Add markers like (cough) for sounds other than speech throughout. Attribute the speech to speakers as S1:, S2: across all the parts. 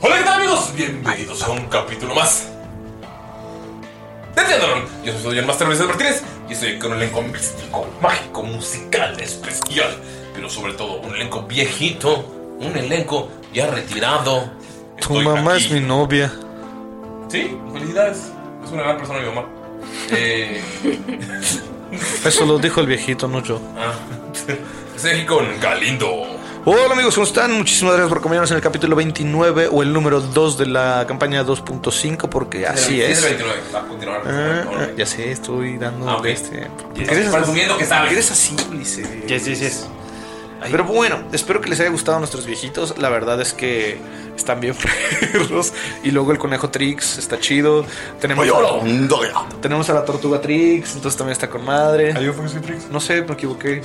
S1: Hola, ¿qué tal amigos? Bienvenidos a un capítulo más. De Teatron. Yo soy el Master Luis Alberto Martínez y estoy con un elenco místico, mágico, musical, especial, pero sobre todo un elenco viejito, un elenco ya retirado.
S2: Tu mamá es mi novia.
S1: Sí, felicidades. Es una gran persona mi mamá. Eh, (laughs)
S2: Eso lo dijo el viejito, no yo.
S1: ah, (laughs) estoy aquí con Galindo.
S2: Hola amigos, ¿cómo están? Muchísimas gracias por acompañarnos en el capítulo 29 o el número 2 de la campaña 2.5 porque así
S1: Tiene
S2: es.
S1: 29, va a continuar.
S2: Ah, ah, ya sé, estoy dando
S1: Ah, ok.
S2: de este.
S1: Ya estás presumiendo que sabes.
S2: Eres así, Ulises. Pero bueno, espero que les haya gustado nuestros viejitos. La verdad es que están bien (laughs) perros. Y luego el conejo Trix está chido. Tenemos, tenemos a la tortuga Trix, entonces también está con madre.
S3: ¿Ahí fue ese Trix?
S2: No sé, me equivoqué.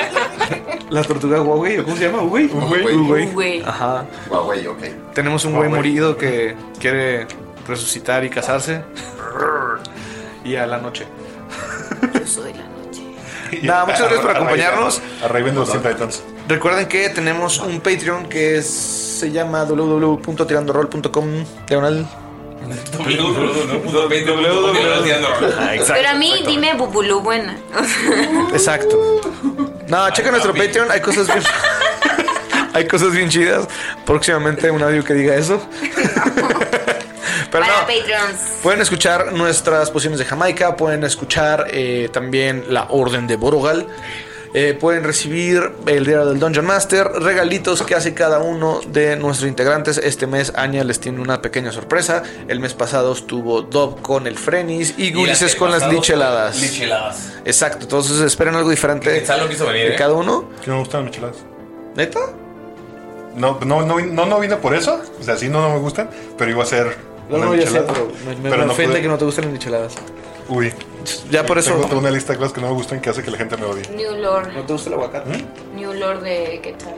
S2: (laughs) la tortuga Huawei, ¿o ¿cómo se llama? Huawei.
S3: Huawei.
S4: Huawei.
S2: Ajá.
S3: Huawei, ok.
S2: Tenemos un güey
S3: Huawei.
S2: morido que quiere resucitar y casarse. y a la noche.
S4: Yo soy la noche.
S2: Nada, muchas gracias por acompañarnos.
S3: A Raven de los Teen Titans.
S2: Recuerden que tenemos un Patreon que es- se llama www.tirandorol.com diagonal.
S4: Pero a mí dime bubulú buena.
S2: Exacto. No, checa nuestro
S1: papi.
S2: Patreon, hay cosas bien. (laughs) hay cosas bien chidas. Próximamente un audio que diga eso. Pero
S4: Para
S2: no.
S4: Patreons.
S2: Pueden escuchar nuestras pociones de Jamaica, pueden escuchar eh, también la Orden de Borogal. eh, pueden recibir el diario del Dungeon Master, regalitos que hace cada uno de nuestros integrantes. Este mes Anya les tiene una pequeña sorpresa. El mes pasado estuvo Dob con el Frenis y Ulises con las licheladas.
S1: Licheladas.
S2: Exacto, entonces esperen algo diferente
S1: Quetzal no quiso venir,
S2: de
S1: ¿eh?
S2: cada uno.
S3: Que no me gustan las micheladas.
S2: ¿Neta?
S3: No, no, no, no, no vine por eso. O sea, sí, no, no me gustan. Pero iba a ser.
S2: No,
S3: una
S2: no, ya sé,
S3: michelada.
S2: pero me, me-
S3: Pero
S2: me
S3: no
S2: ofende
S3: pude.
S2: que no te gusten las licheladas.
S3: Uy.
S2: Ya por eso...
S3: Tengo toda una lista de cosas que no me gustan que hace que la gente me odie.
S4: New Lord.
S2: ¿Mm? ¿No te gusta el aguacate?
S4: New Lord de qué tal.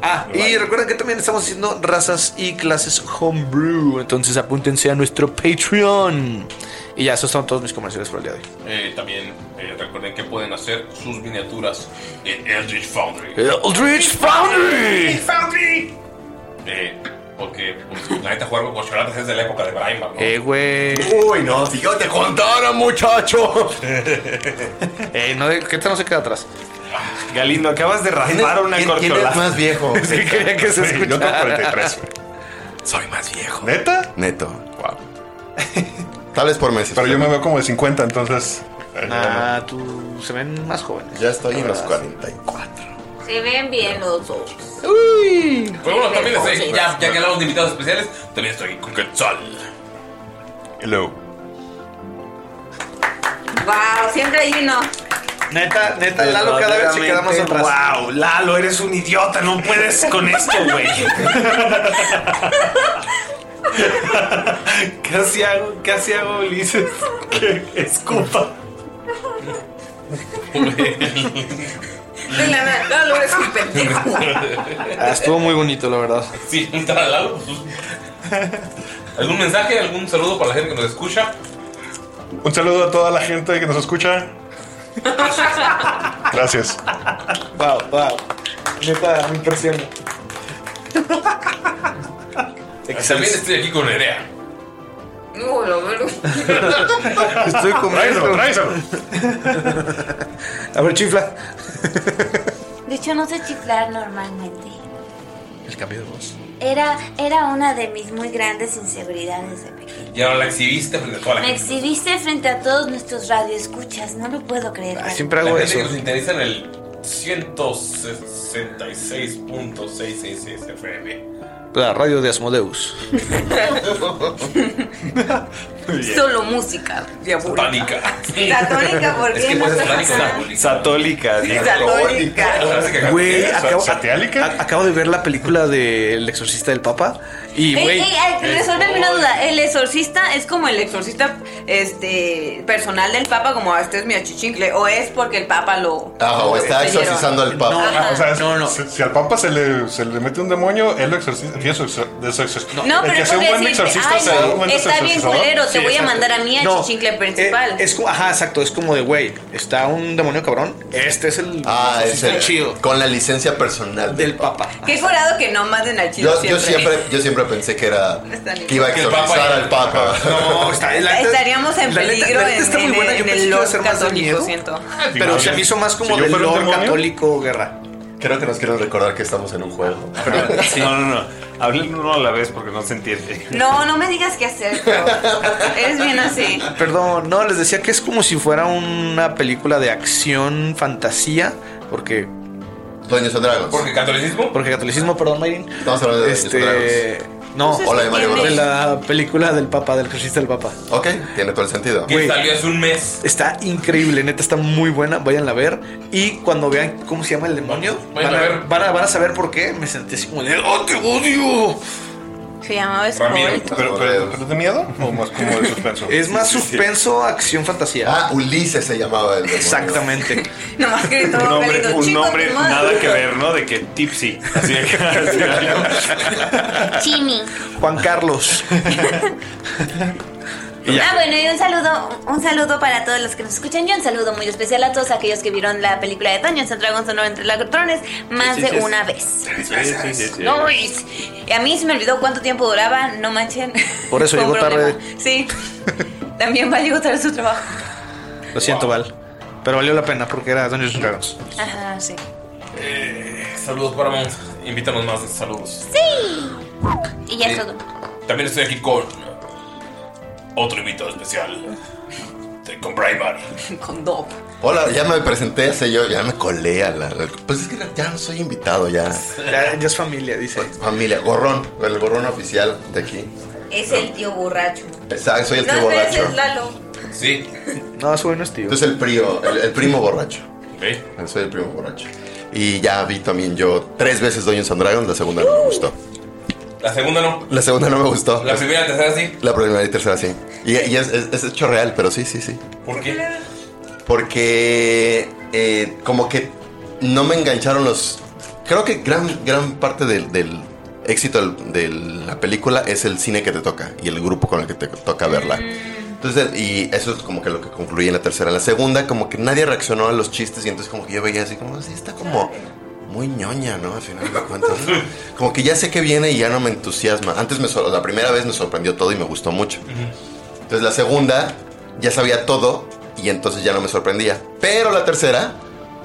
S2: Ah, y recuerden que también estamos haciendo razas y clases homebrew. Entonces apúntense a nuestro Patreon. Y ya, esos son todos mis comerciales por el día de hoy.
S1: Eh, también eh, recuerden que pueden hacer sus miniaturas en Eldritch Foundry.
S2: Eh. Eldritch Foundry.
S1: Foundry. Eh, porque pues, la neta jugar con chocolates es de la época de Braimar, ¿no? (laughs)
S2: Eh, güey.
S5: Uy, no, si yo te contara, muchacho.
S2: eh, no, ¿qué tal no se queda atrás?
S5: Galindo, acabas de raspar una
S2: quién- quién es
S5: corcholata.
S2: más viejo?
S5: (laughs) Es que quería que se
S3: Sí, yo
S5: escuchara.
S3: tengo 43, güey.
S5: Soy más viejo.
S3: ¿Neta?
S5: (laughs) Neto.
S3: (laughs)
S5: Tal vez por meses.
S3: Pero yo me veo como de 50, entonces. eh,
S2: Ah, tú se ven más jóvenes.
S5: Ya estoy en
S2: La
S5: los
S2: verdad.
S5: 44.
S4: Se ven bien los dos.
S2: Uy.
S1: Pero bueno, también les- eh, ya, ya que hablamos de invitados especiales, también estoy con Quetzal.
S3: Hello.
S4: Wow, siempre hay uno.
S2: Neta, neta, Lalo cada vez se queda más atrás.
S5: Wow, Lalo, eres un idiota, no puedes con esto, (laughs) güey. casi hago, casi hago Ulises que (laughs) escupa.
S4: De la nada, no, lo eres un pendejo.
S2: Ah, estuvo muy bonito, la verdad.
S1: Sí, está al lado. pues,
S2: (laughs)
S1: ¿Algún mensaje, algún saludo para la gente que nos escucha?
S3: Un saludo a toda la gente que nos escucha. Gracias.
S2: Wow, wow. Neta, me impresiona.
S1: También estoy aquí con Nerea.
S4: No, lo veo.
S2: Estoy con
S3: Tráeselo, tráeselo.
S2: (laughs) A ver, chifla.
S6: De hecho, no sé chiflar normalmente.
S2: El cambio de voz.
S6: Era, era una de mis muy grandes inseguridades de pequeña.
S1: Y ahora la exhibiste frente a toda la
S6: Me
S1: gente.
S6: exhibiste frente a todos nuestros radioescuchas, no lo puedo creer. Lalo.
S2: Ah, Siempre
S1: La
S2: hago
S1: gente
S2: eso.
S1: que nos interesa en el 166.666 FM.
S2: La radio de Asmodeus.
S4: (laughs) Solo música. Diabólica.
S1: Pánica.
S4: Satónica, ¿por
S1: Es que
S4: qué
S5: pues
S7: pues
S1: puedes
S4: no
S1: estar
S4: pasa nada?
S1: con
S5: Satólica. digo.
S4: Satónica.
S2: Güey,
S3: ¿Sa-
S2: acabo,
S3: satiálica?
S2: a- acabo de ver la película de El Exorcista del Papa. Y,
S4: Ey,
S2: güey. eh,
S4: ey, ay, resuélveme una duda. El exorcista es como el exorcista este personal del Papa, como este es mi achichincle, o es porque el Papa lo.
S5: Ah, o está exorcizando al papa.
S3: Este O sea,
S2: No, no.
S3: Si, si al papa se le, se le mete un demonio, él lo exorciza. Tiene su exor- de su exor-
S4: No,
S3: el
S4: pero
S3: que
S4: es
S3: sea un
S4: porque
S3: buen
S4: decirte,
S3: exorcista
S4: ay,
S3: será un buen
S4: no, está bien
S3: exorcizador.
S4: culero, te
S3: Sí,
S4: voy a
S3: exacto.
S4: mandar a mi
S2: No,
S4: achichincle
S2: eh,
S4: principal.
S2: es, como- ajá, exacto. Es como de, güey, está un demonio cabrón. Este es el
S5: Ah, es
S2: exorcista
S5: el
S2: chido
S5: Con la licencia personal.
S2: del Papa.
S4: Qué jurado que no maten al chino
S5: Yo, yo siempre, yo siempre pensé que era
S4: Está bien.
S5: que iba a
S1: Que el
S5: exorcizar
S1: Papa-
S5: al Papa.
S2: No, está, la neta-
S4: Estaríamos en
S2: la neta- la
S4: peligro
S2: neta está
S4: en,
S2: muy
S4: en-
S2: buena, yo
S4: en
S2: pensé
S4: el
S2: que iba a
S4: Lord
S2: ser más de
S4: católico,
S2: miedo.
S4: siento.
S2: Pero se me hizo más como
S3: Si yo
S2: del
S3: fuera un
S2: lore
S3: demonio.
S2: católico guerra.
S5: Creo que nos quieren recordar que estamos en un juego.
S1: No,
S5: No,
S1: no, no.
S5: Hablen uno a la vez porque no se entiende.
S4: No, no me digas qué hacer. bro. Eres bien así.
S2: Perdón, no, les decía que es como si fuera una película de acción, fantasía, porque,
S5: Doños and Dragons.
S1: Porque catolicismo.
S2: porque catolicismo, perdón, Mayrin.
S5: Estamos hablando de
S2: Este, no,
S5: Dragons. O la de Mario
S2: de
S5: Bros.
S2: la película del Papa, del Jesucristo del Papa.
S5: Ok, tiene todo el sentido.
S1: Que
S2: Güey.
S1: salió hace un mes.
S2: Está increíble, neta, está muy buena, vayan a ver. Y cuando vean cómo se llama el demonio, van
S1: Vayan
S2: a,
S1: a
S2: ver,
S1: ver.
S2: van, a, van a saber por qué me sentí así como de, ¡oh, te odio!
S4: Se llamaba
S1: Ramiro.
S4: Skull.
S3: Pero, pero- pero es de miedo o más como de suspenso.
S2: Es más suspenso, acción, fantasía.
S5: Ah, Ulises se llamaba el demonio.
S2: Exactamente.
S4: Nomás
S8: Un
S4: gritó gritó,
S8: nombre, un
S4: "Chico,
S8: nombre
S4: tu madre".
S8: nada que ver, ¿no? De que tipsy. Así de que- así de-
S6: Chimi.
S2: Juan
S4: (laughs)
S2: Carlos. Y ya.
S6: Ah, bueno, y un saludo, un saludo para todos los que nos escuchan y un saludo muy especial a todos aquellos que vieron la película de Dungeons and Dragons Honor entre Lagartones más
S8: Sí, sí,
S6: de
S8: sí.
S6: una vez.
S8: Sí, sí, sí.
S4: No, y, y a mí se me olvidó cuánto tiempo duraba, no
S6: (laughs)
S4: manchen.
S2: Por eso
S4: Fue un
S2: llegó tarde.
S4: problema. Sí. También va a llegar tarde su trabajo.
S2: Lo siento, Val. Pero valió la pena porque era Dungeons and Dragons.
S4: Ajá, sí.
S1: Eh, saludos para Mons. Invítanos más saludos.
S6: Y ya es
S1: Eh,
S6: todo.
S1: También estoy aquí con otro invitado especial. Estoy con Braimar.
S4: Con dop.
S5: Hola, ya me presenté hace yo, ya me colé a la. Pues es que ya no soy invitado, ya.
S2: Ya, ya es familia, dice.
S5: Familia, gorrón, el gorrón oficial de aquí.
S4: Es el tío borracho.
S5: Exacto, soy el
S4: No,
S5: tío
S4: espera, ese
S5: borracho.
S4: es Lalo.
S1: Sí.
S2: No, su bueno es tío.
S5: Entonces el primo, el, el primo borracho.
S1: Ok.
S5: Soy el primo borracho. Y ya vi también yo tres veces Dungeons and Dragons, la segunda
S2: ¡Uh!
S5: no me gustó.
S1: La segunda no.
S5: La segunda no me gustó.
S1: La
S5: La,
S1: primera, la tercera sí.
S5: primera y tercera sí. Y, y es, es- es hecho real, pero sí, sí, sí.
S1: ¿Por qué?
S5: Porque eh, como que no me engancharon los Creo que gran, gran parte del, del éxito del- de la película es el cine que te toca y el grupo con el que te toca verla. Entonces, y eso es como que lo que concluye en la tercera. En la segunda, como que nadie reaccionó a los chistes y entonces como que yo veía así como, sí, está como muy ñoña, ¿no? Al final de cuentas. Como que ya sé que viene y ya no me entusiasma. Antes me sor- la primera vez me sorprendió todo y me gustó mucho. Entonces la segunda ya sabía todo y entonces ya no me sorprendía. Pero la tercera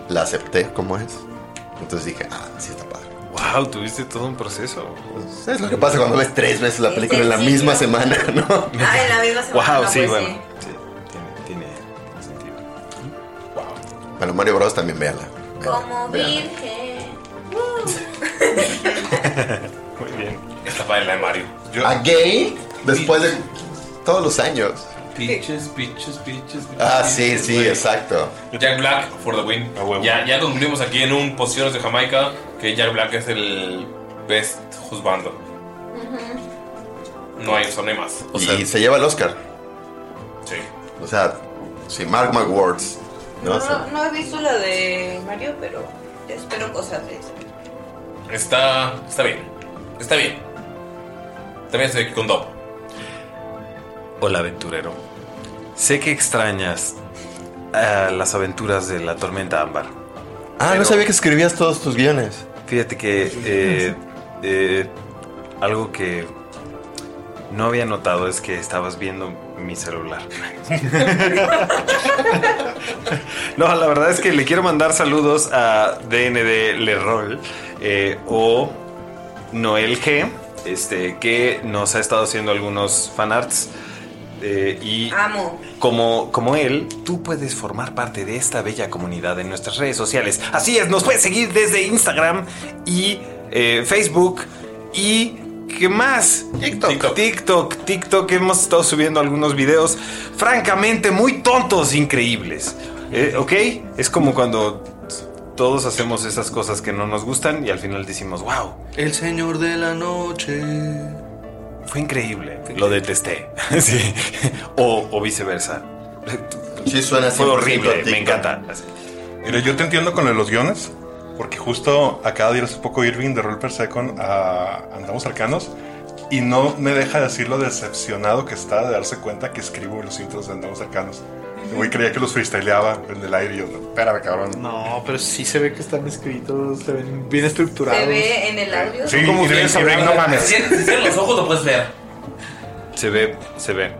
S5: la acepté como es. Entonces dije, ah, sí está padre.
S7: Wow, tuviste todo un proceso.
S5: Es lo que pasa cuando ves tres veces la película en la misma semana, ¿no?
S4: Ah, en la misma semana.
S5: Wow, sí,
S4: pues,
S5: bueno. Bueno, Mario Bros también véala.
S9: Como virgen.
S7: Muy bien.
S1: Esta padre la de Mario.
S5: ¿A gay? Después de todos los años.
S1: Pitches, pitches, pitches.
S5: Ah, sí, sí, exacto.
S1: Jack Black for the win. Ya, ya concluimos aquí en un Posiciones de Jamaica que Jack Black es el best husbando. No hay, o sea, no hay más.
S5: y se lleva el Oscar.
S1: Sí.
S5: O sea, sí, Mark My Words. ¿no?
S4: No, no he visto la de Mario, pero espero cosas de eso.
S1: Está, está bien. Está bien. También estoy aquí con Dob.
S7: Hola aventurero. Sé que extrañas eh, las aventuras de la tormenta ámbar.
S5: Ah, no sabía que escribías todos tus guiones.
S7: Fíjate que eh, eh, algo que no había notado es que estabas viendo mi celular. (laughs) no, la verdad es que le quiero mandar saludos a DND Lerol eh, o Noel G, este, que nos ha estado haciendo algunos fanarts. eh, y
S4: Amo.
S7: como, como él, tú puedes formar parte de esta bella comunidad en nuestras redes sociales. Así es, nos puedes seguir desde Instagram y eh, Facebook y... ¿Qué más? TikTok. TikTok. TikTok. Hemos estado subiendo algunos videos francamente muy tontos, increíbles. Eh, ¿Ok? Es como cuando todos hacemos esas cosas que no nos gustan y al final decimos, wow,
S2: El señor de la noche.
S7: fue increíble. Lo detesté. (laughs) sí. O, o viceversa.
S5: Sí, suena
S7: Fue
S3: 100%
S7: horrible,
S3: TikTok.
S7: me encanta.
S3: Mira, yo te entiendo con lo de los guiones, porque justo acaba de ir hace poco Irving de Roll Per Second a Andamos Arcanos, y no me deja decir lo decepcionado que está de darse cuenta que escribo los intros de Andamos Arcanos. El güey creía que los freestyleaba en el aire y yo, espérame, cabrón.
S2: No, pero sí se ve que están escritos, se ven bien estructurados.
S4: Se ve en el audio.
S3: Sí, y de- y de- no mames.
S1: Si cierras los ojos lo puedes ver.
S7: Se ve, se ve.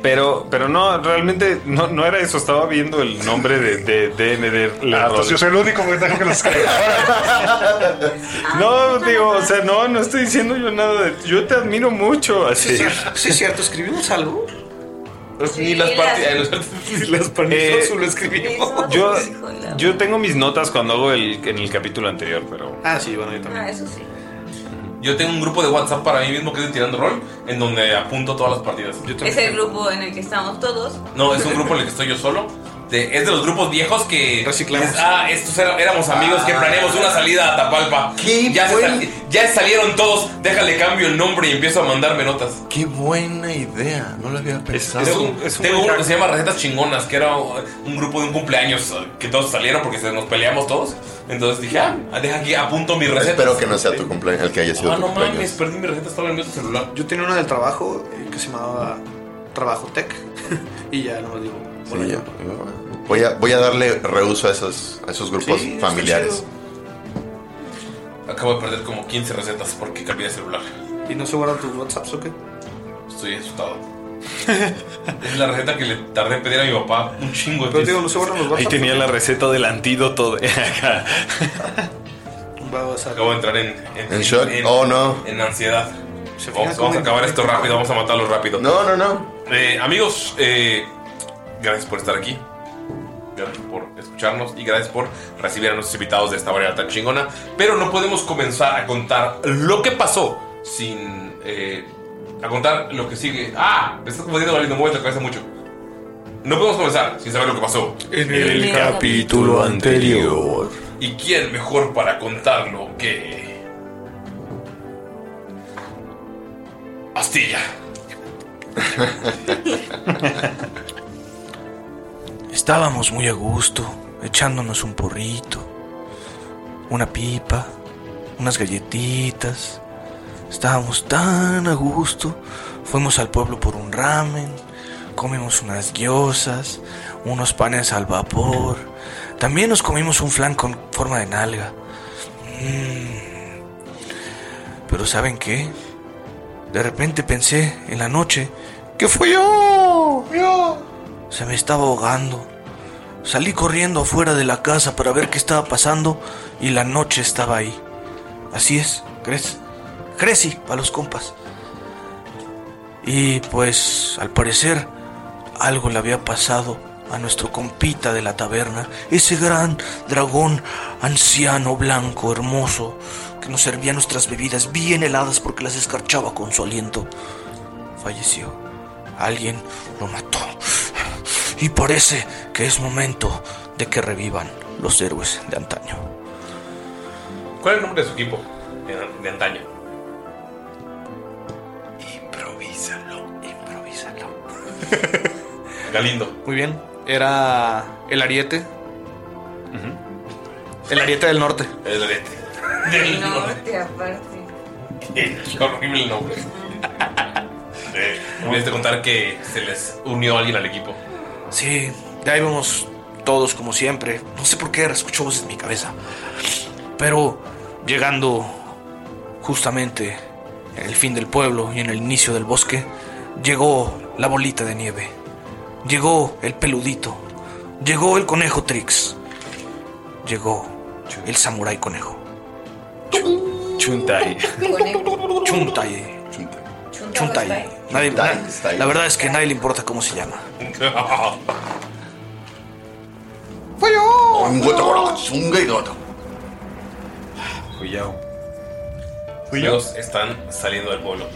S7: Pero, pero no, realmente no, no era eso. Estaba viendo el nombre de, de, de, de- de-
S3: Ah, entonces yo soy el único que tengo que
S7: (laughs)
S3: los escribir.
S7: No, digo, o sea, no, no estoy diciendo yo nada de. Yo te admiro mucho. Así.
S2: Sí, es cierto, escribimos algo.
S1: Ni las partidas.
S2: (laughs) Las
S7: Eh,
S2: lo escribimos.
S7: Yo, yo tengo mis notas cuando hago el, en el capítulo anterior, pero.
S2: Ah, sí, bueno, yo también.
S4: Ah, eso sí.
S1: Yo tengo un grupo de WhatsApp para mí mismo que es de Tirando Rol, en donde apunto todas las partidas.
S4: Es el grupo en el que estamos todos.
S1: No, es un grupo en el que estoy yo solo. De- es de los grupos viejos que. Reciclamos. ah, estos era- éramos amigos
S5: Ah.
S1: que planeamos una salida a Tapalpa. ya, se sal- ya salieron todos. Déjale cambio el nombre y empiezo a mandarme notas.
S5: Qué buena idea, no lo había pensado.
S1: Tengo, un- tengo uno que se llama Recetas Chingonas, que era un grupo de un cumpleaños eh, que todos salieron porque se nos peleamos todos. Entonces dije, ah, deja aquí, apunto mi receta.
S5: Espero que no sea tu cumpleaños, el que haya sido
S1: Ah,
S5: tu
S1: no
S5: cumpleaños.
S1: mames, perdí mi receta, estaba en mi otro celular.
S2: Yo tenía una del trabajo eh, que se llamaba Trabajo Tech. (laughs) y ya no digo.
S5: Sí, ya. Voy a, voy a darle reuso a esos, a esos grupos
S1: Sí, está
S5: familiares.
S1: Acabo de perder como 15 recetas porque cambié de celular.
S2: ¿Y no se guardan tus WhatsApps o qué?
S1: Estoy asustado. es la receta que le tardé en pedir a mi papá un chingo de
S2: Pero
S1: veces.
S2: digo, no se borran los
S7: Ahí
S2: WhatsApp.
S7: tenía la receta del antídoto de acá.
S1: Acabo de entrar en. ¿En,
S5: shock? Oh, no.
S1: En ansiedad.
S5: fijan
S1: Vamos, vamos
S5: cómo-
S1: a acabar esto rápido, vamos a matarlo rápido.
S5: No, no, no.
S1: Eh, amigos, eh, gracias por estar aquí. Gracias por escucharnos y gracias por recibir a nuestros invitados de esta manera tan chingona. Pero no podemos comenzar a contar lo que pasó sin. eh, a contar lo que sigue. ¡Ah! Me estás confundiendo, Valindo, mueve la cabeza mucho. No podemos comenzar sin saber lo que pasó.
S7: capítulo anterior.
S1: ¿Y quién mejor para contarlo que. Astilla?
S6: (laughs) Estábamos muy a gusto, echándonos un porrito. una pipa, unas galletitas. Estábamos tan a gusto. Fuimos al pueblo por un ramen, comimos unas gyozas, unos panes al vapor. También nos comimos un flan con forma de nalga. Mm. Pero ¿saben qué? De repente pensé en la noche que fui yo. Yo. Se me estaba ahogando. Salí corriendo afuera de la casa para ver qué estaba pasando y la noche estaba ahí. Así es, ¿crees? Crecí para los compas. Y pues, al parecer, algo le había pasado a nuestro compita de la taberna, ese gran dragón anciano, blanco, hermoso, que nos servía nuestras bebidas bien heladas porque las escarchaba con su aliento. Falleció. Alguien lo mató. Y parece que es momento de que revivan los héroes de antaño.
S1: ¿Cuál es el nombre de su equipo de, de antaño?
S6: Improvísalo, improvísalo.
S1: Galindo.
S6: Muy bien. Era el ariete. El ariete del norte.
S1: El ariete.
S4: Del norte, aparte.
S1: Qué horrible nombre. Eh, Olvidaste de contar que se les unió alguien al equipo.
S6: Sí, ya íbamos todos como siempre. No sé por qué escucho voces en mi cabeza. Pero llegando justamente en el fin del pueblo y en el inicio del bosque, llegó la bolita de nieve. Llegó el peludito. Llegó el conejo Trix. Llegó el samurái conejo. Chuntai. Chuntai. Chuntai. Nadie-
S5: Chuntai,
S6: na-
S5: está ahí.
S6: la verdad es que a nadie le importa cómo
S1: (laughs)
S6: se llama.
S5: ¡Fue yo!
S1: Cuyao. Ellos están saliendo del pueblo.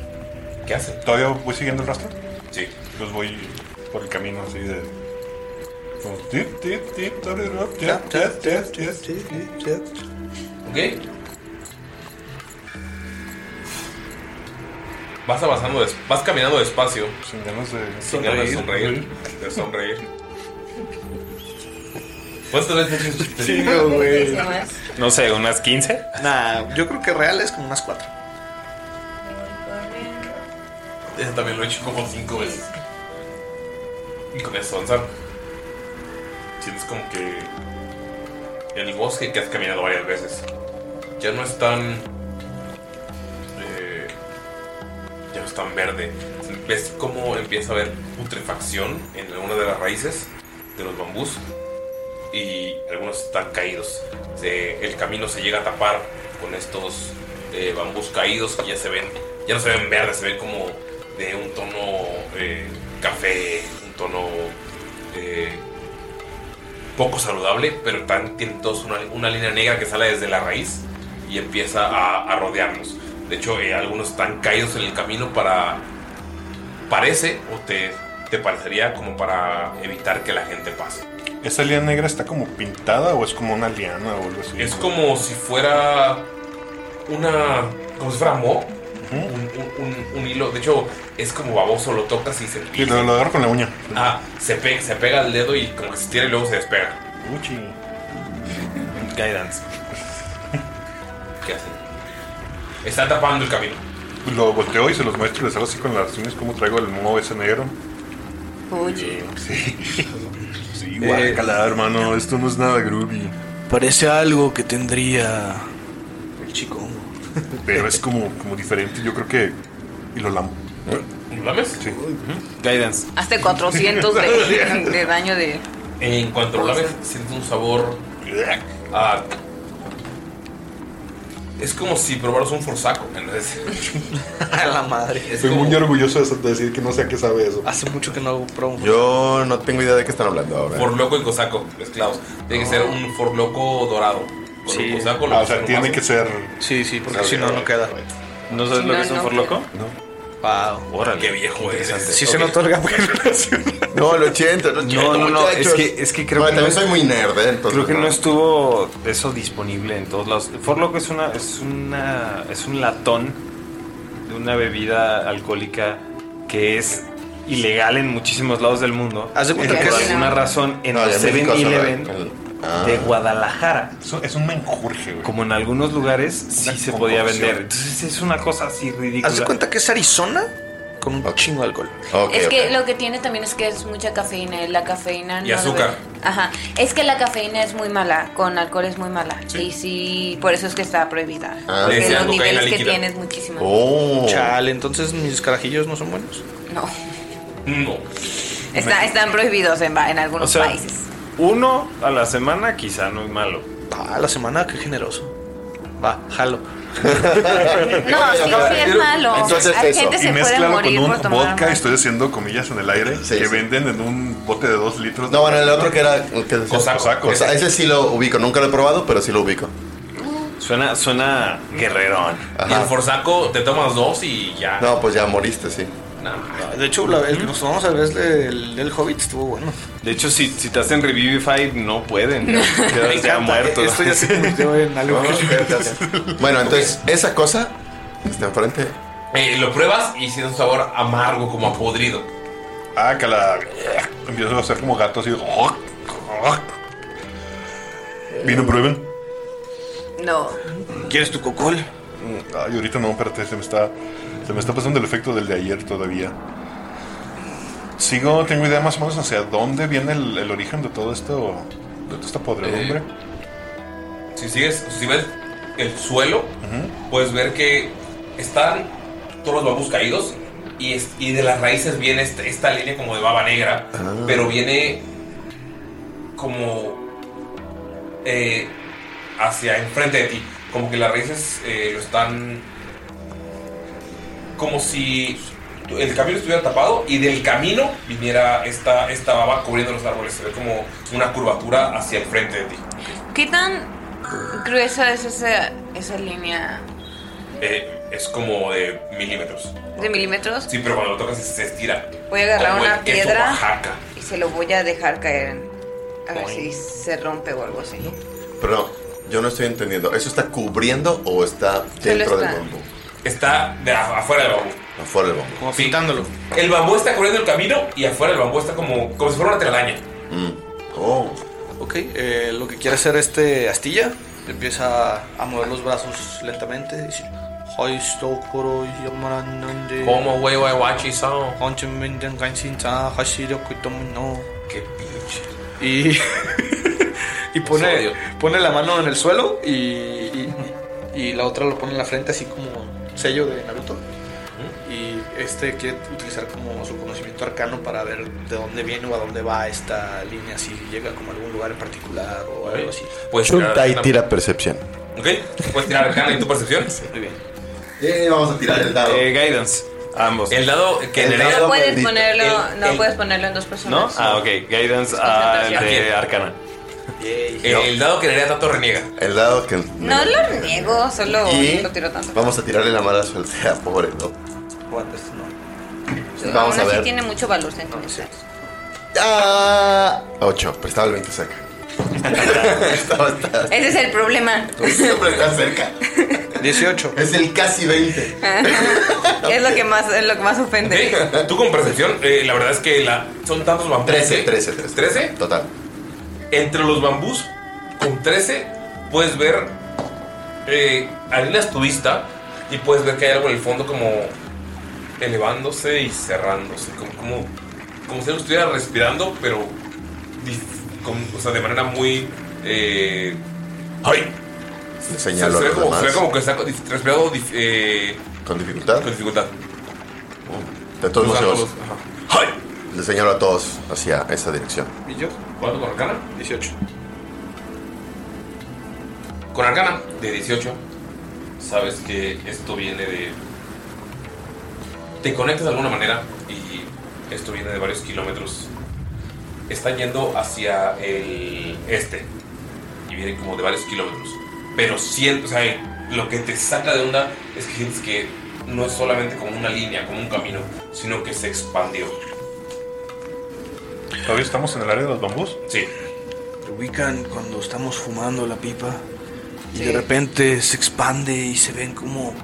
S1: ¿Qué hacen?
S3: ¿Todavía voy siguiendo el rastro?
S1: Sí.
S3: Los voy por el camino así de. como tip, tip, tip, tararara, tip, tip, tip, tip, tip, tip, tip.
S1: Ok. Vas avanzando, des- vas caminando despacio.
S3: Sin ganas de
S1: Sin ganas de sonreír.
S3: sonreír.
S1: De sonreír. ¿Cuántas veces te
S7: Sí,
S4: güey.
S7: No sé, unas 15.
S6: Nah, yo creo que real es como unas cuatro.
S1: Ese también lo he hecho como cinco veces. Y con eso avanzar. Sientes como que el bosque que has caminado varias veces ya no es tan. eh, ya no es tan verde. Ves cómo empieza a haber putrefacción en alguna de las raíces de los bambús y algunos están caídos. Se- el camino se llega a tapar con estos eh, bambús caídos que ya se ven, ya no se ven verdes, se ven como de un tono eh, café, un tono eh, poco saludable, pero tan, tienen todos una, una línea negra que sale desde la raíz y empieza a, a rodearnos. De hecho, eh, algunos están caídos en el camino para... Parece, o te, te parecería como para evitar que la gente pase.
S3: ¿Esa línea negra está como pintada o es como una liana o algo así?
S1: Es como si fuera una. como si fuera mo. un, un- un- un hilo. De hecho, es como baboso, lo tocas y se
S3: Y lo, lo agarro con la uña.
S1: Ah, se, pe- se pega al dedo y como que se tira y luego se despega.
S3: Uchi.
S1: Guidance. ¿Qué hace? Está tapando el camino.
S3: Lo volteo y se los muestro y les hago así con las uñas como traigo el moho ese negro.
S4: Oye.
S3: Sí. Sí, guácala, hermano. Esto no es nada groovy.
S6: Eh, Parece algo que tendría el chico.
S3: Pero es como, como diferente. Yo creo que. Y lo lamo.
S1: ¿Lo lames?
S3: Sí.
S7: Guidance.
S4: Hazte 400
S5: (laughs)
S4: de, de daño de.
S1: En cuanto lo lames, siente un sabor. a- es como si probaras un forsaco.
S6: (laughs) A la madre.
S1: Es
S3: Estoy
S1: como-
S3: muy orgulloso de- de decir que no sé a qué sabe eso.
S6: Hace mucho que no hago promo.
S5: Yo no tengo idea de qué están hablando ahora.
S1: Forloco y cosaco mezclados. Tiene que ser un forloco dorado. Con
S6: Sí.
S1: un cosaco lo
S3: Ah, o sea,
S1: hacen
S3: tiene
S1: más.
S3: que ser.
S6: Sí, sí, porque si no, no queda.
S7: ¿No sabes lo que es
S4: No,
S7: un
S4: no.
S7: forloco?
S6: Wow.
S7: Órale.
S1: Qué viejo eres.
S6: Sí se nota el gap
S5: No, lo siento, lo siento,
S7: No, no, no, es
S5: muchachos.
S7: que, es que creo
S5: Bueno,
S7: que. no
S5: también soy muy nerd, ¿eh? Entonces,
S7: Creo que no estuvo eso disponible en todos lados. Forloco es una es una es un latón de una bebida alcohólica que es ilegal en muchísimos lados del mundo.
S6: Haz de cuenta
S7: Por
S6: que es-
S7: alguna razón en
S5: No,
S7: los
S5: ya en México Ah. se
S7: 7-Eleven
S5: lo- el-
S7: de Guadalajara.
S3: es un menjurje, güey.
S7: Como en algunos lugares sí se podía vender. Entonces es una cosa así ridícula.
S2: Haz de cuenta que es Arizona con un chingo de alcohol.
S4: es que lo que tiene también es que es mucha cafeína y la cafeína no
S2: Y azúcar.
S4: debe- Ajá. Es que la cafeína es muy mala, con alcohol es muy mala. Y sí, por eso es que está prohibida.
S2: Ah,
S4: Porque
S2: le decían
S4: los
S2: cocaína
S4: niveles que
S2: líquida.
S4: tienes muchísima.
S5: Oh.
S1: Oh.
S2: Chale, entonces mis carajillos no son buenos.
S4: No.
S1: No.
S4: Está- están prohibidos en, va- en algunos
S7: O sea,
S4: países.
S7: Uno a la semana quizá no es malo.
S2: A la semana, qué generoso. Va, jalo.
S4: No, sí, sí es malo. Hay gente se
S3: y
S4: puede
S3: mezclalo
S4: morir
S3: con
S4: por
S3: un
S4: tomar
S3: vodka, estoy haciendo comillas en el aire, que venden en un bote de dos litros.
S5: No, bueno, el otro que era. Que decía- Cosa- Ese sí lo ubico, nunca lo he probado, pero sí lo ubico.
S7: (laughs) Suena, suena guerrerón.
S1: Y el forzaco te tomas dos y ya.
S5: No, pues ya moriste, sí.
S2: De hecho, la- el que nos tomamos a vez del, del Hobbit estuvo bueno.
S7: De hecho, si, si te hacen Revivify, no pueden. ¿eh? Quedas ya muerto.
S2: Esto ya
S7: (laughs)
S2: se convirtió en algo.
S5: Bueno, entonces, esa cosa que está enfrente.
S1: Eh, lo pruebas y siente un sabor amargo, como a podrido.
S3: Ah, que la. Empiezo a hacer como gato así. Oh, Vino, prueben.
S4: No.
S3: ¿Quieres tu cocol? Ay, ahorita no, espérate, se me está. Se me está pasando el efecto del de ayer todavía. Sigo, tengo idea más o menos hacia dónde viene el, el origen de todo esto. De toda esta podredumbre.
S5: Eh.
S1: Si sigues, si ves el suelo, puedes ver que están todos los bambús caídos y, es- y de las raíces viene este- esta línea como de baba negra,
S5: Ah.
S1: pero viene como eh, hacia enfrente de ti, como que las raíces eh, lo están como si tu- el camino estuviera tapado y del camino viniera esta, esta baba cubriendo los árboles, se ve como una curvatura hacia el frente de ti.
S4: ¿Qué tan gruesa es esa, esa línea
S1: Eh, es como de milímetros.
S4: de milímetros?
S1: Sí, pero cuando lo tocas se estira.
S4: Voy a agarrar
S1: Como el
S4: una
S1: queso
S4: piedra.
S1: Oaxaca.
S4: Y se lo voy a dejar caer. A ver si se rompe o algo así.
S5: Pero no, yo no estoy entendiendo. ¿Eso está cubriendo o está
S4: Solo
S5: dentro
S4: está.
S5: del bambú?
S1: Está de a- afuera del bambú.
S5: Afuera del bambú.
S1: Como pintándolo. El bambú está corriendo el camino y afuera el bambú está como, como si fuera una telaraña.
S5: Oh.
S2: Ok, eh, lo que quiere hacer este Astilla empieza a mover los brazos lentamente. Dice: "Hoy estoy coro yamaranande".
S1: Como güey, güey, guachi, son.
S2: Honchimenden kansinta, hashiro kutomono. Y, (laughs) y pone, pone la mano en el suelo y, y- y la otra lo pone en la frente, así como sello de Naruto. Y este quiere utilizar como su conocimiento arcano para ver de dónde viene o a dónde va esta línea, si llega como a algún lugar en particular o algo así.
S1: Puedes
S5: Chunta y tira percepción.
S1: Pues, Ok, puedes tirar arcana y tu percepción.
S2: Muy bien.
S5: vamos a (laughs) tirar el dado.
S7: Eh, guidance, ambos.
S1: El dado que
S7: El
S1: en realidad-
S4: No puedes ponerlo, no
S1: el-
S4: puedes ponerlo en dos
S7: ¿No?
S4: personas.
S7: Ah, ok. Guidance al
S4: concentración.
S7: de Arcana.
S1: El, el dado que en realidad tanto reniega.
S5: El dado que.
S4: No lo niego, solo
S5: Y-
S4: lo tiro tanto.
S5: Vamos a tirarle la mala suerte a pobre, ¿no? Vamos
S4: Aún
S5: a
S4: así
S5: ver.
S4: tiene mucho valor sentimental.
S5: Ah, 8, pero estaba el 20
S4: (laughs)
S5: cerca. estaba, estaba-
S4: Ese es el
S5: (laughs)
S4: problema.
S5: siempre está cerca.
S2: 18.
S5: Es el casi 20.
S4: es lo que más, es lo que más ofende.
S1: Ok, (laughs) Tú con percepción, eh, la verdad es que la, son tantos bambús.
S5: 13, 13,
S1: 13.
S5: 13. Total.
S1: Entre los bambús, con 13, puedes ver. Eh, alineas tu vista y puedes ver que hay algo en el fondo como elevándose y cerrándose. Como, como, como si algo estuviera respirando, pero. dif- con- o sea, de manera muy. Eh, ¡Ay!
S5: Le señalo
S1: se, se ve
S5: a los
S1: como, se ve
S5: demás.
S1: como que está con- dif- respirando. dif- eh,
S5: ¿Con dificultad? Oh,
S1: Con dificultad.
S5: De todos
S1: Los
S5: modos,
S1: ángulos,
S5: le señalo a todos hacia esa dirección.
S2: ¿Y yo?
S1: ¿Cuánto con arcana?
S2: 18.
S1: Con arcana de 18, sabes que esto viene de. Te conectas de alguna manera y esto viene de varios kilómetros. Está yendo hacia el este y viene como de varios kilómetros. Pero sientes, o sea, eh, lo que te saca de onda es que sientes que no es solamente como una línea, como un camino, sino que se expandió.
S3: ¿Todavía estamos en el área de los bambús?
S1: Sí.
S2: Te ubican cuando estamos fumando la pipa y
S3: Sí.
S2: de repente se expande y se ven como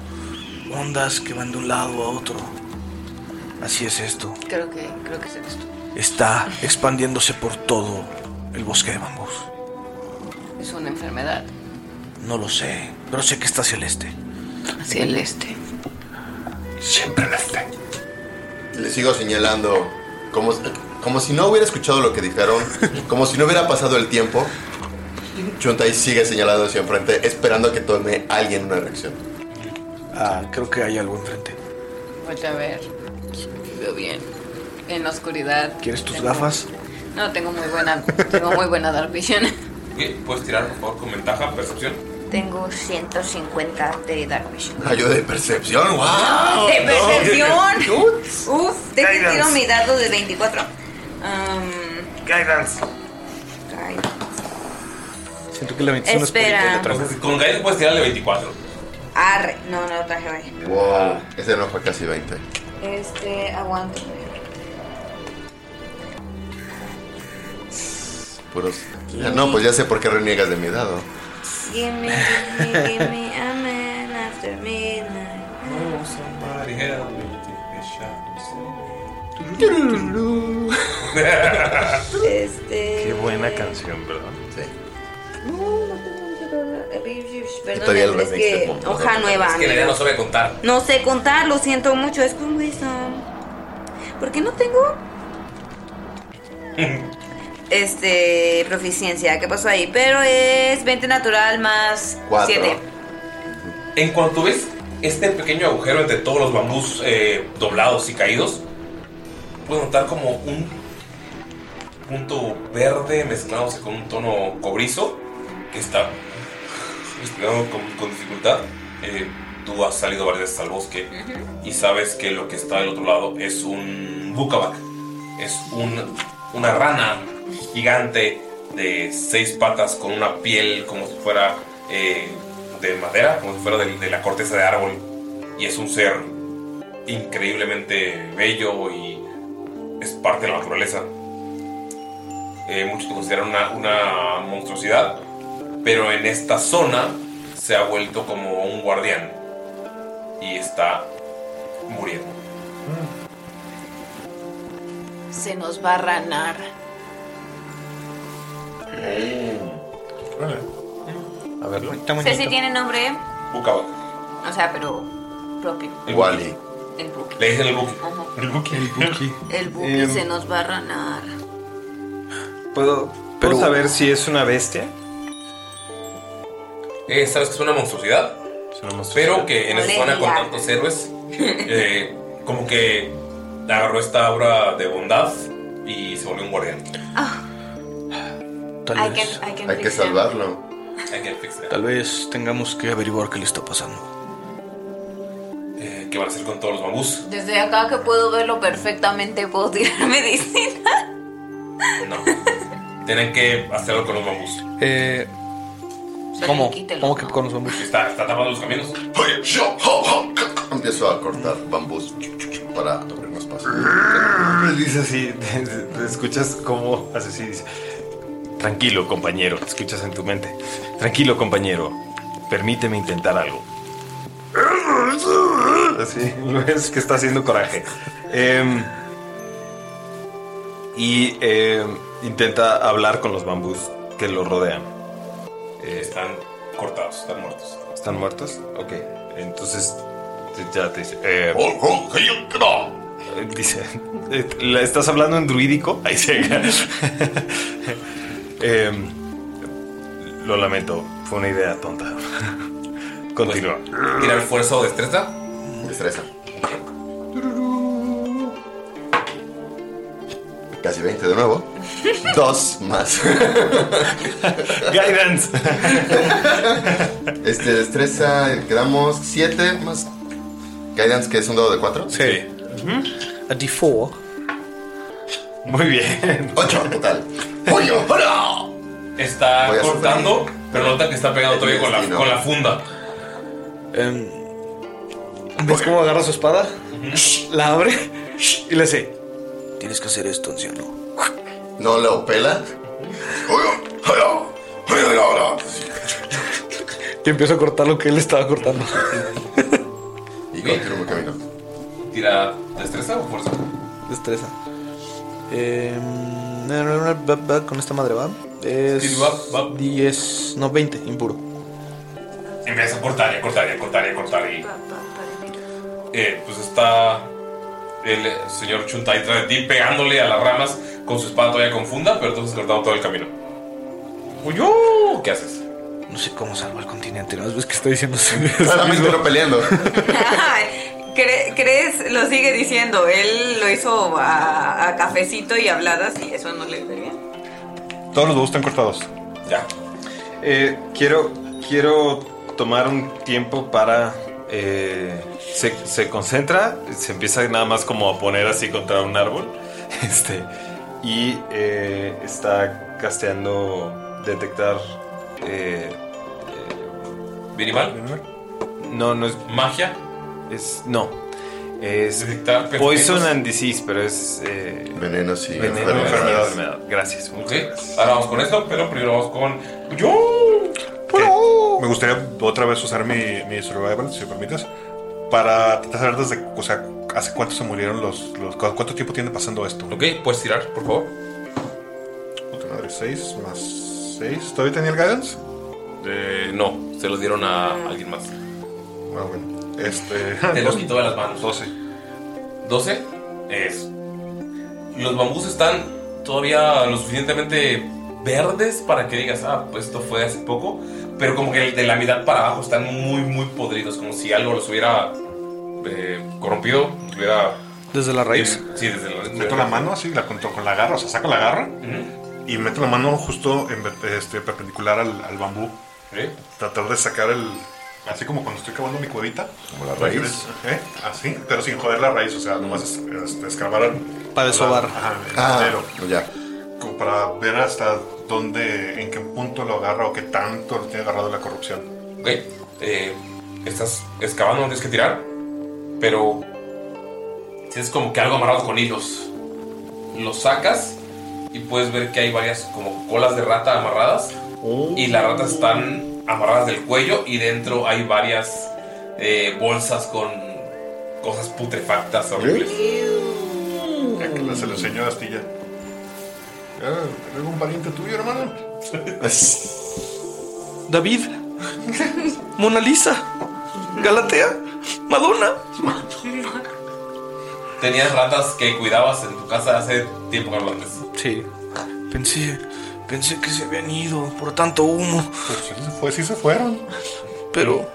S2: ondas que van de un lado a otro. Así es esto.
S4: Creo que, creo que es esto.
S2: Está expandiéndose por todo el bosque de bambús.
S4: Es una enfermedad.
S2: No lo sé, pero sé que está hacia el este.
S4: Hacia el este.
S5: Siempre al este. Le sigo señalando, como, como si no hubiera escuchado lo que dijeron, como si no hubiera pasado el tiempo. Chuntai sigue señalando hacia enfrente, esperando a que tome alguien una reacción.
S2: Ah, creo que hay algo enfrente.
S4: Vuelta a ver. Veo bien. En la oscuridad.
S2: ¿Quieres tus
S4: Tengo-
S2: gafas?
S4: No, tengo muy buena. tengo muy
S5: (laughs)
S4: buena dark vision.
S1: Ok, Puedes tirar, por favor, con ventaja, percepción.
S10: Tengo 150 de Dark Vision.
S5: Ayuda de percepción, wow.
S4: ¡De
S5: No.
S4: Eh, percepción! Uf, te
S5: Guidance.
S4: tiro mi dado de 24. Um,
S7: Guidance.
S2: Siento que la
S4: 21 es Espera. política, la otra
S1: Entonces, Con Gaia puedes tirarle 24.
S4: arre. No, no lo traje hoy.
S5: Wow, ese no fue casi 20.
S4: Este, aguanto.
S5: Puros. Ah, No, pues ya sé por qué reniegas de mi dado.
S10: Give me, give
S4: (laughs)
S10: me, give me a man after midnight.
S7: Qué buena canción, ¿verdad?
S5: Sí.
S4: Eh, Perdón, es que hoja nueva.
S1: Es que la idea
S4: amigo.
S1: no sabe contar.
S4: No sé contar, lo siento mucho. Es con wisdom. ¿Por qué
S1: (laughs)
S4: no tengo este proficiencia? ¿Qué pasó ahí? Pero es 20 natural más
S1: Cuatro.
S4: 7.
S1: En cuanto ves este pequeño agujero entre todos los bambús eh, doblados y caídos, puedes notar como un punto verde mezclándose con un tono cobrizo que está respirando con, con dificultad. Eh, tú has salido varias veces al bosque y sabes que lo que está del otro lado es un bucabac. Es un- una rana gigante de seis patas con una piel como si fuera eh, de madera, como si fuera del- de, la corteza de árbol. Y es un ser increíblemente bello y es parte de la naturaleza. Eh, muchos lo consideran una, una monstruosidad, pero en esta zona se ha vuelto como un guardián y está muriendo.
S4: Se nos va a ranar.
S5: A ver,
S4: Sé si tiene nombre,
S1: Bucabac.
S4: o sea, pero propio.
S5: Wally.
S4: El buki.
S1: Le dicen el buki.
S4: Ajá.
S1: El buki. El buki.
S4: El
S2: Eh,
S4: buki
S7: Em.
S4: se nos va a ranar.
S7: ¿Puedo, ¿puedo saber si es una bestia?
S1: Eh, Sabes que es una monstruosidad. Pero que en esa
S4: Olería.
S1: zona con tantos
S4: (laughs)
S1: héroes, eh, como que agarró esta obra de bondad y se volvió un guardián.
S2: Tal
S4: Hay
S2: vez.
S4: que- hay que Hay que fixear. salvarlo.
S1: Hay que fixear.
S2: Tal vez tengamos que averiguar qué le está pasando.
S1: Eh, ¿Qué van a hacer con todos los bambús?
S4: Desde acá que puedo verlo perfectamente, puedo tirar (laughs) medicina.
S1: Tienen que hacerlo con los bambús.
S2: Eh,
S1: ¿Cómo?
S4: Quítelo.
S1: ¿Cómo
S2: que con los bambús?
S1: Está, está tapando los caminos.
S5: Empiezo a cortar bambús para abrir más paso.
S1: Ah,
S7: Dice así, (laughs) te- te escuchas como hace así, dice, tranquilo compañero, te escuchas en tu mente, tranquilo compañero, permíteme intentar algo. Así, lo ves que está haciendo coraje. Em, y em, intenta hablar con los bambús que lo rodean. Eh,
S1: están cortados, están muertos.
S7: ¿Están muertos? Ok, entonces te- ya te dice... eh,
S1: Oh,
S7: eh,
S1: (laughs)
S7: Dice, eh, ¿la estás hablando en druídico? Ahí se Em, Lo lamento, fue una idea tonta. Continúa.
S1: ¿Tirar fuerza Pues, o destreza?
S5: Destreza. Casi 20 de nuevo. Dos más.
S7: Guidance.
S5: Este, destreza, quedamos 7 más. Guidance, que es un dado de 4.
S2: Sí. A D4.
S7: Muy bien.
S5: 8 total. ¡Pollo! ¡Hola!
S1: Está
S5: Voy a
S1: cortando, pero nota que está pegado todavía con la, con la funda.
S2: Em, ¿Ves cómo agarra su espada? La abre y le hace. Tienes que hacer esto, anciano.
S5: No lo pela.
S2: Y empiezo a cortar lo que él estaba cortando.
S5: (laughs) Y continúo mi camino.
S1: ¿Tira destreza o fuerza?
S2: Destreza. Em, na, na, na, va, va, con esta madre va. Es 10, no 20, impuro.
S1: Empieza a cortar y a cortar y a cortar y a cortar y... Eh, pues está el eh, señor Chuntai tras de ti pegándole a las ramas con su espada todavía confunda, pero tú has cortado todo el camino. ¡Uyu! ¿Qué haces?
S2: No sé cómo salvo el continente, ¿no? Es que estoy diciendo.
S5: (laughs) Claramente no peleando.
S4: Cre- ¿Crees? Lo sigue diciendo. Él lo hizo a, a cafecito y habladas y eso no le venía.
S3: Todos los dos están cortados.
S1: Ya.
S8: Eh, quiero, quiero tomar un tiempo para. eh, se, se concentra, se empieza nada más como a poner así contra un árbol. (laughs) Este. Y eh, está casteando detectar. Eh,
S1: ¿Virimal?
S8: No, no es.
S1: ¿Magia?
S8: Es. No. Es.
S1: Detectar
S8: Poison
S1: venenos.
S8: and Disease, pero es. eh,
S5: Veneno, sí.
S8: Veneno,
S5: enfermedades.
S8: enfermedad, enfermedad. Gracias.
S1: Ok, Ah, ahora vamos con esto, pero primero vamos con. ¡Yo!
S3: Me gustaría otra vez usar mi, mi survival, si me permites, para tratar de saber desde, o sea, hace cuánto se murieron los, los- cu- cuánto tiempo tiene pasando esto.
S1: Ok, puedes tirar, por favor.
S3: Puta madre, 6 más 6. ¿Todavía tenía el guidance?
S1: Eh, no, se los dieron a alguien más.
S3: Ah, bueno. Este.
S1: (laughs) Te los quitó de las manos.
S3: 12.
S1: 12 es. Los bambús están todavía lo suficientemente verdes para que digas, ah, pues esto fue hace poco. Pero como que de la mitad para abajo están muy, muy podridos. Como si algo los hubiera eh, corrompido. los hubiera-
S2: ¿Desde la raíz?
S1: Sí, desde la raíz.
S3: Meto Eh, la mano así, la conto con la garra, o sea, saco la garra y meto la mano justo en ve- este, perpendicular al, al bambú. Tratar de sacar el. Así como cuando estoy cavando mi cuevita.
S5: Como la raíz.
S3: ¿Eh? Así, pero sin joder la raíz, o sea, nomás es, este, escarbar al-
S2: Para desovar.
S3: Ajá, el
S5: Ah,
S3: madero.
S5: ya.
S3: Como para ver hasta dónde, en qué punto lo agarra o qué tanto lo tiene agarrado la corrupción.
S1: Ok, eh, estás excavando, no tienes que tirar, pero es como que algo amarrado con hilos. Lo sacas y puedes ver que hay varias como colas de rata amarradas y las ratas están amarradas del cuello y dentro hay varias eh, bolsas con cosas putrefactas horribles.
S3: ¿Eh? Ya que la- se lo enseñó a Astilla. Ah, ¿Algún valiente tuyo, hermano?
S2: (laughs)
S5: (laughs)
S2: David, Mona Lisa, Galatea, Madonna.
S1: Tenías ratas que cuidabas en tu casa hace tiempo que no las ves.
S2: Sí. Pensé, pensé que se habían ido por tanto humo.
S3: Pues sí se, fue, sí se fueron.
S2: Pero.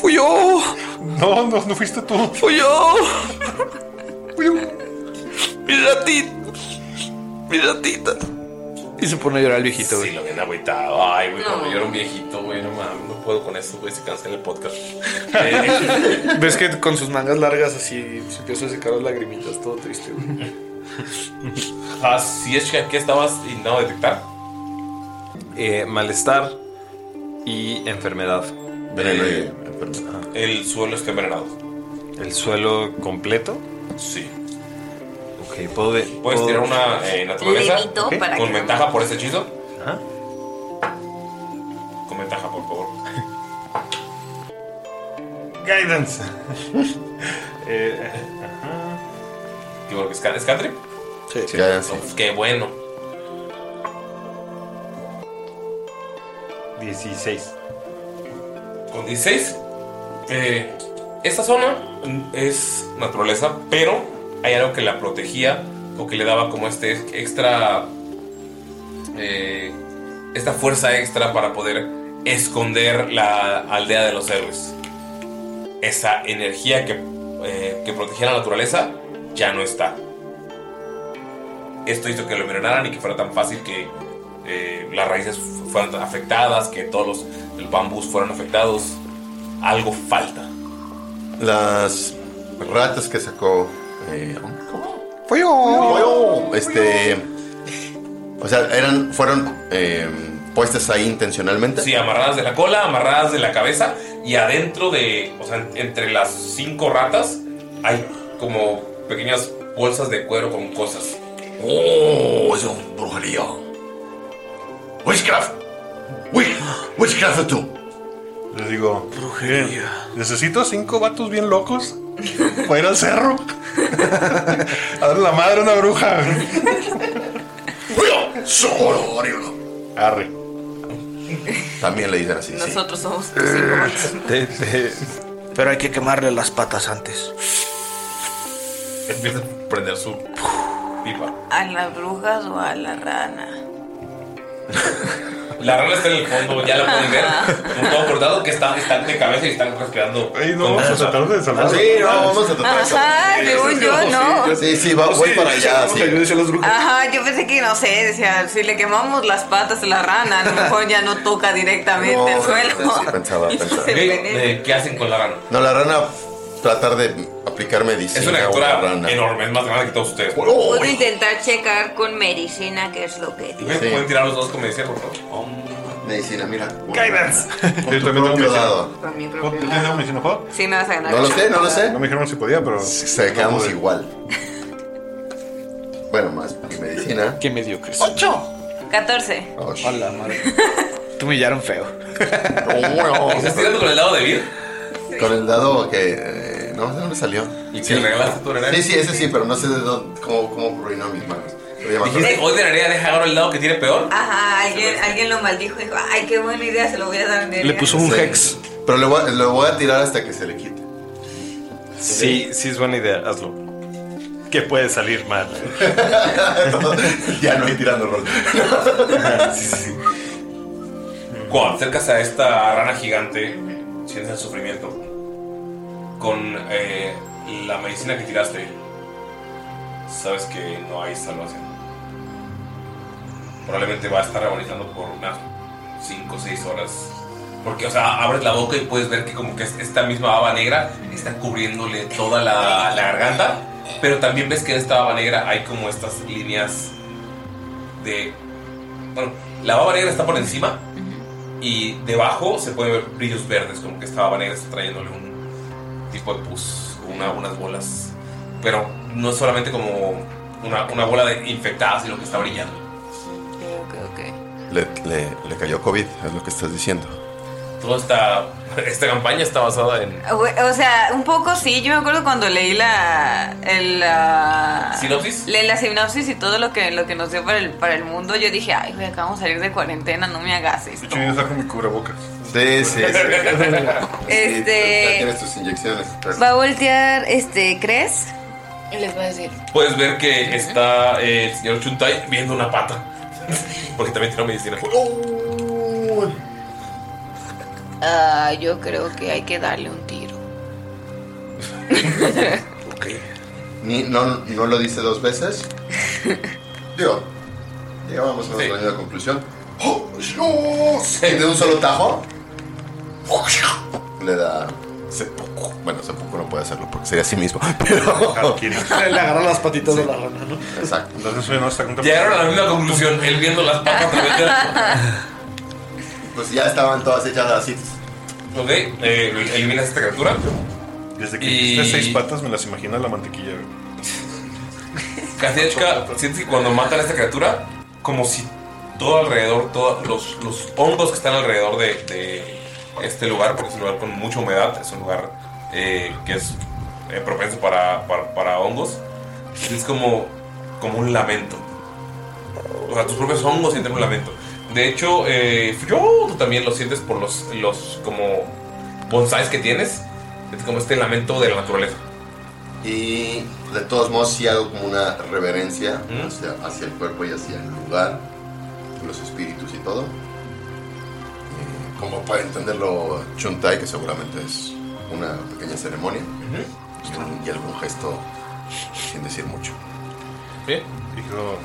S2: ¡Fui yo!
S3: No, no, no fuiste tú.
S2: ¡Fui yo! ¡Fui yo! ¡Mi ratita! ¡Mi ratita! Y se pone a llorar el viejito,
S1: Sí,
S2: (laughs) güey.
S1: lo bien agüitado. Ay, güey, cuando
S4: No.
S1: yo era un viejito, güey, no mames, no puedo con eso, güey, se cancela el
S8: (laughs)
S1: podcast. Eh,
S2: Ves que con sus mangas largas así se empieza a secar las lagrimitas, todo triste, güey.
S1: así es que aquí estabas y no detectar.
S8: Eh, malestar y enfermedad.
S5: Veneno y enfermedad.
S1: Eh, El suelo está envenenado.
S8: ¿El suelo completo?
S1: Sí.
S8: Ok, puedo. de-
S1: Puedes
S8: puedo-
S1: tirar una eh, naturaleza
S6: Levito
S8: Ok.
S6: para
S1: con
S6: que-
S1: ventaja por ese hechizo.
S8: Ajá.
S1: Con ventaja, por favor.
S8: Guidance. (laughs) Eh, ajá.
S1: Qué bueno que es Cat- es Catrip.
S5: Sí, ya, sí.
S1: No, pues, qué bueno.
S8: 16.
S1: Con 16. eh, esta zona mm, es naturaleza, pero hay algo que la protegía o que le daba como este extra. eh, esta fuerza extra para poder esconder la aldea de los héroes. Esa energía que, eh, que protegía la naturaleza ya no está. Esto hizo que lo envenenaran y que fuera tan fácil que eh, las raíces fu- fueran tan afectadas, que todos los, los bambús fueran afectados. Algo falta.
S5: Las ratas que sacó. eh,
S2: ¡Fui yo!
S5: este. O sea, eran, fueron eh, puestas ahí intencionalmente.
S1: Sí, amarradas de la cola, amarradas de la cabeza y adentro de, o sea, en- entre las cinco ratas hay como pequeñas bolsas de cuero con cosas.
S5: Oh, eso es brujería. Witchcraft. Wi- Witchcraft tú.
S3: Les digo, necesito cinco vatos bien locos para ir al (laughs) cerro. a darle la madre a una bruja.
S5: Cuidado. Sororio.
S3: Arre.
S5: También le dicen así.
S4: Nosotros somos.
S2: Pero hay que quemarle las patas antes.
S1: Empieza a prender su pipa.
S4: ¿A las brujas o a la rana?
S1: La rana está en el fondo, ya la pueden ver. Con todo cortado que están, están de cabeza y están respirando.
S3: no, vamos a tratar de salvar.
S5: Sí, no, vamos a tratar de
S4: Ajá, según yo, no.
S5: Sí, sí, va- voy para allá. sí.
S4: Ajá, yo pensé que, no sé, decía, si le quemamos las patas a la rana, a lo mejor ya no toca directamente
S5: No,
S4: el
S5: sí,
S4: suelo.
S5: pensaba,
S4: Se
S5: pensaba.
S4: envenena.
S1: Eh, ¿Qué hacen con la rana?
S5: No, la rana tratar de aplicar medicina.
S1: Es una
S5: a
S1: criatura
S5: rana. Oh,
S1: enorme, es más grande que todos ustedes.
S6: Puedo intentar checar con medicina qué es lo que
S1: Ustedes
S5: Sí. Oh,
S1: Pueden tirar los dos como decía, por favor.
S5: Medicina, mira.
S8: Guidance.
S5: Con
S3: Yo
S5: tu
S3: también tengo
S5: propio
S3: medicina.
S5: dado.
S4: Con mi
S3: ¿Tú
S4: propio
S3: tienes
S4: lado.
S3: algo medicina, Juan?
S4: Sí, me vas a ganar.
S5: No lo sé, no lo sé.
S3: No me dijeron si podía, pero.
S5: Se quedamos
S3: pude.
S5: igual. Bueno, más mi medicina.
S2: Qué mediocres.
S4: 14.
S5: Oh, sh-
S2: Hola, madre. Tú me hillaron feo.
S5: Oh, no.
S1: ¿Estás tirando con el lado de Vir?
S5: Con el dado que. eh, no, ¿de dónde salió?
S1: ¿Y que regalaste tu
S5: Sí,
S1: renal?
S5: sí, ese sí, pero no sé de dónde, cómo, cómo arruinó mis manos. Pero ya me acordé.
S1: Dijiste, hoy de la nena deja ahora el lado que tiene peor.
S4: Ajá, alguien, alguien lo maldijo y dijo, ay, qué buena idea, se lo voy a dar.
S2: Le puso un
S5: Sí.
S2: hex.
S5: Pero lo voy, a- lo voy a tirar hasta que se le quite.
S8: Sí, sí es buena idea, hazlo. Que puede salir mal.
S5: (laughs) ya no hay
S1: (laughs)
S5: tirando rol.
S1: Cuando te acercas a esta rana gigante, sientes el sufrimiento. Con eh, la medicina que tiraste, sabes que no hay salvación. Probablemente va a estar agonizando por unas 5 o 6 horas. Porque, o sea, abres la boca y puedes ver que como que es- esta misma baba negra está cubriéndole toda la, la garganta. Pero también ves que en esta baba negra hay como estas líneas de... Bueno, la baba negra está por encima, y debajo se pueden ver brillos verdes, como que esta baba negra está trayéndole un tipo de pus, una, unas bolas. Pero no es solamente como una, una bola de infectada, sino que está brillando.
S4: Ok, ok.
S5: Le, le- le cayó COVID, es lo que estás diciendo.
S1: Toda esta, esta campaña está basada en
S4: O sea, un poco sí, yo me acuerdo cuando leí la... El, la
S1: sinopsis.
S4: Leí la sinopsis y todo lo que, lo que nos dio para el, para el mundo, yo dije, ay, güey, acabamos de salir de cuarentena, no me hagas
S3: De
S4: esto.
S3: hecho, yo saco mi cubrebocas.
S5: Sí,
S3: (laughs)
S5: sí, sí.
S4: Este-
S5: Sí, ya tienes tus
S3: (laughs)
S5: inyecciones.
S4: Va a voltear, este, ¿crees? Y les va a decir,
S1: Puedes ver que está eh, el señor Chuntai viendo una pata. (laughs) Porque también tiene
S4: (laughs)
S1: medicina.
S4: ah, yo creo que hay que darle un tiro.
S5: Ni- no, no lo dice dos
S3: (laughs)
S5: veces. Digo, llegamos a
S1: Sí.
S5: una la conclusión. ¡Oh, no! Y de un solo tajo le da seppuku. Bueno, seppuku no puede hacerlo porque sería así mismo. (laughs) Pero.
S3: Aquí.
S2: Le agarró las patitas de la rana, ¿no?
S5: Exacto.
S3: Entonces, yo no está con
S1: Llegaron a la misma conclusión, él viendo las patas de
S5: (laughs) Pues ya estaban todas hechas así.
S1: Ok, eh, eliminas esta criatura.
S3: Desde que
S1: Y-
S3: dijiste seis patas, me las imagino en la mantequilla. güey.
S1: (laughs) Kasiachka, sientes que cuando matan a esta criatura, como si todo alrededor, todos los, los hongos que están alrededor de, de este lugar, porque es un lugar con mucha humedad, es un lugar eh, que es eh, propenso para, para, para hongos, es como, como un lamento. O sea, tus propios hongos sienten un lamento. De hecho, eh, yo, tú también lo sientes por los, los como bonsais que tienes. Es como este lamento de la naturaleza.
S5: Y de todos modos, sí hago como una reverencia
S1: ¿Mm?
S5: hacia, hacia el cuerpo y hacia el lugar, los espíritus y todo. Eh, como para entenderlo, Chuntai, que seguramente es una pequeña ceremonia y un- y algún gesto sin decir mucho.
S1: ¿Bien?
S3: Dijo: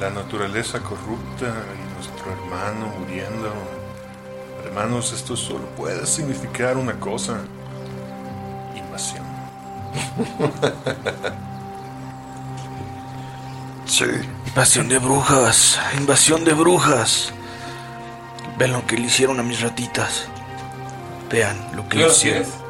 S3: La naturaleza corrupta y nuestro hermano muriendo. Hermanos, esto solo puede significar una cosa: invasión.
S2: Sí. Invasión de brujas. Invasión de brujas. Vean lo que le hicieron a mis ratitas. Vean lo que
S1: ¿Tú ya
S2: le
S1: los
S2: hicieron.
S1: tienes?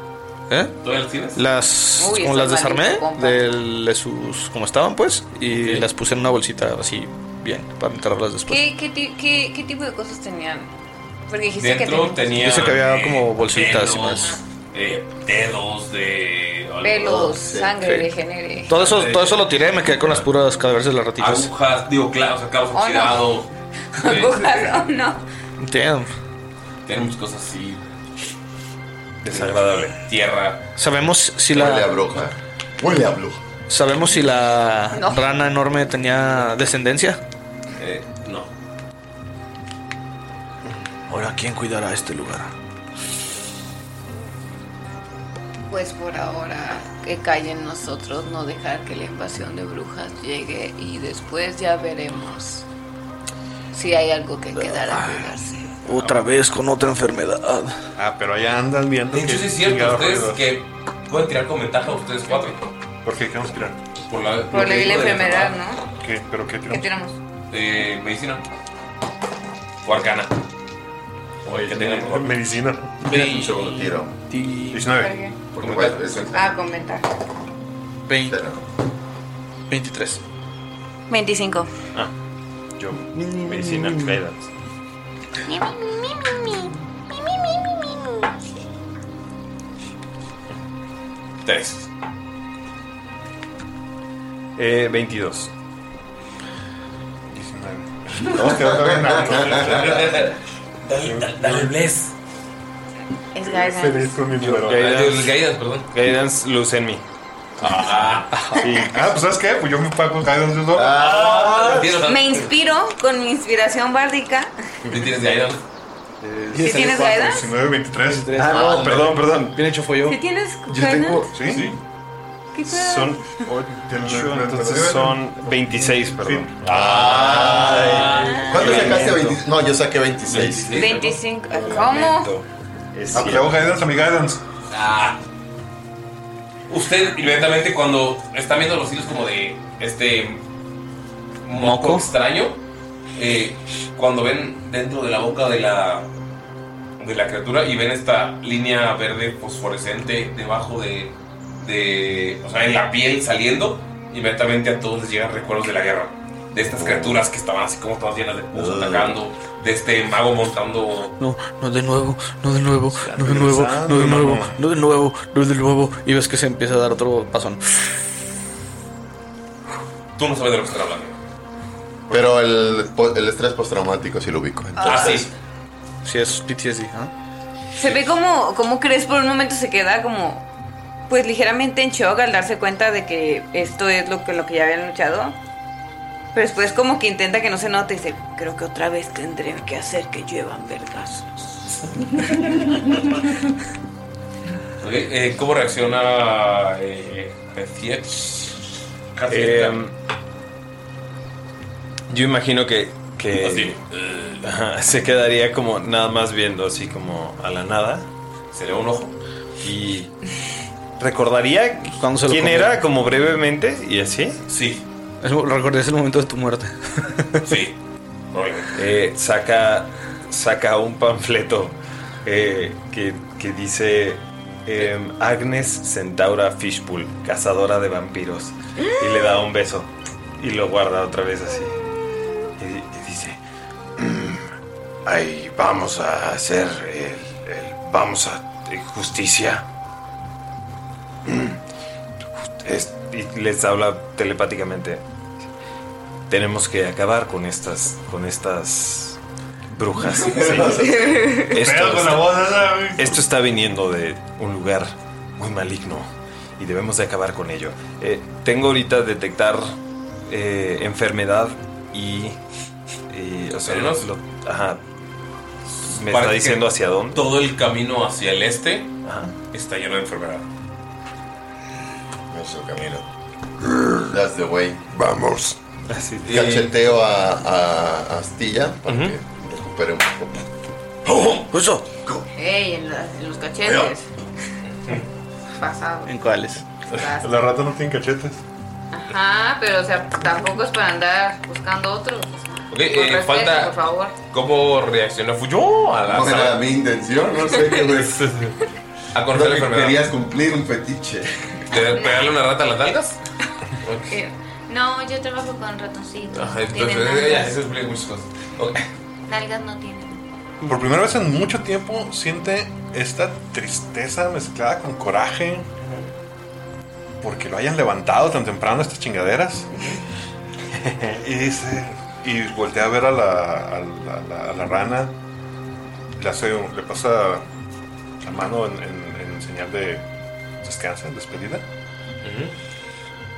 S2: ¿Eh?
S1: ¿Tú ya los tienes?
S2: Las,
S4: Uy,
S2: como las
S4: estás
S2: desarmé
S4: malito, compa.
S2: del- de sus, como estaban pues, y
S1: Ok.
S2: las puse en una bolsita así, bien, para enterrarlas después.
S4: ¿Qué, qué, ti- qué- qué tipo de cosas tenían? Porque dijiste
S1: Dentro
S4: que tenían-
S1: tenía.
S2: Dice que había como bolsitas
S1: velos,
S2: y más.
S1: eh, dedos, de.
S4: Pelos,
S1: Sí.
S4: sangre, regenere.
S2: Todo eso, todo eso lo tiré, me quedé con las puras cadáveres de las ratitas.
S1: Agujas, digo, claro, o sea, cabos
S4: Oh, no.
S1: oxidados. eh,
S4: Agujas, oh, no.
S2: Damn.
S1: Tienen muchas cosas así. Desagradable. Tierra.
S2: Sabemos si la.
S1: Huele a
S5: bruja. Huele a bruja.
S2: Sabemos si la
S1: No.
S2: rana enorme tenía descendencia.
S1: Eh, no.
S2: Ahora, ¿quién cuidará este lugar?
S4: Pues por ahora que callen nosotros, no dejar que la invasión de brujas llegue y después ya veremos si hay algo que quedar a cuidarse.
S2: Otra vez con otra enfermedad.
S3: Ah, pero allá andan viendo.
S1: De hecho, sí es cierto, ustedes que pueden tirar con ventaja ustedes cuatro.
S3: (laughs) ¿Por qué queremos tirar?
S1: Por la,
S4: Por la vil enfermedad,
S1: enfermedad.
S4: ¿no?
S3: ¿Qué? ¿Pero qué
S4: ¿Qué
S3: tiramos?
S4: tiramos?
S1: Eh, medicina. O arcana. O el que tenga mejor.
S3: Eh, Medicina. (laughs)
S1: Veinte.
S5: Segundo tiro.
S3: 19.
S1: Porque bueno,
S5: es un-
S4: Ah, con ventaja.
S2: 20. 23.
S6: 25.
S7: Ah, yo. Medicina,
S1: Mm.
S7: guidance.
S1: Tres.
S7: Eh, 22.
S3: 19. No, te va a
S1: dale, dale, dale, bless.
S4: Es
S3: Feliz con mi número.
S1: Guidance. Guidance, perdón.
S7: Guidance, luz en mí.
S1: Ah,
S3: Ah, pues ¿sabes qué? Pues yo me pago guidance yo solo.
S1: Ah.
S4: Me inspiro con mi inspiración bárdica.
S1: ¿Qué tienes guidance?
S3: Eh,
S4: ¿Sí tienes guidance?
S3: 19, 23.
S2: Ah, no,
S3: Ah, no, perdón, perdón.
S2: Bien hecho fue yo.
S4: ¿Sí tienes
S3: Yo tengo.
S4: guidance?
S3: Sí. sí.
S4: ¿Qué pedo?
S7: Son 8, entonces son 26, perdón.
S5: Ay. ¿Cuánto sacaste? 20? No, yo saqué 26.
S4: 25. Ah, ¿Cómo?
S7: Es
S3: Ah, pues le hago guidance a mi guidance.
S1: Ah. Usted inmediatamente cuando está viendo los hilos como de este moco extraño, eh, cuando ven dentro de la boca de la de la criatura y ven esta línea verde fosforescente debajo de, de o sea, en la piel saliendo, inmediatamente a todos les llegan recuerdos de la guerra, de estas criaturas que estaban así como todas llenas de pus atacando, de este mago montando
S2: No, no de nuevo, no de nuevo, no de nuevo, no de
S3: regresando,
S2: nuevo,
S3: mamá.
S2: no de nuevo, no de nuevo. Y ves que se empieza a dar otro pasón.
S1: Tú no sabes de lo que están hablando.
S5: Pero el, po- el estrés postraumático sí lo ubico.
S1: Ah, sí.
S2: Si es PTSD, ¿ah?
S4: Se ve como, como crees por un momento se queda como pues ligeramente en shock al darse cuenta de que esto es lo que, lo que ya habían luchado. Pero después como que intenta que no se note y dice, creo que otra vez tendré que hacer que lluevan vergas.
S1: Ok, eh, ¿Cómo reacciona eh, Fietz? Cartier.
S7: Em, yo imagino que, que Ajá, se quedaría como nada más viendo así como a la nada.
S1: Se le va un ojo.
S7: Y recordaría
S2: ¿Cuándo se lo
S7: quién
S2: comió?
S7: era como brevemente y así.
S1: Sí.
S2: Es- Recordás el momento de
S1: (laughs)
S2: tu muerte.
S1: Sí.
S7: Eh, saca, saca un panfleto eh, que, que dice em, Agnes Centaura Fishpool, cazadora de vampiros. Y le da un beso y lo guarda otra vez así. Y, y dice, "Mm,
S8: Ahí vamos a hacer el, el- vamos a eh, justicia.
S7: Mm. es- y les habla telepáticamente. Tenemos que acabar con estas, con estas
S3: (laughs)
S7: brujas. Sí.
S3: Pero con la
S7: está-
S3: voz esa, güey.
S7: Esto está viniendo de un lugar muy maligno y debemos de acabar con ello. Eh, tengo ahorita detectar eh, enfermedad y... y, o sea, lo-
S1: ¿Venenos?
S7: lo- ajá. Me
S1: Parece
S7: está diciendo
S1: que
S7: hacia dónde.
S1: Todo el camino hacia el este
S7: Ajá.
S1: está lleno de enfermedad.
S5: Es su camino. That's the way. Vamos.
S7: Así.
S5: Cacheteo a, a Astilla para
S7: Ujú.
S5: que recupere un poco.
S2: ¡Eso!
S4: (laughs) Ey, en, la- en los cachetes. Pasado.
S2: ¿En cuáles?
S3: La rata no tiene cachetes.
S4: Ajá, pero o sea, tampoco es para andar buscando otros.
S1: Ok, eh, falta.
S4: por favor.
S1: ¿Cómo reacciona Fuyo a la
S5: No era
S1: sala?
S5: mi intención, no sé qué me-
S1: (laughs) A
S5: No
S1: conocer la
S5: que
S1: enfermedad.
S5: querías cumplir un fetiche.
S1: ¿De pegarle una rata a las
S4: (laughs)
S1: nalgas?
S4: Eh,
S6: No, yo trabajo con ratoncitos.
S1: Ajá,
S6: Tienen
S1: entonces, eh, ya,
S6: nalgas.
S1: eso explica muchas cosas. Ok.
S6: Nalgas no tienen.
S3: Por primera vez en mucho tiempo siente esta tristeza mezclada con coraje. Porque lo hayan levantado tan temprano estas chingaderas. y dice. Y voltea a ver a la, a la- a la- a la rana. Le, hace un- le pasa la mano en, en- en señal de descansa, despedida.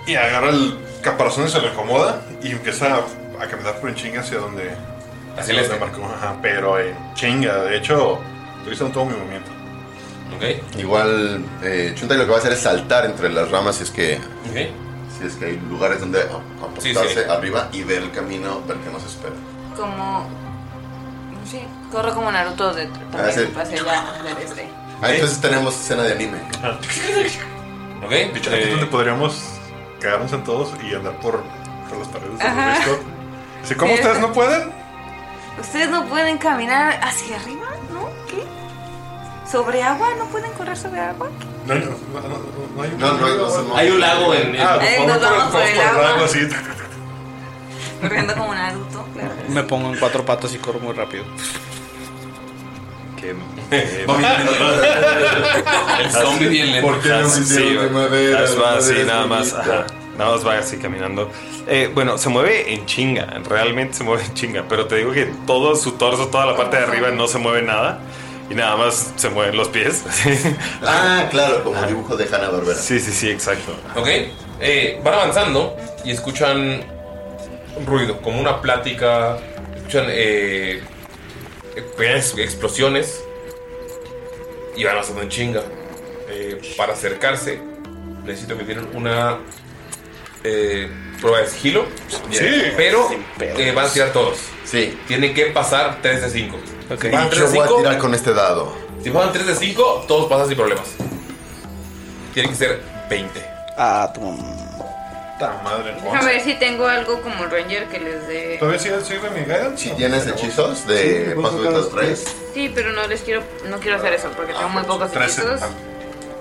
S3: Y agarra el caparazón y se lo acomoda. Y empieza a, a caminar por en chinga hacia donde.
S1: Hacia
S3: Así
S1: el
S3: les
S1: este.
S3: marcó. Ajá, pero en chinga. De hecho, estoy usando todo mi movimiento.
S5: Igual, eh, Chuntai lo que va a hacer es saltar entre las ramas si es que,
S1: Ok.
S5: si es que hay lugares donde a-
S1: Sí,
S5: apostarse
S1: sí.
S5: arriba y ver el camino, ver qué nos espera.
S4: Como. No sé, corro como Naruto de
S5: Ah, sí.
S4: también pasé ya del este.
S5: Ah, entonces tenemos escena de anime.
S1: Ah. Ok. eh,
S3: De hecho, aquí es donde podríamos cagarnos en todos y andar por, por las paredes del
S4: Ajá.
S3: disco. Dice, ¿cómo
S4: Sí,
S3: ustedes
S4: está-
S3: no pueden?
S4: ¿Ustedes no pueden caminar hacia arriba? ¿No? ¿Qué? ¿Sobre agua? ¿No pueden correr sobre agua?
S3: No, no, no, no, no hay un
S5: No, no, no, no.
S1: Hay un lago en- en-
S3: Ah,
S11: pues,
S4: Eh,
S3: por
S4: nos
S3: favor,
S4: vamos por el agua.
S3: lago, así.
S4: Corriendo como Naruto, claro.
S2: Me pongo en cuatro patas y corro muy rápido.
S1: (laughs)
S7: Que
S1: (laughs) El zombie bien lento.
S5: ¿Por qué no
S7: Sí,
S5: hicieron de
S7: güey.
S5: madera?
S7: Las
S5: de
S7: va así,
S5: madera
S7: nada más.
S5: bonita?
S7: ajá. Nada más va así caminando. Eh, bueno, se mueve en chinga. Realmente se mueve en chinga. Pero te digo que todo su torso, toda la parte de arriba no se mueve nada. Y nada más se mueven los pies. (laughs)
S5: Ah, claro, como dibujo de Hanna Barbera.
S7: sí, sí, sí, exacto.
S1: Ok, eh, van avanzando y escuchan ruido, como una plática. Escuchan eh, eh, pequeñas explosiones y van avanzando en chinga. Eh, para acercarse, necesito que tienen una eh, prueba de sigilo.
S3: Sí.
S1: Pero
S3: Sin pedos.
S1: eh, van a tirar todos.
S5: Sí.
S1: Tienen que pasar 3 de 5.
S2: Ok.
S1: Si van
S5: Yo
S1: 3 de
S5: voy a
S1: 5,
S5: tirar con este dado.
S1: si van 3 de 5, todos pasan sin problemas. Tienen que ser 20.
S2: Ah, tu mamá.
S3: Ta madre,
S4: A
S3: once.
S4: ver si tengo algo como el Ranger que les dé.
S3: ¿Todavía sigue sirve mi guidance?
S5: Si
S3: No.
S5: tienes hechizos de
S3: Sí,
S5: más o menos tres,
S4: Sí, pero no les quiero. No quiero hacer eso porque tengo muy pocos
S3: Trece.
S4: hechizos.
S3: Ah,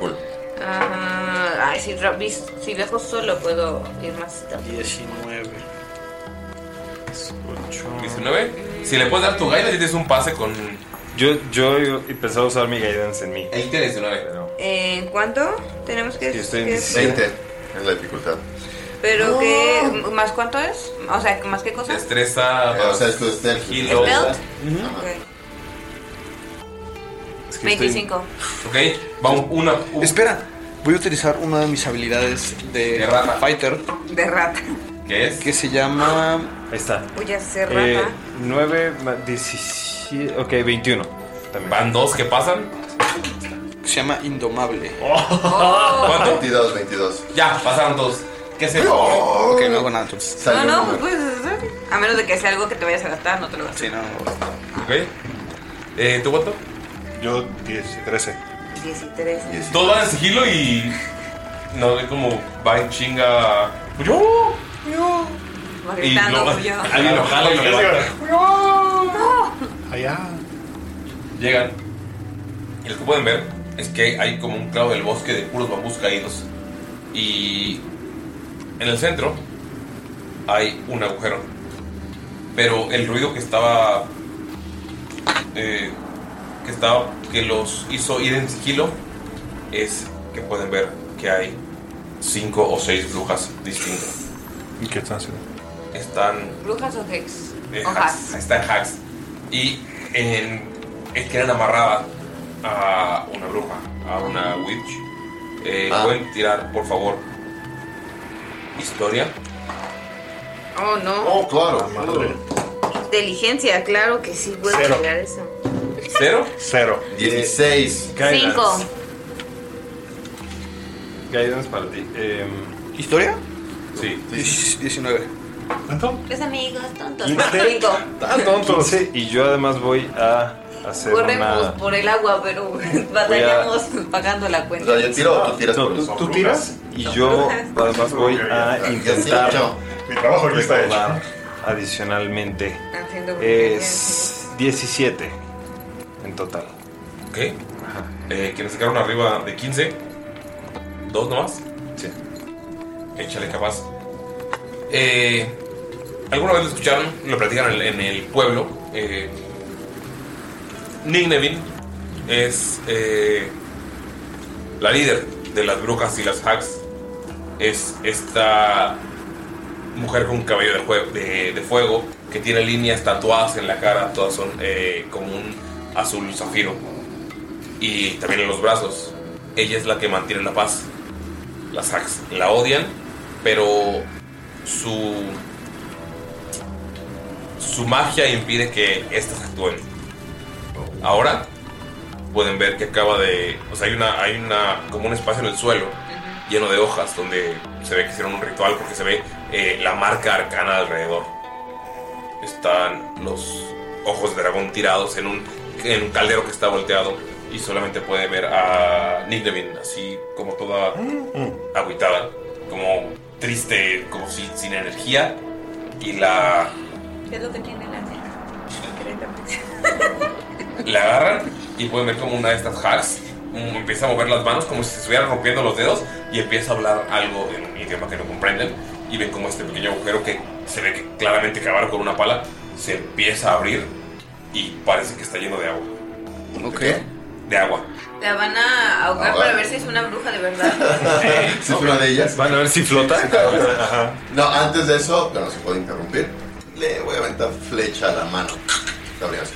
S5: cool.
S4: Ajá. Ay, si, ra- vis- si dejo solo puedo ir más.
S2: 19.
S1: 19. Si le puedes dar tu guidance, tienes un pase con.
S7: Yo, yo, yo empecé a usar mi guidance en mí.
S1: Ahí tienes 19.
S7: Pero
S4: Eh, ¿En cuánto? Tenemos que.
S7: Sí, estoy en
S4: que-
S5: 20 es la dificultad.
S4: Pero que. ¿Más cuánto es? O sea, ¿más qué cosa?
S1: Destreza.
S5: Eh, o sea,
S1: más
S5: esto es del
S1: Sigilo.
S4: Ok.
S7: es que estoy-
S4: 25.
S1: Ok, vamos una. un-
S2: Espera, voy a utilizar una de mis habilidades de,
S1: De rata.
S2: fighter
S4: De rata.
S1: ¿Qué es?
S2: que se llama.
S7: Ahí está.
S4: Voy a ser rata.
S7: Eh, 9 más 17. Ok, 21. También.
S1: Van dos que pasan.
S2: Se llama Indomable.
S4: Oh.
S1: ¿Cuánto?
S5: 22, 22.
S1: Oh. Ya, pasaron dos. ¿Qué es eso?
S5: Oh,
S2: Ok, no hago nada entonces.
S5: salió
S4: no,
S5: un
S4: no,
S5: uno.
S4: pues. A menos de que sea algo que te vayas a gastar, no te lo gastes.
S2: Sí, no.
S1: Ok. Eh, ¿Tú cuánto?
S3: Yo 10 y 13.
S4: 13.
S5: Dieciséis.
S1: Todos van en sigilo y. No ve como va en chinga. ¡Yo! ¡Yo! Y lo,
S4: Como Gritando como yo.
S1: (laughs) alguien lo jala y lo levanta.
S3: Allá.
S1: Llegan. Y lo que pueden ver es que hay como un clavo del bosque de puros bambús caídos. Y en el centro hay un agujero. Pero el ruido que estaba. eh, que estaba. que los hizo ir en sigilo. es que pueden ver que hay cinco o seis brujas distintas.
S3: ¿Y qué están haciendo?
S1: Están
S4: ¿Brujas o hex?
S1: eh,
S4: O
S1: hacks,
S4: hacks.
S1: están hacks. Y en, es que eran amarradas a una bruja, a una witch. Eh,
S5: Ah.
S1: Pueden tirar, por favor, historia.
S4: Oh, no.
S5: Oh, claro.
S3: Madre.
S4: Inteligencia, claro que sí, puedo
S3: Cero.
S4: tirar eso.
S1: Cero.
S3: Cero.
S5: 16.
S7: Guidance.
S4: 5.
S7: Guidance para ti. Em,
S2: ¿Historia?
S1: Sí.
S2: Diez- 19.
S3: ¿Tanto?
S6: Los amigos tontos.
S7: Quince.
S4: Cinco.
S3: Tan tontos.
S7: 15, y yo además voy a hacer
S4: Corremos
S7: una.
S4: por el agua, pero batallamos pagando la
S5: O
S4: cuenta.
S5: sea, yo tiro o tú tiras
S7: No,
S5: por
S7: tú,
S5: eso.
S7: tú tiras y
S5: (laughs)
S7: yo además voy a intentar
S3: Mi trabajo aquí está hecho.
S7: robar adicionalmente.
S4: Haciendo brujería.
S3: Eh,
S7: Es 17 en total.
S1: Ok. Eh, Quienes sacaron arriba de 15. Dos nomás.
S7: Sí.
S1: Échale capaz. Eh, ¿Alguna vez lo escucharon? Lo platicaron en, en el pueblo. eh, Nick Nevin es eh, la líder de las brujas y las hacks. Es esta mujer con cabello de, jue- de- de fuego que tiene líneas tatuadas en la cara, todas son eh, como un azul zafiro. Y también en los brazos. Ella es la que mantiene la paz. Las hacks la odian, pero su, su magia impide que estas actúen. Ahora pueden ver que acaba de. O sea, hay una. hay una. como un espacio en el suelo lleno de hojas donde se ve que hicieron un ritual porque se ve eh, la marca arcana alrededor. Están los ojos de dragón tirados en un, en un caldero que está volteado y solamente puede ver a Nick Devin así como toda
S7: Mm.
S1: agüitada, como triste, como si, sin energía y la,
S4: ¿Qué es lo que tiene la
S1: la agarran y pueden ver como una de estas hacks mm, empieza a mover las manos como si se estuvieran rompiendo los dedos y empieza a hablar algo en un idioma que no comprenden y ven como este pequeño agujero que se ve que claramente cavaron con una pala se empieza a abrir y parece que está lleno de agua.
S5: Ok.
S1: De agua.
S4: La van a ahogar
S5: Ahogar.
S4: para ver si es una bruja de
S5: (laughs)
S4: verdad.
S5: ¿Sí fue una de ellas?
S7: Van a ver si flota.
S5: No, antes de eso, que no se puede interrumpir, le voy a aventar flecha a la mano. Está bien, así.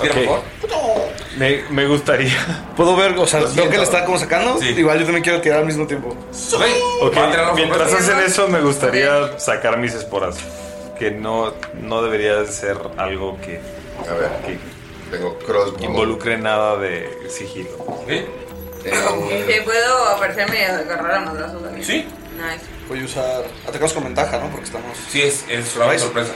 S1: Tira, por favor.
S7: Me, me gustaría.
S2: Puedo ver, o sea,
S5: Lo
S2: veo que
S5: siento.
S2: le está como sacando.
S1: Sí.
S2: Igual yo también quiero tirar al mismo tiempo.
S7: Ok,
S1: Va a tirar la
S7: Mientras
S1: fotografía.
S7: hacen eso, me gustaría sacar mis esporas. Que no, no debería de ser algo que,
S5: A ver,
S7: que
S5: tengo crossbow.
S7: involucre nada de sigilo.
S1: ¿Sí?
S5: Eh,
S4: Que puedo aparecerme y agarrar a madrazo también.
S1: ¿Sí?
S4: Nice.
S6: (laughs)
S2: Voy a usar. Atacamos con ventaja, ¿no? Porque estamos.
S1: Sí, es, es round
S2: Nice.
S1: sorpresa.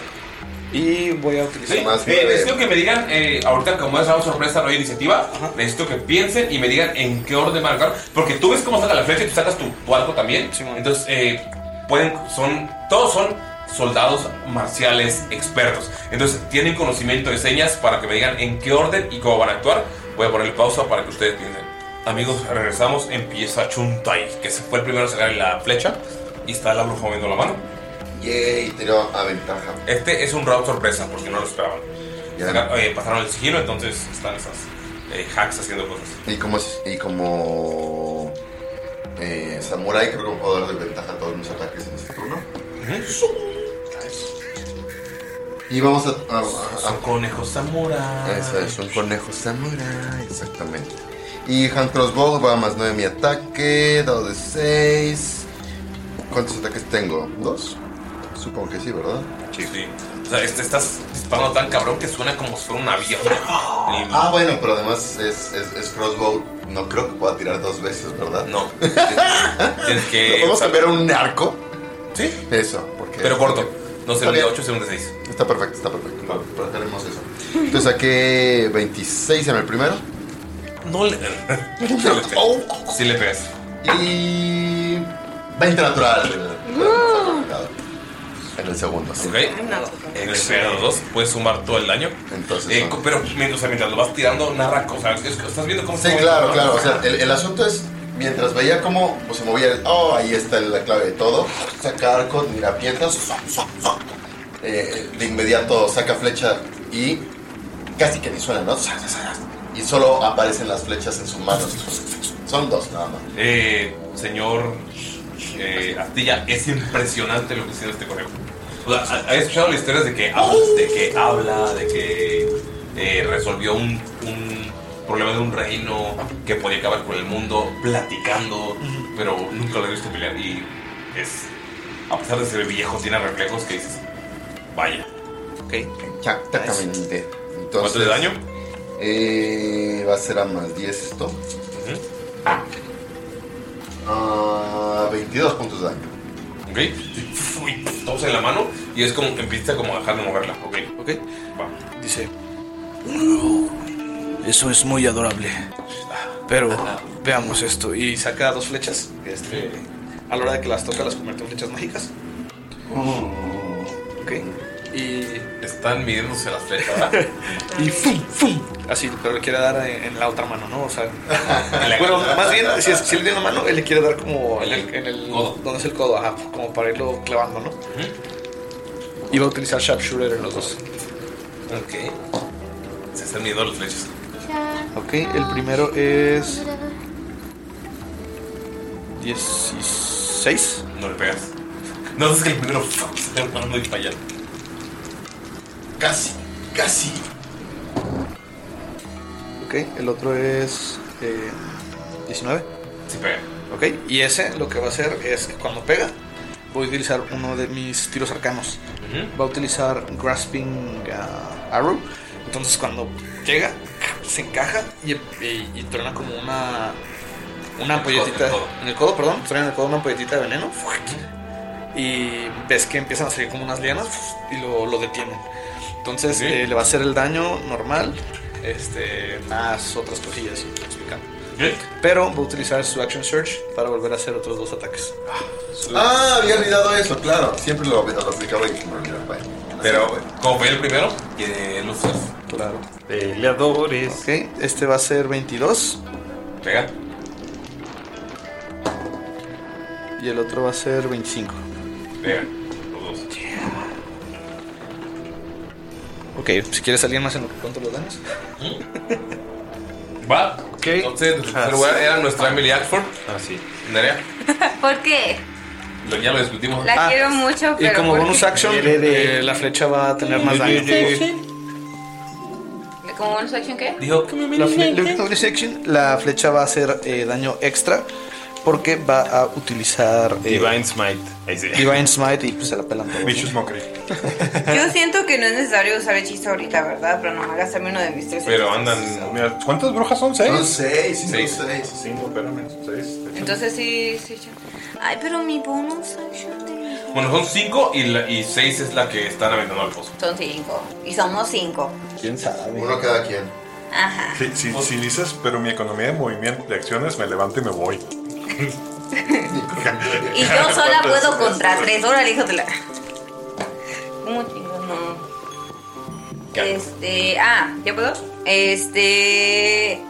S2: Y voy a utilizar.
S1: Sí,
S5: más
S1: eh,
S5: nueve.
S1: necesito que me digan, eh, ahorita como es round sorpresa, no hay iniciativa, necesito que piensen y me digan en qué orden van a marcar, porque tú ves cómo saca la flecha y tú sacas tu, tu arco también,
S2: Sí, man.
S1: entonces eh, pueden, son, todos son soldados marciales expertos, entonces tienen conocimiento de señas para que me digan en qué orden y cómo van a actuar, voy a ponerle pausa para que ustedes piensen. Amigos, regresamos, empieza Chuntai, que se fue el primero a sacar la flecha y está la bruja moviendo la mano.
S5: Yay, tiró a ventaja.
S1: Este es un round sorpresa porque no lo esperaban.
S5: Ya.
S1: Saca- eh, pasaron el sigilo, entonces están esas eh, hacks haciendo cosas.
S5: Y como, y como eh, samurai, creo que puedo darle ventaja a todos mis ataques en este turno. Y vamos a. a- a-
S1: Son conejos samurai.
S5: a- esa es un conejo samurai, exactamente. Y Hand Crossbow va más 9 mi ataque, dado de 6. ¿Cuántos ataques tengo? ¿Dos? Supongo que sí, ¿verdad?
S1: Sí. sí. O sea, este estás disparando tan cabrón que suena como si fuera un
S5: (laughs)
S1: avión. Y-
S5: Ah, bueno, pero además es, es, es Crossbow. No creo que pueda tirar dos veces, ¿verdad? (laughs)
S1: No. Tienes que.
S5: ¿Vamos a ver un arco?
S1: Sí,
S5: Eso, porque.
S1: pero corto. No sé,
S5: Está
S1: un de
S5: bien.
S1: 8 segundos de 6.
S5: Está perfecto, está perfecto. Pero tenemos eso. Entonces saqué 26 en el primero.
S1: No le. Sí le pegas. Sí le pegas.
S5: (laughs) Y. 20 natural. En el segundo, sí.
S1: Ok. En el pegas 2 puedes sumar todo el daño.
S5: Entonces,
S1: Eh,
S5: son-
S1: Pero mientras, o sea, mientras lo vas tirando, narra cosas. Es- Estás viendo cómo
S5: Sí,
S1: se-
S5: claro, claro. O sea, el, el asunto es. Mientras veía cómo pues, se movía el. Oh, ahí está la clave de todo. Saca arco, mira piezas. Eh, de inmediato saca flecha y. Casi que ni suena, ¿no? Y solo aparecen las flechas en sus manos. Son dos nada más.
S1: Eh, señor eh, Astilla, es impresionante lo que hicieron este conejo. O sea, ¿ha- ¿has escuchado las historias de que, hablas- de que habla, de que eh, resolvió un, un problema de un reino que podía acabar con el mundo platicando, pero nunca lo he visto pelear? Y es, a pesar de ser viejo, tiene reflejos que dices, vaya.
S5: Exactamente. Entonces,
S1: ¿Cuánto de daño?
S5: Eh, va a ser a más 10 esto. Ah, 22 puntos de daño.
S1: Ok. Uy, Todos en la mano y es como que empieza como a dejar de moverla. Ok.
S2: Ok.
S1: Va.
S2: Dice. "Oh, Eso es muy adorable. Pero
S1: Ah.
S2: veamos esto. Y saca dos flechas. Este, a la hora de que las toca, las convierte en flechas mágicas.
S1: "Mm,
S2: Ok. Y
S1: Están midiéndose las flechas. ¿verdad?
S2: (laughs) Y fum, fum. Así, pero le quiere dar en, en la otra mano, ¿no?
S1: (laughs)
S2: O sea.
S1: la-
S2: bueno, más bien, si, es- si le tiene la mano, él le quiere dar como en el, en el-
S1: Codo.
S2: donde es el codo, ajá, como para irlo clavando, ¿no? Y va a utilizar sharpshooter en los dos.
S1: Ok. Se están midiendo los flechas.
S2: Ok, el primero es. 16.
S1: No le pegas. No, es que el primero fuck, se está armando y falla. Casi, casi.
S2: Ok, el otro es. eh, 19.
S1: Sí pega.
S2: Ok, y ese lo que va a hacer es que cuando pega, voy a utilizar uno de mis tiros arcanos.
S1: Ujú.
S2: Va a utilizar Grasping ah, Arrow. Entonces cuando llega, se encaja y, y, y truena como una. Una ampolletita. En el codo, perdón. Truena en el codo una ampolletita de veneno. Y ves que empiezan a salir como unas lianas y lo, lo detienen. Entonces eh, le va a hacer el daño normal. Este, más otras cosillas, explicando. Pero va a utilizar su Action Search para volver a hacer otros dos ataques.
S5: Ah, había olvidado eso, claro. Siempre lo, lo aplicaba y se me olvidaba.
S1: Pero, como fue el primero, que lo usas.
S2: Claro.
S7: Peleadores.
S2: Ok, este va a ser 22.
S1: Pega.
S2: Y el otro va a ser 25.
S1: Pega. Los dos.
S2: Ok, si quieres salir más en lo que cuento los daños.
S1: Va. Entonces, en tercer lugar era nuestra Emily Axford. Ah, sí. Nerea.
S4: ¿Por qué?
S1: Lo- Ya lo discutimos.
S4: La quiero mucho,
S2: Ah, Y
S4: pero.
S2: como
S4: ¿por
S2: bonus
S4: qué?
S2: action, eh, la flecha va a tener más daño.
S4: ¿Como bonus action qué?
S1: Dijo,
S2: La, fle- (laughs) la bonus action, la flecha va a hacer eh, daño extra porque va a utilizar eh,
S7: Divine Smite. Ahí sí.
S2: Divine Smite y pues se la pelan todos.
S7: Vicious Mockery.
S4: Yo siento que no es necesario usar hechizo ahorita, ¿verdad? Pero no me gastarme uno de mis tres.
S3: Pero
S4: hechizos.
S3: andan. Mira, ¿cuántas brujas son? ¿Seis?
S4: Son
S5: seis, sí,
S3: seis.
S5: son seis.
S3: Cinco, pero menos. Seis. de hecho.
S4: Entonces sí, sí. sí.
S6: Ay, pero mi bonus action de-
S1: Bueno, son cinco y, la, y seis es la que están aventando al pozo.
S6: Son cinco. Y somos cinco.
S2: ¿Quién sabe?
S5: Uno cada quien.
S6: Ajá.
S3: Sí, sí, sí dices, pero mi economía de movimiento de acciones me levanto y
S4: (laughs)
S3: me voy.
S6: Y yo
S3: (laughs)
S6: sola puedo contra tres. Órale, hijo de la.
S4: ¿Cómo chingos no? Este. Ah, ¿ya puedo? Este.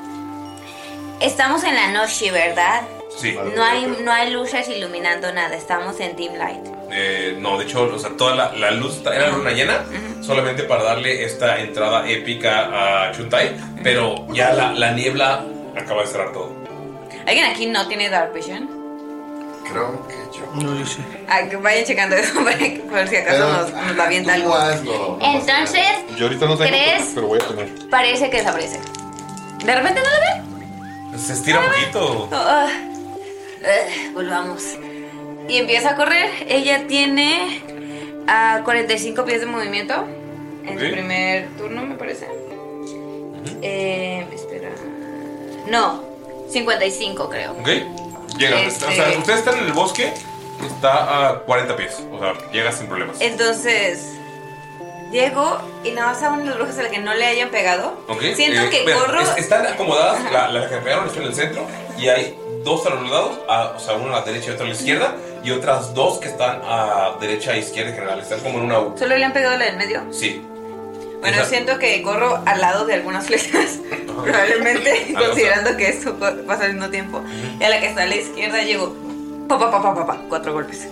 S6: Estamos en la noche, ¿verdad?
S1: Sí.
S6: No hay, no hay luces iluminando nada. Estamos en dim light.
S1: Eh, no, de hecho, o sea, toda la, la luz ta- era luna llena solamente para darle esta entrada épica a Chuntai, pero ya la, la niebla acaba de cerrar todo.
S4: ¿Alguien aquí no tiene Dark Vision?
S5: Creo que yo.
S2: No, yo sí.
S4: Ah, que vayan checando
S6: (laughs)
S4: eso para que- por si acaso
S5: Pero,
S4: nos, nos la avienta algo.
S6: Entonces,
S3: ah, Yo ahorita no tengo,
S6: ¿Crees?
S3: pero- pero voy a tener.
S6: parece que desaparece. ¿De repente no lo ven?
S1: Se estira un poquito.
S6: Ah,
S4: Ugh, eh, volvamos. Y empieza a correr. Ella tiene ah, a 45 pies de movimiento en
S1: Ok.
S4: su primer turno, me parece. Eh, espera. No, 55 creo.
S1: ¿Ok? Llegas.
S4: Este-
S1: O sea, ustedes están en el bosque, está a 40 pies. O sea, llegas sin problemas.
S4: Entonces, llego y nada más a uno de los brujos al que no le hayan pegado.
S1: ¿Ok?
S4: Siento
S1: Eh,
S4: que
S1: vean,
S4: corro.
S1: es- están acomodadas, la, la que pegaron está en el centro y hay dos a los lados, a- o sea, una a la derecha y otra a la izquierda, y otras dos que están a derecha e izquierda en general. Están como en una U.
S4: Solo le han pegado la del medio.
S1: Sí.
S4: Bueno,
S1: Esa-
S4: siento que corro al lado de algunas
S1: (laughs)
S4: flechas, probablemente,
S1: Ah, o sea.
S4: considerando que esto co- pasa al mismo tiempo. Y a la que está a la izquierda llego, pa, pa, pa, pa, pa, pa, cuatro golpes.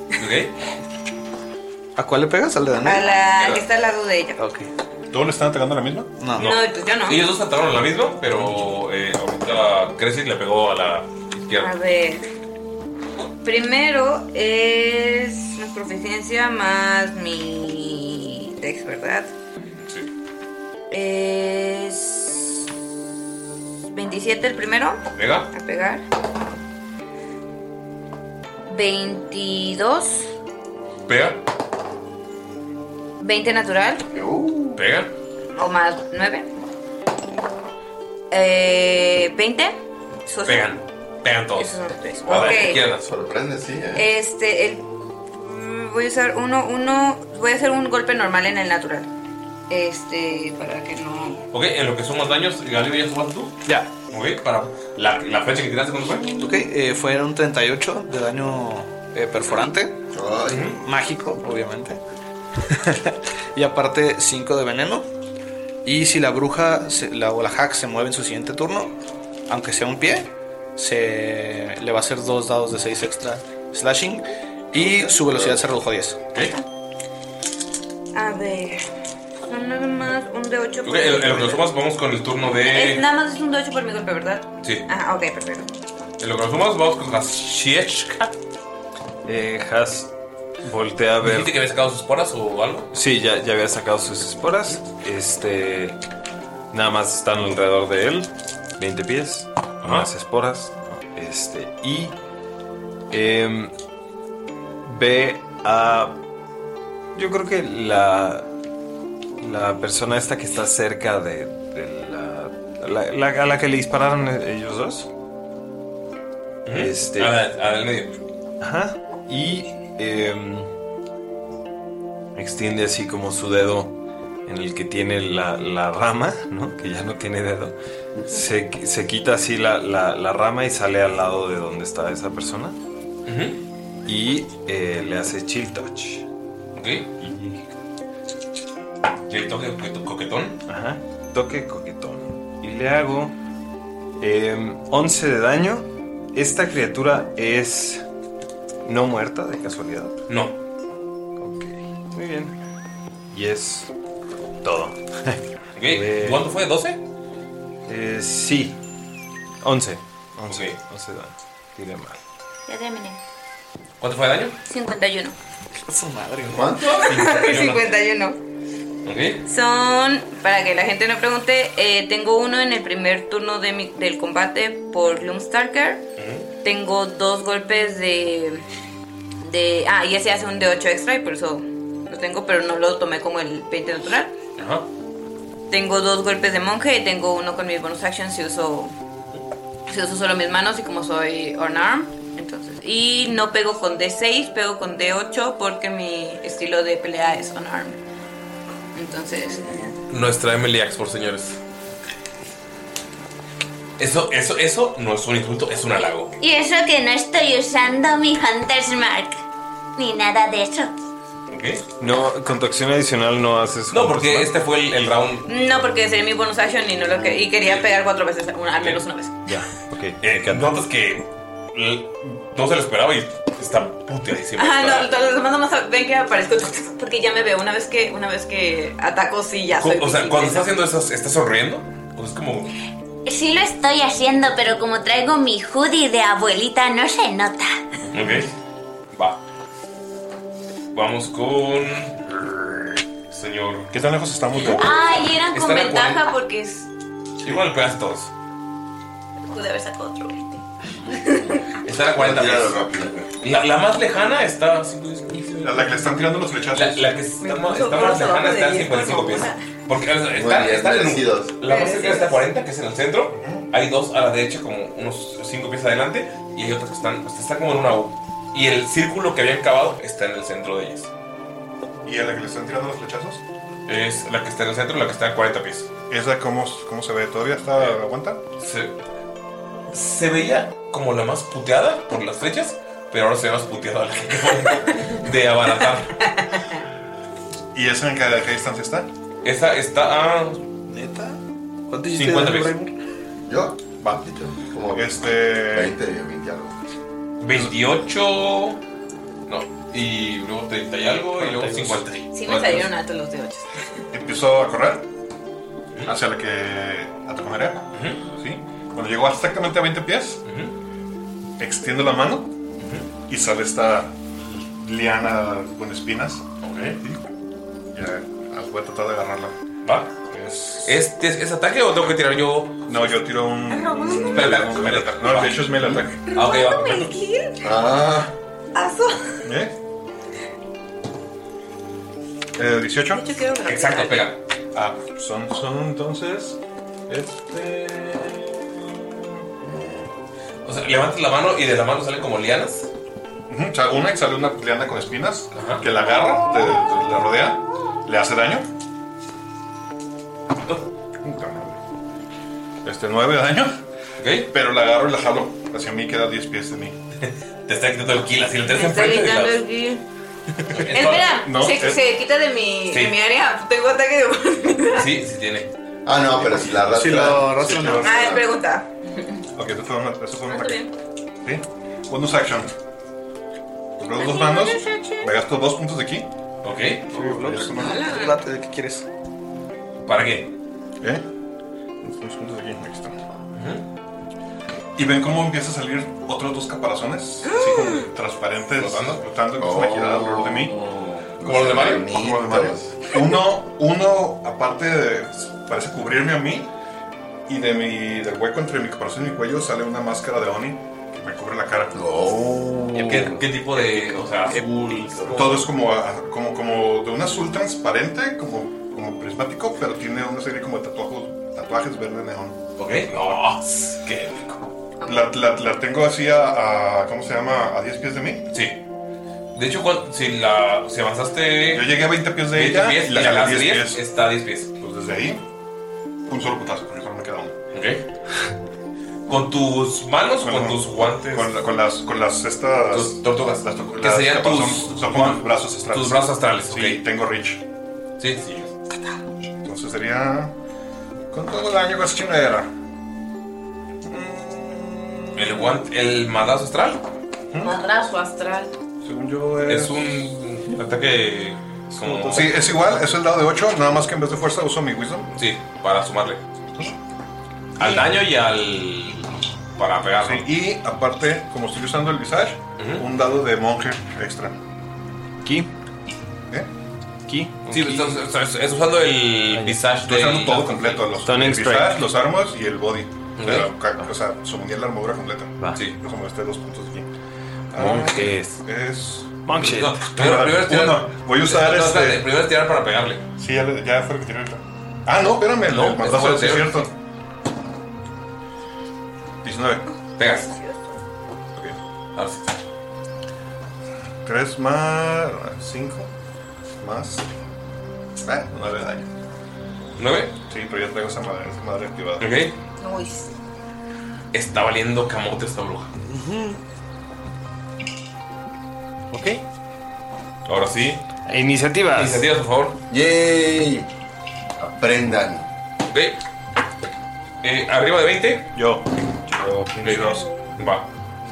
S2: ¿A cuál le pegas? ¿Al de
S4: A
S2: Daniel?
S4: la que está al lado de ella.
S2: Ok.
S3: ¿Todos le están atacando a la misma?
S2: No.
S4: No, pues yo no.
S1: Ellos dos atacaron a la misma, pero eh, ahorita Crescent le pegó a la
S4: A
S1: izquierda.
S4: ver. Primero es mi proficiencia más mi dex, ¿verdad?
S1: Sí.
S4: Es 27 el primero, a
S1: ¿Pega?
S4: pegar. 22,
S1: ¿Pega?
S4: 20 natural
S1: ¿Pega?
S4: o más 9. Eh, 20. socio.
S1: Pegan. Pegan todos.
S4: Esos son tres.
S1: A la
S4: Ok.
S1: izquierda.
S5: Sorprende, sí. eh.
S4: Este, el, mm, voy a usar uno, uno, voy a hacer un golpe normal en el natural. Este, para que no...
S1: Ok, en lo que sumas daños, Galio, ¿ya sumas tú?
S2: Ya.
S1: Ok, para la, la flecha que tiraste, ¿cuándo fue?
S2: Ok, eh, fueron 38 de daño eh, perforante.
S5: Ay,
S2: Mágico, obviamente. (laughs) y aparte 5 de veneno. Y si la bruja se- la, o la hack se mueve en su siguiente turno, aunque sea un pie, se le va a hacer dos dados de 6 extra slashing. Y su velocidad se redujo a 10.
S1: Ok.
S4: A ver... mm, Son nada más un de 8
S1: Ok, en en lo que lo sumas, vamos con el turno
S4: Es-
S1: de.
S4: Nada más es un de 8 por mi golpe, ¿verdad?
S1: Sí.
S4: Ah, ok, perfecto.
S1: En lo que lo sumas, vamos con Hasiechka.
S7: Eh, Has voltea a ver.
S1: ¿Dijiste que había sacado sus esporas o algo?
S7: Sí, ya, ya había sacado sus esporas. Este. Nada más están alrededor de él. 20 pies. Más esporas. Este. Y. em, ve a. Yo creo que la. La persona esta que está cerca de, de la, la- la- A la que le dispararon e- ellos dos. Este.
S1: ¿Eh? A la- a la del medio.
S7: Ajá. Y em, extiende así como su dedo en el que tiene la, la rama, ¿no? Que ya no tiene dedo. Se, se quita así la, la- la rama y sale al lado de donde está esa persona. Y eh, le hace chill touch.
S1: Ok. Y el toque coquet- coquetón.
S7: Ajá. Toque coquetón. Y le hago em, 11 de daño. Esta criatura es no muerta de casualidad.
S1: No.
S7: Muy bien. Y es todo.
S1: (laughs) Ok, ¿Cuánto fue? ¿12?
S7: Eh, sí. 11. 11.
S1: Ok.
S7: 11 daño. Tiré mal.
S6: Ya terminé.
S1: ¿Cuánto fue de daño?
S6: 51.
S1: Su madre,
S6: ¿Cuánto? 51.
S1: Ok.
S4: Son, para que la gente no pregunte, eh, tengo uno en el primer turno de mi- del combate por Loomstalker. Tengo dos golpes de, de... Ah, y ese hace un de 8 extra y por eso lo tengo, pero no lo tomé como el 20 natural.
S1: Ajá.
S4: Tengo dos golpes de monje y tengo uno con mi bonus action si uso, si uso solo mis manos y como soy unarmed. Entonces, y no pego con D6, pego con D8 porque mi estilo de pelea es unarmed. Entonces,
S1: Nuestra Emily Axford, señores. Eso, eso, eso no es un insulto, es un halago.
S6: Y eso que no estoy usando mi Hunter's Mark. Ni nada de eso.
S7: No, con tu acción adicional no haces. No, porque
S1: este fue el, round.
S4: no porque sería mi bonus action y, no lo que, y quería pegar cuatro veces, una- al menos una vez.
S7: Ya, ok.
S1: Eh, notas que l- no se lo esperaba y está puteadísima.
S4: Ajá,
S1: Está-
S4: no, los demás nomás ven que aparezco porque ya me veo una vez que, una vez que ataco, sí, ya soy
S1: Co- O sea,
S4: visible.
S1: cuando está haciendo eso, ¿está sonriendo? O es como.
S6: Sí lo estoy haciendo, pero como traigo mi hoodie de abuelita, no se nota.
S1: Ok. Va. Vamos con. Señor.
S3: ¿Qué tan lejos estamos de.?
S4: Ay, eran con
S1: Están a
S4: ventaja
S1: 40.
S4: porque es-
S1: Igual le pegas a todos.
S4: pude haber sacado otro.
S1: Están a 40
S5: Tíralo
S1: pies. La, la más lejana está. a 5, 10, 15.
S3: La, la que le están tirando los flechazos.
S1: La, la que está, más- está más
S3: abajo
S1: lejana
S3: de
S1: está a
S3: 10,
S1: 55 pies. Porque o sea,
S5: Muy
S1: está,
S5: bien,
S1: está en un-
S5: merecidos.
S1: La más cercana está a 40, que es en el centro. Hay dos a la derecha, como unos 5 pies adelante. Y hay otras que están, o sea, están como en una U. Y el círculo que habían cavado está en el centro de ellas.
S3: ¿Y a la que le están tirando los flechazos?
S1: Es la que está en el centro, la que está a 40 pies.
S3: ¿Esa cómo, cómo se ve? ¿Todavía está aguanta?
S1: Se, se veía como la más puteada por las flechas, pero ahora se ve más puteada la que
S3: (laughs)
S1: acabo de abaratar.
S3: ¿Y esa en qué, a qué distancia está?
S1: Esa está a.
S3: ¿Neta?
S1: ¿Cuánto
S3: hiciste
S1: 50
S3: de
S1: pies.
S5: ¿Yo? Va. Como
S3: este.
S5: 20, 20 algo.
S1: 28. No. Y luego 30 y algo, y luego 50.
S4: Sí me salieron altos los de 8.
S3: Empiezo a correr hacia la que atacó Nerea. ¿sí? Cuando llego exactamente a 20 pies, extiendo la mano y sale esta liana con espinas. Y, ya, voy a tratar de agarrarla.
S1: ¿Va? ¿Es, es, es ataque o tengo que tirar yo?
S3: No, yo tiro un.
S4: Robándome.
S3: un- un melee attack. No, de hecho es melee ataque.
S1: Ah, ok, va.
S4: el kill?
S3: Ah.
S4: Aso.
S3: ¿Eh? Eh, 18.
S1: Exacto, pega.
S3: Ah, son, son entonces. Este.
S1: O sea, levantas la mano y de la mano salen como lianas.
S3: Ujú, o sea, una que sale una liana con espinas que la agarra, te- te- la rodea, le hace daño. Este 9 de daño. Pero la agarro y la jalo. Hacia mí queda 10 pies de mí.
S1: (laughs) te está quitando el kill, así lo tienes
S4: Está
S1: enfrente. de
S4: gritando
S1: la-
S4: el kill. Espera,
S1: No,
S4: se,
S1: es-
S4: se quita de mi,
S1: Sí.
S4: de mi área. Tengo ataque de
S1: Sí, sí tiene.
S5: Ah, no, pero si la arrastra.
S3: Si la arrastra, no.
S4: Ah, es pregunta.
S3: Ok, eso fue un, eso fue un
S4: Está
S3: ataque.
S4: bien.
S3: ¿Sí? Bonus action. Los dos bandos. Me gasto dos puntos de aquí.
S1: Ok.
S3: Mate, ¿de qué quieres?
S1: ¿Para qué?
S3: ¿Eh? Estamos juntos aquí, aquí está.
S1: Y ven cómo
S3: Empieza a salir otros dos caparazones, así como transparentes, flotando, flotando, que empiezan a girar alrededor de mí.
S1: Como los de Mario.
S3: Como los de Mario. Uno, uno, aparte de, parece cubrirme a mí, y de mi, del hueco entre mi caparazón y mi cuello sale una máscara de Oni que me cubre la cara.
S1: ¿Qué, qué tipo de. O sea, azul.
S3: Todo es como, a- como, como de un azul transparente, como, como prismático, pero tiene una serie como de tatuajes, tatuajes verde neón.
S1: Ok. Oh, qué rico.
S3: La, la- la tengo así a, a- ¿Cómo se llama? ¿A 10 pies de mí?
S1: Sí. De hecho, cuan- si, la, si avanzaste. Yo
S3: llegué a 20 pies de
S1: 20
S3: ella
S1: pies,
S3: y la
S1: y a
S3: jalé
S1: las
S3: 10
S1: 10,
S3: pies.
S1: está a 10 pies.
S3: Pues desde ahí, un solo putazo, porque solo me queda uno.
S1: ¿Con tus manos o
S3: Con
S1: con,
S3: la-
S1: tus guantes?
S3: con la- con las- con las estas-
S1: Tus tortugas.
S3: las to-
S1: que
S3: las
S1: serían
S3: capas
S1: tus.
S3: son- son como tus brazos astrales.
S1: Tus brazos astrales,
S3: Sí,
S1: ok.
S3: tengo Rich.
S1: Sí, sí.
S3: Entonces sería. Con todo el daño que esa chingadera.
S1: El guante. El madazo astral.
S12: Madrazo astral.
S3: Según yo
S1: Es un ataque. Como...
S3: Sí, es igual, es el dado de 8, nada más que en vez de fuerza uso mi wisdom.
S1: Sí, para sumarle.
S3: Pues,
S1: Al daño y al. Para pegar.
S3: Sí, y aparte, como estoy usando el visage, un dado de monje extra.
S8: ¿Ki?
S3: ¿Eh?
S8: ¿Ki?
S1: Sí, estás, estás- estás usando el visage
S3: Estoy
S1: de.
S3: usando todo completo: los, el
S1: Stunning
S3: visage,
S1: Strike.
S3: los armas y el body.
S1: Ok. Ah.
S3: Pero, ca- o sea, sumé la armadura completa.
S1: Va. Sí.
S3: Yo sumé este dos puntos aquí.
S1: Monjes.
S3: Ah, Es.
S1: Monjes. No, primero- primero es tirar-
S3: Uno. Voy a usar
S1: No,
S3: este.
S1: espérate, primero es tirar para pegarle.
S3: Sí, ya, le- ya fue lo que tiré ahorita. Ah, no,
S1: No,
S3: espérame, no,
S1: ese fue el
S3: mandaste, sí, es
S1: anterior.
S3: cierto. 19.
S1: Pegas.
S3: Ok. 3 más 5 más. Ah, 9 de daño.
S1: ¿Nueve?
S3: Sí, pero ya traigo esa madre, esa madre activada.
S1: Ok. Está valiendo camote esta bruja.
S8: Ok.
S1: Ahora sí.
S8: Iniciativas.
S1: Iniciativas, por favor.
S5: ¡Yay! Aprendan.
S1: Ok. Eh, arriba de 20.
S3: Yo.
S1: Yo. dos. Va.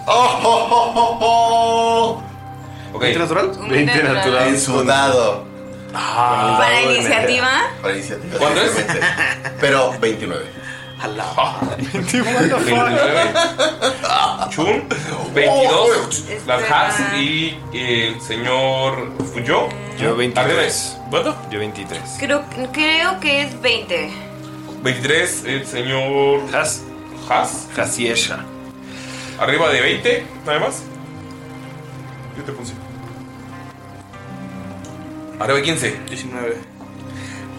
S5: ¡Oh, oh, oh, oh, oh!
S1: Ok.
S5: ¿20 natural?
S4: Un 20 natural. natural.
S5: En su dado.
S4: ¿Para iniciativa?
S5: Para iniciativa.
S1: Ah. ¿Cuánto es?
S5: exactamente. Pero 29.
S1: the fuck? 29. Chun, 22. Las hats y eh, el señor Fuyo.
S7: Yo
S1: 23. ¿Cuánto?
S7: Yo 23.
S4: Creo, creo que es 20.
S1: 23, el señor Has. Has.
S8: Hasiesha.
S1: Arriba de 20, nada más.
S3: Yo te puse.
S1: Arriba de 15.
S2: 19.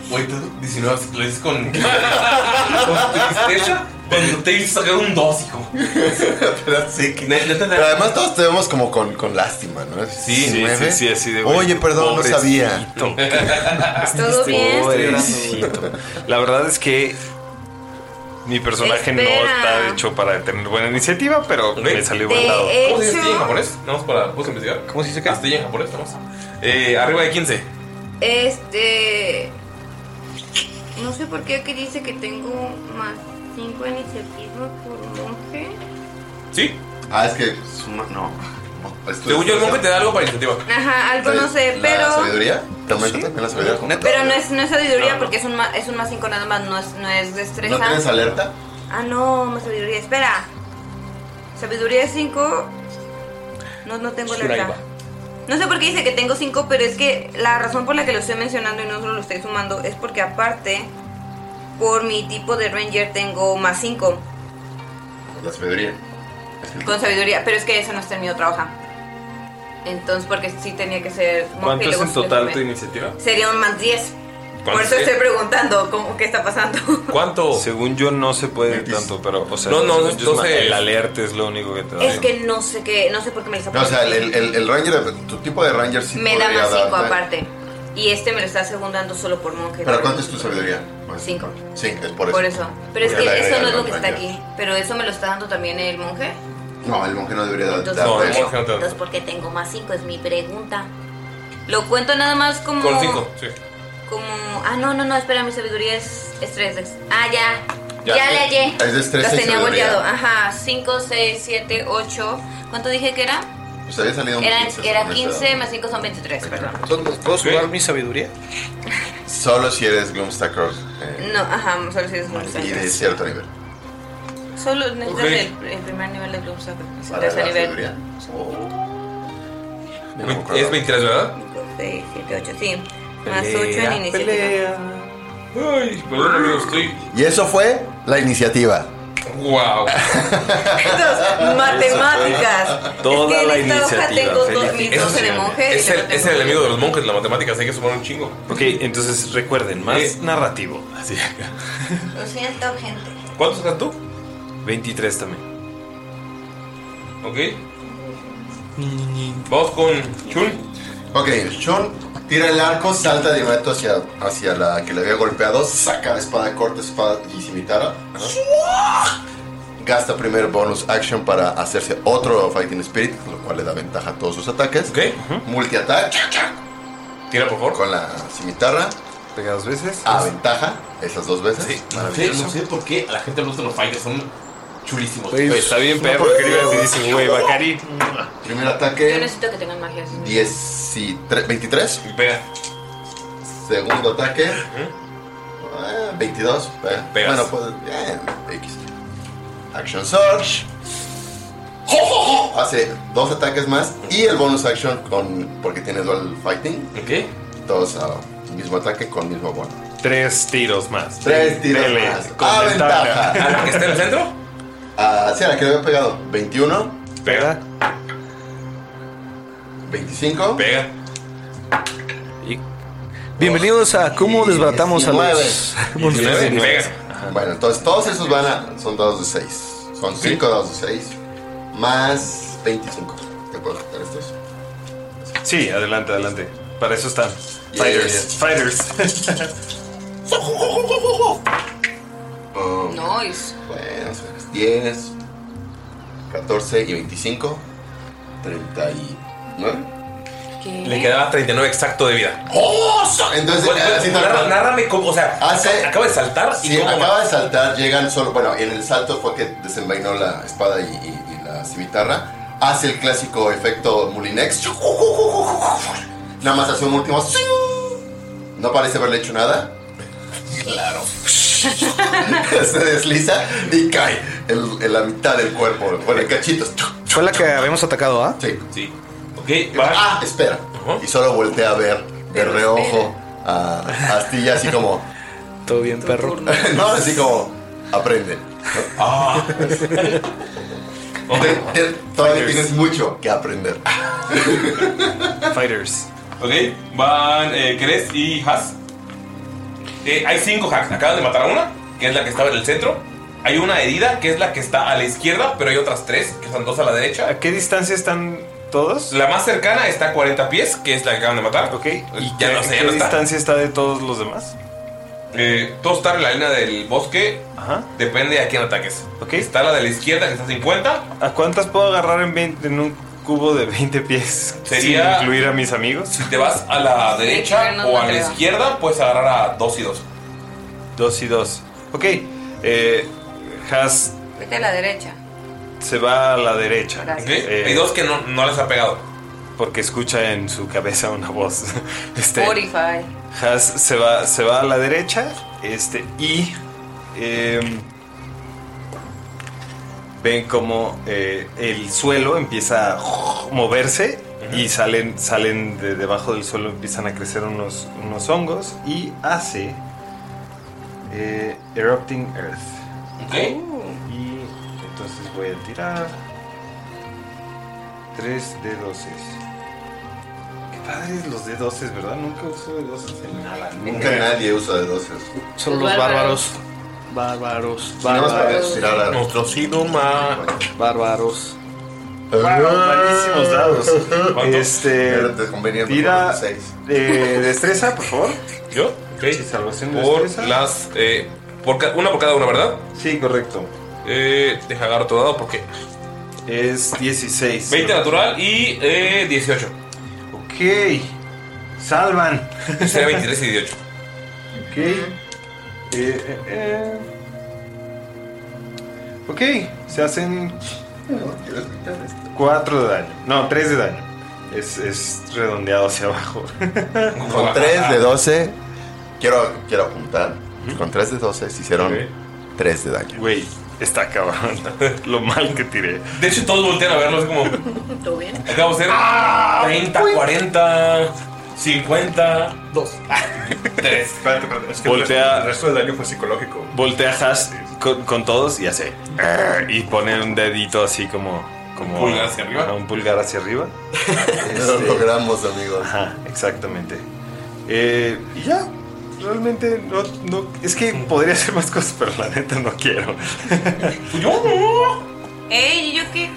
S1: Güey, tú 19, lo dices con. (laughs) con tristeza. Cuando te hice sacar un 2, hijo.
S5: Pero sí que- Pero además todos te vemos como con, con lástima, ¿no?
S7: Sí, sí,
S5: ¿Nueve?
S7: sí, así de, güey,
S5: Oye, perdón, no
S7: (laughs)
S5: sabía.
S4: ¿Todo bien?
S7: Pobrecito. La verdad es que mi personaje no
S4: Espera.
S7: está hecho para tener buena iniciativa, pero me salió buen
S4: De
S7: lado.
S4: ¿Cómo se dice hecho-
S1: en japonés? Nada más para. ¿Puedes investigar? ¿Cómo se dice que? Castilla en japonés, nada más. Eh, arriba de 15.
S4: Este. No sé por qué que dice que tengo más 5 iniciativas por monje.
S1: ¿Sí?
S5: Ah, es que suma- no. Esto
S1: Según
S5: es-
S1: yo, el monje te da algo para iniciativa.
S4: Ajá, algo no sé, pero.
S5: ¿La sabiduría? ¿Te aumenta también la sabiduría?
S4: Pero no es, no es sabiduría
S5: No, no.
S4: porque es un, ma- es un más 5 nada más, no es, no es destreza.
S5: ¿No tienes alerta?
S4: Ah, no, más sabiduría. Espera. Sabiduría es 5. No, no tengo alerta.
S5: Shuraiba.
S4: No sé por qué dice que tengo 5, pero es que la razón por la que lo estoy mencionando y no solo lo estoy sumando es porque aparte, por mi tipo de ranger tengo más 5
S5: La sabiduría.
S4: con sabiduría, pero es que eso no está en mi otra hoja. Entonces, porque sí tenía que ser... monje
S7: ¿Cuánto es
S4: y luego ¿eh?
S7: en
S4: se lo
S7: total
S4: sumé.
S7: tu iniciativa?
S4: Sería un más 10. Por
S7: ¿Cuánto
S4: eso
S7: sería?
S4: estoy preguntando cómo, qué está pasando.
S1: ¿Cuánto?
S7: Según yo no se puede tanto, pero o sea,
S1: No, no,
S7: según yo es más-
S1: entonces-
S7: el alerta es lo único que te da.
S4: Es que no sé qué, no sé por qué me lo está
S5: No, o sea, el,
S4: preguntando.
S5: el, el- el ranger, tu tipo de ranger sí
S4: Me da
S5: podría
S4: más 5
S5: darte-
S4: aparte. Y este me lo está segundando solo por monje.
S5: ¿Pero cuánto es tu sabiduría? Más
S4: Cinco.
S5: Sí, es por
S4: Por
S5: eso.
S4: eso. Pero es
S5: Porque le
S4: que eso no
S5: agregan
S4: es lo que
S5: al
S4: está
S5: ranger.
S4: aquí. Pero eso me lo está dando también el monje.
S5: No, el monje no debería dar-
S4: Entonces,
S5: darte
S4: ¿por qué?
S5: eso.
S4: Entonces, ¿por qué tengo más 5? Es mi pregunta. Lo cuento nada más como.
S1: Con 5, sí.
S4: Como. Ah, no, no, no, espera, mi sabiduría es estrés. Ah, ya.
S5: Ya,
S4: Ya,
S5: sí.
S4: le hallé.
S5: Es destreza
S4: Las
S5: y
S4: tenía
S5: sabiduría.
S4: volteado. Ajá. 5, 6, 7, 8. ¿Cuánto dije que era?
S5: Pues había salido un
S4: Era,
S5: 15,
S4: era
S5: según ese
S4: 15 más 5 son 23, perdón.
S2: ¿Puedo jugar mi sabiduría?
S5: Solo si eres Gloomstalker eh,
S4: No, ajá, solo si eres un
S5: y de cierto nivel.
S4: Solo necesitas
S5: Ok.
S4: el, el primer nivel de Gloomstalker. Es el
S5: Para
S4: tercer
S5: la
S4: nivel.
S5: sabiduría.
S1: Es 23, ¿verdad?
S4: 6, 7, 8, sí. Más 8
S1: Pelea,
S4: en iniciativa.
S1: Ay, perdón, amigos, estoy.
S5: Y eso fue la iniciativa.
S1: ¡Wow!
S4: Entonces, (laughs) matemáticas.
S1: Toda
S4: Es que en la esta hoja iniciativa, tengo dos
S1: Felipe.
S4: mil doce de
S1: Eso sí,
S4: monje
S1: Es
S4: y luego
S1: el, es el enemigo de los monjes, la matemática, así hay que sumar un chingo. Eh,
S7: Ok, entonces recuerden, más narrativo. Así.
S6: Lo siento, gente.
S1: ¿Cuántos sacas tú?
S7: 23 también.
S1: Ok. Vamos con Chun.
S5: Ok, Chun tira el arco, salta de inmediato hacia, hacia la que le había golpeado, saca la espada corta, espada y cimitara. Gasta primer bonus action para hacerse otro Fighting Spirit, lo cual le da ventaja a todos sus ataques. Ok. Multi-attack.
S1: Tira por favor.
S5: Con la cimitarra.
S7: Pega dos veces.
S5: A ventaja, esas dos veces.
S1: No sé por qué a la gente le gustan los fighters, son chulísimos.
S5: Güey,
S7: Pues,
S4: Pues,
S1: Güey,
S5: está bien perro,
S1: porque
S5: qué divertidísimo, güey, Bacari. Primer
S12: Yo
S5: ataque,
S12: necesito que tengan magia.
S5: 13, 23.
S1: Pega.
S5: Segundo ataque, eh, 22. Pega.
S1: Pegas.
S5: Bueno, pues, bien, X. Action Surge.
S7: Oh.
S5: Hace dos ataques más y el bonus action con porque tiene dual fighting.
S1: Ok.
S5: Todos a mismo ataque con mismo bono.
S7: Tres tiros más.
S5: Tres tiros
S7: Dele,
S5: más.
S7: con
S5: a
S7: ventaja.
S5: ventaja.
S7: ¿A la que está en el centro?
S5: (laughs) Ah, sí, a la que le había pegado. 21. Pega. 25.
S1: Pega.
S2: Bienvenidos a cómo desbaratamos a los
S5: 19.
S2: monstruos.
S5: Bueno, entonces todos esos van a. Son dados de 6. Son 5 dados de 6. Más 25. ¿Te puedo quitar estos?
S7: Sí, adelante, adelante. Para eso están. Fighters. Fighters.
S4: Oh.
S5: Um,
S4: Nice.
S5: Bueno, 10, 14 y 25. 39.
S1: Le quedaba 39 exacto de vida.
S5: ¡Oh! Entonces,
S1: Bueno,
S5: así tal
S1: narra-
S5: cual. Ah,
S1: nárrame cómo, o sea,
S5: Hace-
S1: acaba de saltar y
S5: Sí,
S1: cómo
S5: acaba de saltar, llegan solo. Bueno, en el salto fue que desenvainó la espada y, y- y la cimitarra. Hace el clásico efecto Mulinex. Nada más hace un último. ¡zing! No parece haberle hecho nada. Claro. (laughs) Se desliza y cae en, en la mitad del cuerpo. Bueno, en cachitos.
S2: Fue la que habíamos atacado, ¿ah?
S5: Sí.
S1: Sí.
S5: Ah, espera. Y solo voltea a ver de reojo a a Astilla, así como.
S2: ¿Todo bien, perro?
S5: (laughs) no, así como. Aprende.
S1: Ah.
S5: Te- te- (laughs) todavía tienes mucho que aprender.
S7: Fighters.
S1: Ok, van eh, Cres y Has. Eh, hay cinco hacks. Acaban de matar a una, que es la que estaba en el centro. Hay una herida, que es la que está a la izquierda, pero hay otras tres, que son dos a la derecha. ¿A
S7: qué distancia están todos?
S1: La más cercana está a 40 pies, que es la que acaban de matar.
S7: Ok.
S1: ¿Y ya
S7: ¿Qué-
S1: no sé, ya
S7: ¿Qué
S1: no está.
S7: distancia está de todos los demás?
S1: Eh, todos están en la línea del bosque. Depende a quién ataques. Está la de la izquierda, que está a 50.
S7: ¿A cuántas puedo agarrar en, 20 en un cubo de 20 pies?
S1: Sería-
S7: Sin incluir a mis amigos.
S1: Si te vas a la derecha o a la izquierda, puedes agarrar a 2 y 2.
S7: 2 y 2. Ok. Eh, Has
S4: Vete a la derecha.
S7: se va a la derecha. Eh,
S4: Gracias.
S1: Hay dos que no, les ha pegado.
S7: Porque escucha en su cabeza una voz. (laughs) Este,
S4: Spotify.
S7: Has se va, se va a la derecha. Este, y. em, ven como eh, el suelo empieza a moverse. Y salen, salen de debajo del suelo, empiezan a crecer unos, unos hongos. Y hace. eh, Erupting Earth. Y entonces voy a tirar. 3 de 12. Qué padres los de 12, ¿verdad? Nunca uso de 12 en nada.
S5: Nunca nadie usa de doces.
S2: Son los bárbaros. Bárbaros.
S5: Nada más para
S2: Bárbaros.
S5: tirar a-
S1: Nuestros idomas.
S2: Bárbaros.
S7: malísimos dados. Este. Tira. eh, destreza, por favor.
S1: ¿Yo? Sí,
S7: salvación
S1: de por las. eh, por ca- una por cada una, ¿verdad?
S7: Sí, correcto.
S1: Eh, deja agarrar tu dado porque.
S7: Es 16.
S1: 20 natural y eh, 18.
S7: Ok. Salvan.
S1: Sería 23 y 18.
S7: Ok. Eh, eh, eh. Ok, se hacen 4 de daño. No, 3 de daño. Es, es redondeado hacia abajo.
S5: Con 3 de 12, quiero, quiero apuntar. Con 3 de 12 se hicieron
S7: Ok.
S5: 3 de daño.
S7: Güey, está cabrón. Lo mal que tiré.
S1: De hecho, todos voltean a verlo. Es como.
S12: ¿Todo bien?
S1: Acabo de hacer 30, 40, 50, 2. 3.
S3: Espérate, espérate, es que
S7: Voltea.
S3: el, resto, el resto del daño fue psicológico.
S7: Voltea Haas con, con todos y hace. "Arr", Y pone un dedito así como. como
S3: Un pulgar hacia arriba.
S7: Ajá, Un pulgar hacia
S3: (laughs)
S7: arriba.
S5: Lo logramos, amigos.
S7: Ajá, exactamente. Eh, y ya. Realmente no, no- Es que podría hacer más cosas, pero la neta no quiero.
S1: Yo no.
S4: ¡Ey! ¿y ¿Yo qué?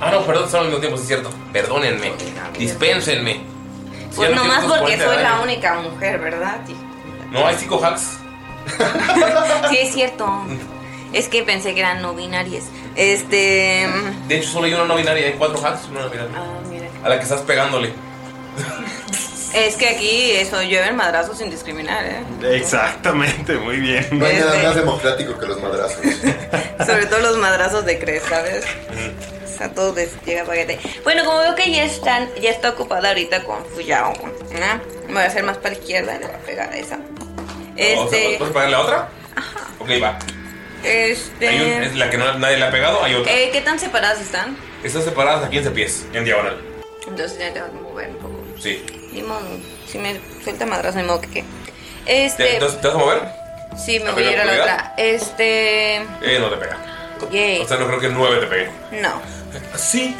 S1: Ah, no, perdón, son al mismo tiempo, sí es cierto. Perdónenme. Dispénsenme. Si
S4: Pues
S1: ya no
S4: nomás
S1: tienen unos
S4: porque
S1: 40
S4: soy la
S1: daño.
S4: única mujer, ¿verdad? Y-
S1: No, hay psicohacks.
S4: Sí, es cierto. Es que pensé que eran no binarias. Este.
S1: De hecho, solo hay una no binaria. Hay cuatro hacks. Una no binaria.
S4: Ah,
S1: A la que estás pegándole.
S4: Es que aquí eso llueven madrazos sin discriminar, ¿eh?
S7: Exactamente, muy bien.
S5: No hay nada más democrático que los madrazos.
S4: Sobre todo los madrazos de Cres, ¿sabes? O sea, todo les llega paquete. Bueno, como veo que ya están, ya está ocupada ahorita con Fuyao, ¿no? Me voy a hacer más para la izquierda, le voy a pegar a esa.
S1: O sea,
S4: Este.
S1: ¿Vas a pegar la otra? Ok, va. Hay un-
S4: Este.
S1: es la que no- nadie le ha pegado, hay otra.
S4: eh, ¿Qué tan separadas están?
S1: Están separadas a 15 pies, en diagonal.
S4: Entonces ya tengo que mover un poco.
S1: Sí.
S4: Ni modo, si me suelta madrazo, ni modo que qué.
S1: Te-
S4: Este.
S1: entonces, ¿te vas a mover?
S4: Sí, me
S1: ¿A
S4: voy a ir a
S1: pegar
S4: la
S1: con
S4: otra. Este.
S1: Eh, no te pega.
S4: Yay.
S1: O sea, no creo que el 9 te pegue.
S4: No.
S1: Sí.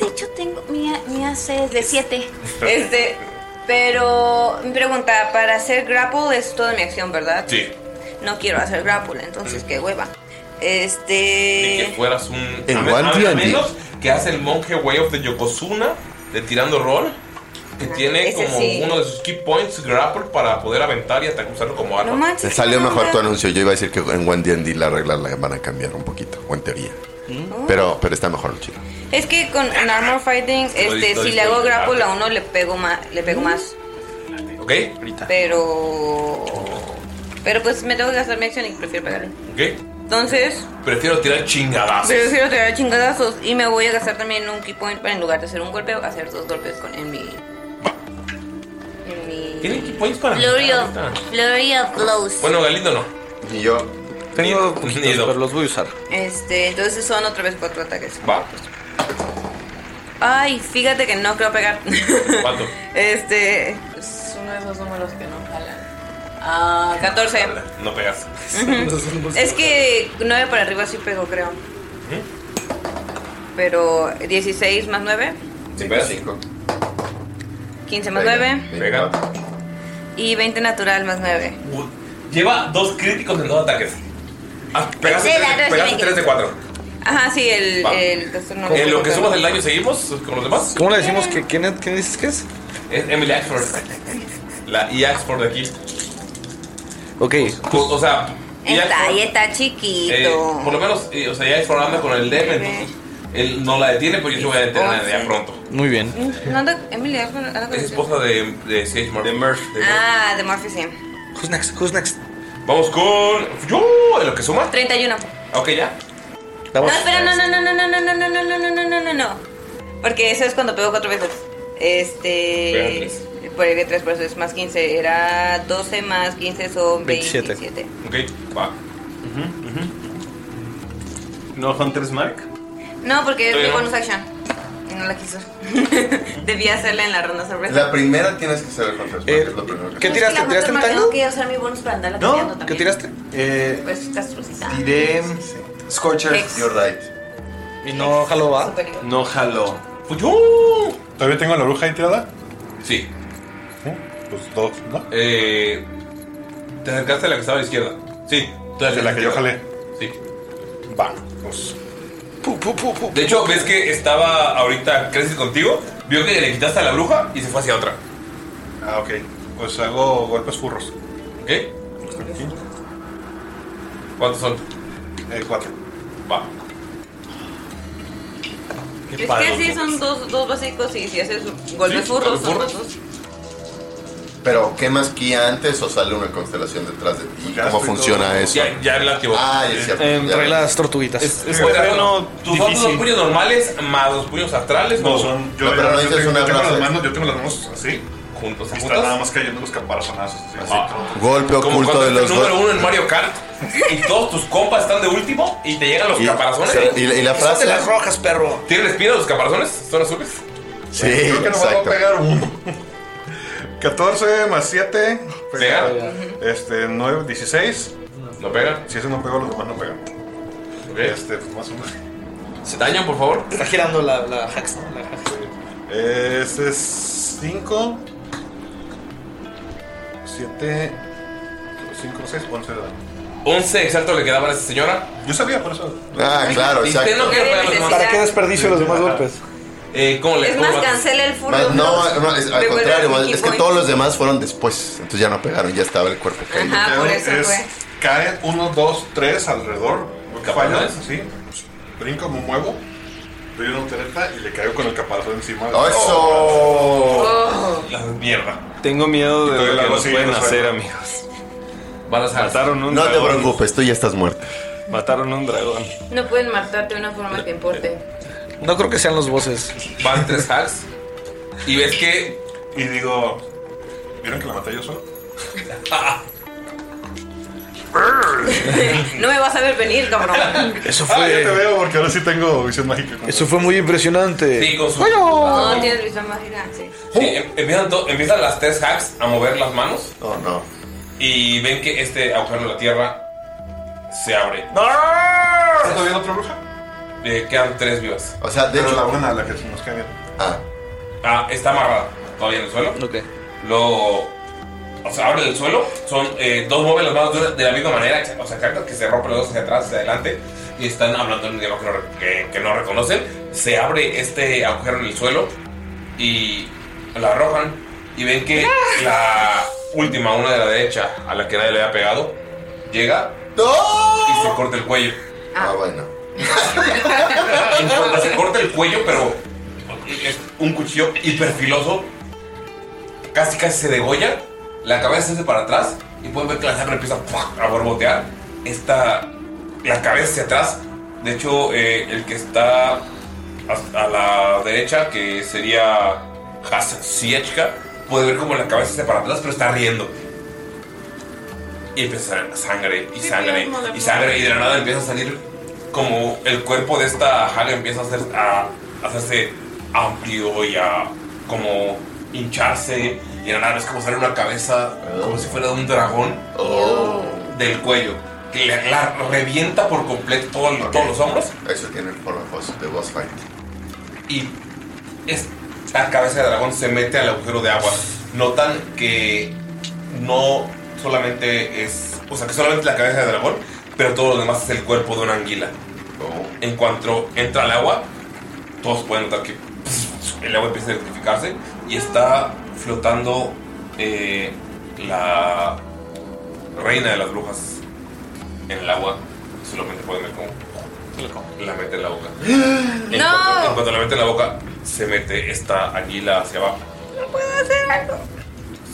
S6: De hecho, tengo. Mi, mi AC es de 7.
S4: Este. Pero. Mi pregunta: para hacer grapple es toda mi acción, ¿verdad?
S1: Sí.
S4: No quiero hacer grapple, entonces
S1: Mm.
S4: qué hueva.
S1: Que
S4: Este.
S1: fueras un.
S5: En
S1: a me-
S5: One
S1: a- a
S5: D&D.
S1: menos que hace el monje Way of the Yokozuna de tirando roll. Que tiene
S4: ese
S1: como
S4: sí.
S1: uno de sus key points grapple para poder aventar y atacar usarlo como arma.
S4: No manches.
S5: Te salió mejor tu anuncio. Yo iba a decir que en One D&D la regla la van a cambiar un poquito, o en teoría.
S4: Oh.
S5: Pero, pero está mejor el chico.
S4: Es que con
S1: Ah,
S4: en Armor Fighting,
S5: que lo
S4: este,
S5: dis- lo
S4: si le hago
S5: dispongo.
S4: grapple a uno, le pego más. Le pego más.
S1: Mm, ¿Ok? Ahorita.
S4: Pero. Pero pues me tengo que gastar mi acción y prefiero pegarle.
S1: ¿Ok?
S4: Entonces.
S1: Prefiero tirar chingadazos.
S4: Pero quiero tirar chingadazos y me voy a gastar también un key point para en lugar de hacer un golpe, hacer dos golpes con, en mi. En mi.
S1: ¿Tienen key points para.?
S6: Flurry of,
S1: Ah, está.
S6: flurry of Blows.
S1: Bueno, Galindo no.
S5: Y yo.
S2: Tengo poquitos, pero los voy a usar.
S4: Este, entonces son otra vez cuatro ataques.
S1: Va.
S4: Ay, fíjate que no creo pegar.
S1: (laughs) ¿Cuánto?
S4: Este.
S12: Es uno de esos números que no jalan. Ah,
S4: 14.
S1: No pegas.
S4: Ujú. es que 9 para arriba sí pego, creo.
S1: ¿Eh?
S4: Pero 16 más 9,
S1: ¿Sí pegas? 5.
S4: 15 más 9
S1: Pega.
S4: y 20 natural más 9.
S1: Lleva dos críticos en dos ataques. Ah, pegaste
S4: Sí, la
S1: tres,
S4: verdad, sí
S1: pegaste
S4: me
S1: tres de cuatro.
S4: Ajá, sí, el.
S1: Va.
S4: el, el no-
S1: En lo que sumas el daño, ¿seguimos con los demás?
S2: ¿Cómo le decimos que quién, es- quién dices que es?
S1: Es Emily Axford. La E. Axford de aquí.
S2: Ok.
S1: O, o sea, E.
S4: Está,
S1: Axford,
S4: ahí está
S1: eh,
S4: chiquito.
S1: por lo menos, eh, o sea, E. Axford anda con el DEM, entonces él no la detiene, pues yo sí voy a detener ya pronto.
S2: Muy bien.
S4: Mm, ¿No anda Emily Osborne? ¿Anda con
S1: Es
S4: ese?
S1: esposa de, de C.H. Murphy. De Murphy.
S4: Ah, de Murphy, sí.
S2: Who's next? Who's next?
S1: Vamos con. ¡Yo! En lo que suma.
S4: 31.
S1: Ok, ya.
S4: No, espera, no, no, no, no, no, no, no, no, no, no, no, no, no, no, no. Porque eso es cuando pego cuatro veces.
S1: Pega
S4: Este.
S1: tres.
S4: Pegué tres, por eso es más 15. Era 12 más 15 son
S7: 27.
S4: 27.
S1: Ok, va.
S7: ¿No Hunter's Mark?
S4: No, porque es mi
S5: Pero-
S4: bonus action. Y no la quiso. (laughs) Debía hacerla en la ronda sorpresa.
S5: La primera tienes que ser el control.
S7: Eh,
S5: es lo primero que
S2: ¿Qué tiraste? ¿Tiraste un tango?
S4: No quería usar mi bonus para andarla cambiando
S2: ¿Qué
S4: también.
S2: tiraste?
S8: Eh,
S4: Pues estás trucita.
S8: tiré Scorcher.
S4: Hex. You're
S2: Y no jaló, va.
S8: No jaló.
S5: Pues
S3: ¿Todavía tengo la bruja ahí tirada?
S1: Sí.
S3: Pues dos, ¿no?
S1: Eh, te acercaste a la que estaba a la izquierda. Sí. te acercaste
S3: De la que yo
S1: izquierda.
S3: jalé.
S1: Sí.
S3: Vamos.
S1: De hecho, ves que estaba ahorita Creces contigo, vio que le quitaste a la bruja y se fue hacia otra.
S3: Ah, ok. Pues hago golpes furros.
S1: ¿Ok? ¿Cuántos son?
S3: Eh, cuatro.
S1: Va.
S4: Es que sí, son dos, dos básicos y si haces golpes
S5: Sí,
S4: furros,
S5: golpes
S4: son
S5: furros.
S4: los dos.
S5: Pero, ¿qué más que antes o sale una constelación detrás de ti? ¿Cómo
S3: estoy
S5: funciona
S3: todo-
S5: eso?
S1: Ya, ya la activó.
S5: Ah, ya es cierto.
S2: En
S5: ya.
S2: reglas tortuguitas.
S1: Bueno, tus otros dos puños normales más los puños astrales.
S3: No,
S1: ¿o?
S3: son. Yo, ya- yo tengo, yo tengo las manos, yo tengo las manos así.
S1: juntos.
S3: Está
S1: juntos.
S3: nada más cayendo los caparazonazos. así.
S5: Golpe
S1: Ah. Como
S5: oculto
S1: cuando
S5: de
S1: eres
S5: los
S1: el número
S5: dos.
S1: uno en Mario Kart y todos tus compas están de último y te llegan los
S5: Y-
S1: caparazones.
S5: sí, y la- y la
S1: Son de
S5: frase-
S1: las
S2: rojas, perro.
S1: ¿Tienen espinas los caparazones? ¿Son azules?
S5: Sí, Creo que nomás va a exacto. pegar
S1: (laughs)
S3: uno. 14 más 7.
S1: Pega.
S3: Este, 9, 16.
S1: No pega.
S3: Si ese no pegó, los demás no pegan. Este, pues más uno.
S1: ¿Se dañan, por favor?
S2: Está girando la, la
S3: Este es 5. 7. 5, 6, 11 de daño.
S1: 11 exacto le quedaban a esta señora.
S3: Yo sabía por eso.
S5: Ah, claro,
S1: Dijiste,
S5: exacto.
S1: "No quiero pegar a los demás".
S2: ¿Para qué desperdicio los demás golpes?
S1: Eh, ¿Cómo le
S4: Es
S1: cómo
S4: más,
S1: matas?
S4: cancela el furro.
S5: Más- No, no, es- al
S4: Devuelve
S5: contrario,
S4: el
S5: más-
S4: key
S5: es que
S4: point.
S5: todos los demás fueron después. Entonces ya no pegaron, ya estaba el cuerpo caído.
S4: Ajá, por eso
S3: es,
S4: fue.
S3: Cae 1, 2, 3 alrededor. Fallo,
S1: Caparazones.
S3: sí. Brinco, me muevo. Doy una voltereta y le caigo con el caparazón encima.
S5: ¡Eso!
S1: La mierda.
S7: Tengo miedo
S3: Y todo
S7: de lo
S3: el
S7: que
S3: lago
S7: nos
S3: sigue,
S7: pueden
S3: nos
S7: hacer,
S3: suena.
S7: amigos.
S1: Mataron
S7: un
S5: No te
S7: dragón.
S5: preocupes, tú ya estás muerto.
S7: Mataron un dragón.
S12: No pueden matarte de una forma que importe.
S5: (laughs)
S2: No creo que sean los voces.
S1: Van tres hacks. Y ves que.
S3: Y digo. ¿Vieron que la maté yo solo?
S4: No me vas a ver venir, cabrón.
S2: Eso
S3: Ah, ya te veo porque ahora sí tengo visión mágica.
S2: Eso fue muy impresionante.
S1: Sí, con
S5: Pues,
S1: su-
S4: No tienes visión mágica, sí.
S1: (laughs) Sí, em- empiezan, to- empiezan las tres hacks a mover las manos.
S5: Oh, no.
S1: Y ven que este agujero en la tierra se abre.
S3: ¿Está todavía la otra bruja?
S1: Le quedan tres vivas.
S5: O sea, de
S3: Pero la
S5: hecho.
S3: buena, la que nos queda bien.
S5: Ah,
S1: Ah, está amarrada todavía en el suelo. Lo. O sea, abre del suelo. Son eh, dos mueven las manos de, una- de la misma manera. O sea, cartas que se rompen los dos hacia atrás, hacia adelante. Y están hablando en un idioma que no, re- que- que no reconocen. Se abre este agujero en el suelo. Y la arrojan. Y ven que la última, una de la derecha, a la que nadie le había pegado, llega y se corta el cuello.
S5: ah, bueno.
S1: En cuanto se corta el cuello, pero es un cuchillo hiperfiloso. Casi casi se degolla. La cabeza se hace para atrás y pueden ver que la sangre empieza ¡pua! a borbotear. Esta, la cabeza hacia atrás. De hecho, eh, el que está a, a la derecha, que sería Hassan Siechka, puede ver como la cabeza se para atrás, pero está riendo. Y empieza a salir sangre y sangre y sangre y de la nada empieza a salir como el cuerpo de esta Haga empieza a, hacer, a hacerse amplio y a como hincharse y de la nada es como sale una cabeza como si fuera de un dragón del cuello que la, la revienta por completo todo el- todos los hombros
S5: Eso tiene el forma boss- de boss fight.
S1: y esta cabeza de dragón se mete al agujero de agua. Notan que no solamente es, o sea, que solamente la cabeza de dragón, pero todo lo demás es el cuerpo de una anguila. En cuanto entra al agua, todos pueden notar que pss, el agua empieza a electrificarse y está flotando eh, la reina de las brujas en el agua. Solamente pueden ver cómo la mete en la boca. En,
S4: No.
S1: cuanto, en cuanto la mete en la boca, se mete esta anguila hacia abajo.
S4: No puedo hacer algo.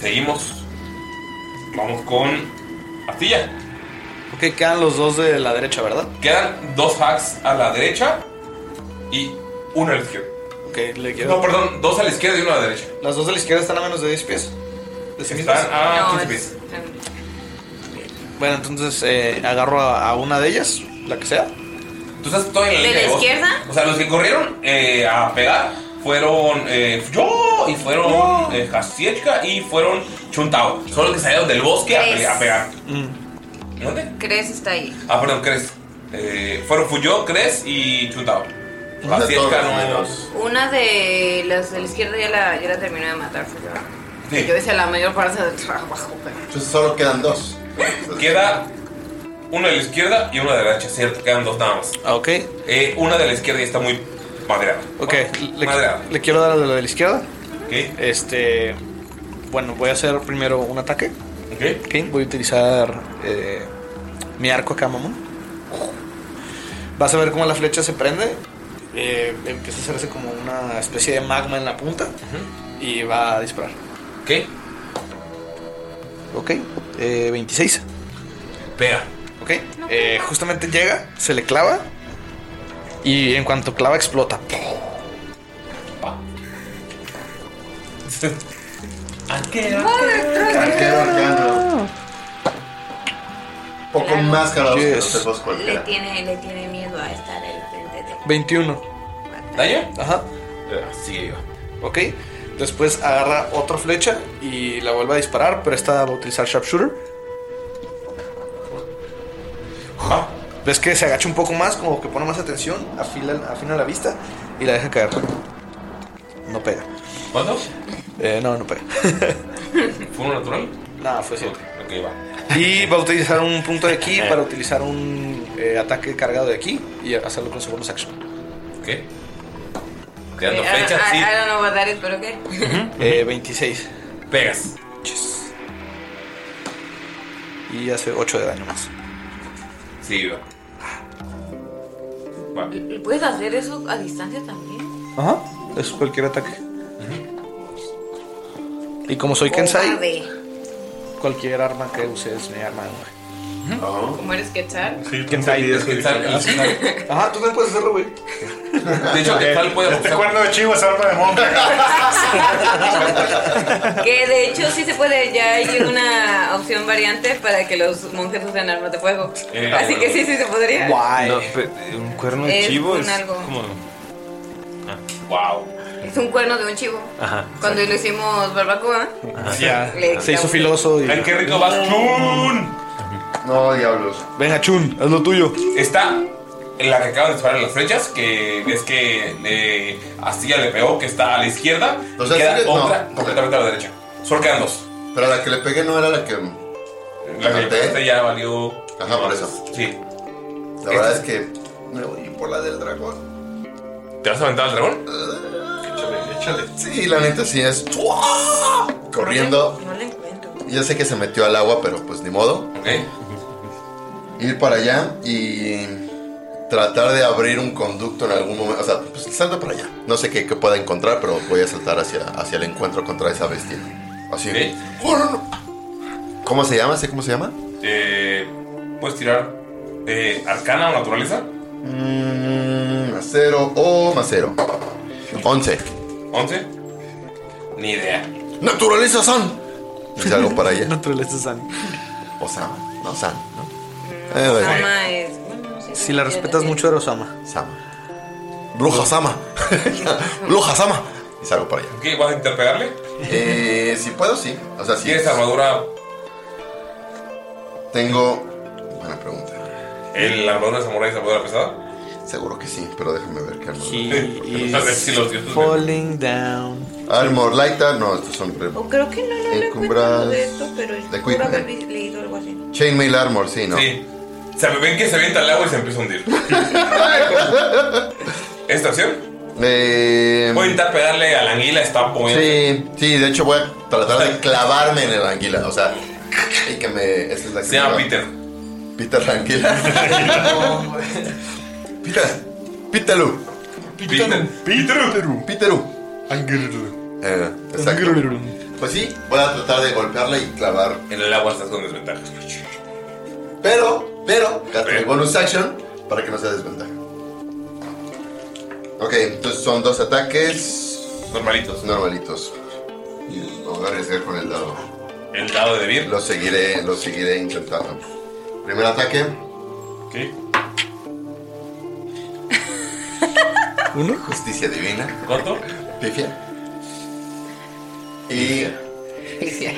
S1: Seguimos. Vamos con Astilla.
S2: Ok, quedan los dos de la derecha, ¿verdad?
S1: Quedan dos hacks a la derecha y uno a la izquierda.
S2: Ok, le quiero.
S1: No, perdón, dos a la izquierda y uno a la derecha.
S2: Las dos de la izquierda están a menos de 10 pies. ¿De sí mismas?
S1: Están a
S4: No,
S1: 15
S4: es-
S1: pies.
S2: Bueno, entonces eh, agarro a, a una de ellas, la que sea.
S1: Tú estás todo en la
S4: ¿De
S1: línea
S4: la
S1: vos.
S4: izquierda?
S1: O sea, los que corrieron eh, a pegar fueron eh, yo y fueron eh, Hasiechka y fueron Chuntao. Son los que salieron del bosque a, pe- a pegar.
S5: Mm.
S1: ¿Dónde?
S4: ¿Crees está ahí?
S1: Ah, perdón, Cres. Eh, fueron Fuyo, Cres y Chuntao.
S5: O sea, todos
S1: Hasiechka no.
S5: menos-
S4: Una de las de la izquierda ya la, ya la terminé de matar. fue yo.
S1: Sí.
S4: Yo hice la mayor parte del trabajo, pero.
S5: Entonces solo quedan dos.
S1: Queda una de la izquierda y una de la derecha, ¿cierto? Quedan dos nada más.
S2: Ah, ok.
S1: Eh, una de la izquierda ya está muy madreada.
S2: Ok, le,
S1: Madreada.
S2: le quiero dar a la de la izquierda.
S1: ¿Ok?
S2: Este. Bueno, voy a hacer primero un ataque.
S1: ¿Ok?
S2: Ok, voy a utilizar eh, mi arco acá, mamón. Vas a ver cómo la flecha se prende. eh, empieza a hacerse como una especie de magma en la punta. Y va a disparar.
S1: ¿Ok?
S2: Ok, eh, 26.
S1: Pega.
S2: Ok, eh, justamente llega, se le clava. Y en cuanto clava, explota.
S5: Poco más calados que los
S2: Yes.
S5: elfos cualquiera.
S4: Le tiene, le tiene miedo a estar al frente de
S2: 21.
S1: ¿Daño?
S2: Ajá. Eh,
S1: Sigue viva.
S2: Ok. Después agarra otra flecha y la vuelve a disparar, pero esta va a utilizar sharpshooter. Ves que se agacha un poco más, como que pone más atención, afila, afina la vista y la deja caer. No pega.
S1: ¿Cuánto?
S2: Eh, no, no pega. (laughs)
S1: ¿Fue uno natural?
S2: Nada, fue siete.
S1: Ok, va.
S2: Y va a utilizar un punto de aquí para utilizar un eh, ataque cargado de aquí y hacerlo con su bonus action.
S1: ¿Qué?
S4: I,
S1: Tirando
S4: I-
S1: flechas,
S4: I-
S1: sí.
S4: I don't know what that is, pero qué.
S2: Eh, 26.
S1: Pegas.
S2: Y hace 8 de daño más.
S1: Sí, viva.
S4: ¿Y puedes hacer eso a distancia también?
S2: Ajá, es cualquier ataque. Y como
S4: Oh,
S2: soy Kensai,
S4: Cobarde.
S2: cualquier arma que use es mi arma. güey.
S12: ¿Cómo eres
S2: (laughs)
S12: Quetzal?
S3: Sí,
S2: Kensai,
S3: eso,
S2: Ajá, tú también puedes hacerlo, güey.
S1: De hecho, que tal puede
S3: Este cuerno de chivo es arma de monja.
S4: Que de hecho sí se puede, ya hay una opción variante para que los monjes usen armas de fuego.
S7: Eh,
S4: Así
S7: bueno.
S4: que sí, sí se podría.
S7: No, pe- un cuerno de
S4: Es
S7: chivo
S4: un
S7: es
S4: algo.
S7: como.
S1: Wow.
S4: Es un cuerno de un chivo.
S7: Ajá.
S4: Cuando lo hicimos barbacoa,
S2: Ya,
S4: Le
S2: se hizo
S4: quitamos-
S2: filoso. Y...
S1: Ay, qué rico vas, Chun.
S5: No, diablos.
S2: Venga, Chun, haz lo tuyo.
S1: Está la que acaba de disparar las flechas, que ves que le, así ya le pegó, que está a la izquierda.
S5: O sea,
S1: y queda
S5: sí que- no.
S1: otra completamente a la derecha. Solo quedan dos.
S5: Pero la que le pegué no era la que.
S1: La que
S5: maté.
S1: este ya valió.
S5: Ajá, por eso.
S1: Sí.
S5: La verdad
S7: Este-
S5: es que me voy por la del dragón.
S1: ¿Te vas a aventar al dragón?
S5: Échale, échale. Sí, la neta sí es. Corriendo.
S4: No le encuentro.
S5: Ya sé que se metió al agua, pero pues ni modo.
S1: Ok.
S5: (laughs) Ir para allá y tratar de abrir un conducto en algún momento. O sea, pues salto para allá. No sé qué, qué pueda encontrar, pero voy a saltar hacia, hacia el encuentro contra esa bestia. Así.
S1: Ok.
S5: ¿Cómo se llama? ¿Sé cómo se llama?
S1: Eh, Puedes tirar eh, arcana o naturaleza.
S5: Mm, más cero o más cero. Once.
S1: 11. Ni idea.
S5: ¡Naturaleza
S2: (laughs)
S5: San! Y salgo para allá.
S2: Naturaleza San.
S5: O Sama. No, San, ¿no? Eh, da igual.
S4: Sama es. Bueno, no sé.
S2: Si la respetas mucho, eres Osama.
S5: Sama. Bruja Sama. (laughs) Bruja Sama. Y salgo para allá.
S1: Ok, ¿Vas a intentar pegarle?
S5: Eh, si puedo, sí. O sea, sí.
S1: ¿Tienes armadura?
S5: Tengo. Buena pregunta.
S1: ¿El la armadura de samurái es armadura pesada?
S5: Seguro que sí, pero déjame ver qué armadura. (laughs)
S2: He
S1: A ver si los
S2: is
S1: dioses-
S2: falling down.
S5: Armor Lighter. No, estos son.
S4: O creo que no lo
S5: En
S4: le encuentro
S5: cumbras
S4: de esto, pero es
S5: de
S4: puro
S5: Queen,
S4: haber
S5: ¿eh?
S4: vi- leído algo así. (laughs)
S5: Chainmail Armor, sí, ¿no?
S1: Sí. O sea, ven que se avienta al agua y se empieza a hundir. ¿Esta acción?
S5: Eh,
S1: Voy a intentar pegarle a la anguila, está moviendo.
S5: sí, sí, de hecho voy a
S1: (laughs)
S5: tratar de clavarme en el anguila. O sea, y que me. Esa es la que
S1: Se llama
S5: me va-
S1: Peter.
S5: Peter la
S1: (laughs)
S5: anguila. Peter. Peterlu.
S1: Peter.
S3: Peteru.
S5: Peteru.
S3: Anguirru.
S5: (laughs) Eh, exacto. Pues sí, voy a tratar de golpearla y clavar.
S1: En el agua estás con desventaja.
S5: Pero, pero, gasto mi
S1: Pero.
S5: bonus action para que no sea desventaja. Ok, entonces son dos ataques
S1: Normalitos.
S5: normalitos. Y lo voy a arriesgar con el dado.
S1: El dado de Vir.
S5: Lo seguiré, lo seguiré intentando. Primer ataque,
S1: Ok.
S2: ¿Uno?
S5: justicia divina,
S1: ¿Cuánto?
S5: pifia. Y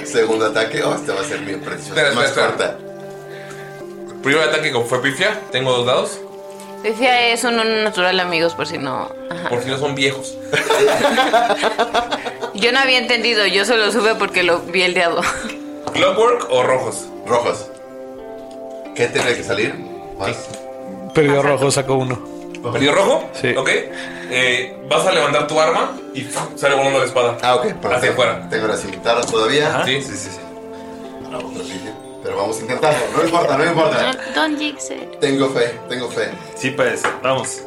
S5: segundo ataque, oh, este va a ser mi precioso,
S1: Espera,
S5: más
S1: espera,
S5: corta.
S1: Primer ataque como fue pifia. Tengo dos dados.
S12: Decía es un uno natural, amigos, por si no. Ajá.
S1: Por si no son viejos.
S12: Yo no había entendido, yo solo supe porque lo vi el deado.
S1: ¿Clockwork o rojos?
S5: Rojos. ¿Qué tiene que salir? Más.
S2: Perdió rojo, sacó uno.
S1: ¿Perdido rojo?
S2: Sí.
S1: Ok. Eh, vas a levantar tu arma y ¡fum! sale volando la espada.
S5: Ah, ok.
S1: Hacia
S5: perfecto.
S1: afuera.
S5: Tengo las invitadas todavía.
S1: Sí, sí, sí. sí.
S5: Pero vamos a intentarlo, no importa, no importa.
S6: Don't jinx it.
S5: Tengo fe, tengo fe.
S7: Sí, pues, vamos.
S5: (laughs)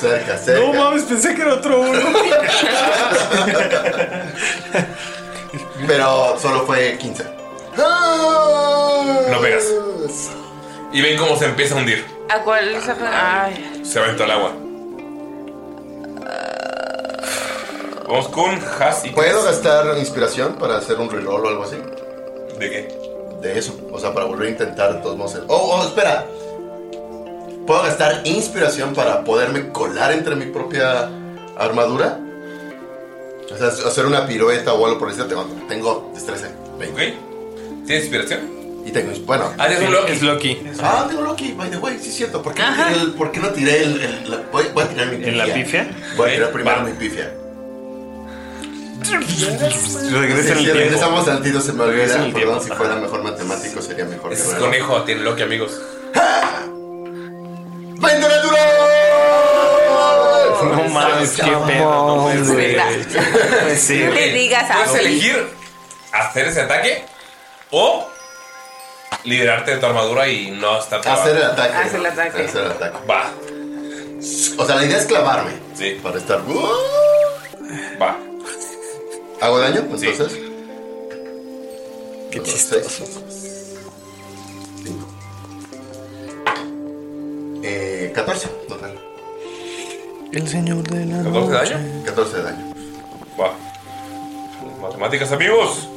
S5: Cerca, cerca.
S8: pensé que era otro uno.
S5: Pero solo fue 15.
S1: No pegas. Y ven cómo se empieza a hundir.
S4: ¿A cuál se fue? Ay.
S1: Se aventó al agua. Vamos con Has y
S5: ¿Puedo gastar inspiración para hacer un reroll o algo así?
S1: ¿De qué?
S5: De eso. O sea, para volver a intentar de todos modos. el- Oh, oh, espera. ¿Puedo gastar inspiración para poderme colar entre mi propia armadura? O sea, hacer una pirueta o algo por el estilo. Tengo, tengo destreza.
S1: ¿Tienes inspiración?
S5: Y tengo, bueno.
S1: Ah, tienes un Loki. Es
S7: Loki.
S5: Ah, tengo Loki, by the way, sí es cierto. ¿Por qué, no tiré el- por qué no tiré el. el- la- voy, voy a tirar mi pifia.
S7: ¿En la pifia?
S5: Voy a tirar primero mi pifia.
S1: Regresa en el
S5: Sí, sí,
S1: tiempo.
S5: Regresamos tantito, se me
S1: Regresa en
S5: olvida.
S1: el
S5: Perdón, si fuera mejor matemático sería mejor.
S1: Ese es
S5: guerrero.
S1: conejo, tiene Loki, amigos.
S5: ¡20 natural!
S1: No mames, qué pedo. No Pues puedes
S7: Eh,
S4: No le digas a
S1: Puedes
S4: Loki. (laughs)
S1: elegir hacer ese ataque o liberarte de tu armadura y no estar
S5: Hacer el ataque.
S4: Hacer el ataque.
S5: Hacer el ataque.
S1: Va.
S5: O sea, la idea es clavarme. Sí. Para estar. ¡Uh!
S1: Va.
S5: ¿Hago daño? Entonces. Qué Eh, 14 total.
S2: El señor de la
S1: 14 de daño.
S5: 14 de daño.
S1: Va. Matemáticas, amigos.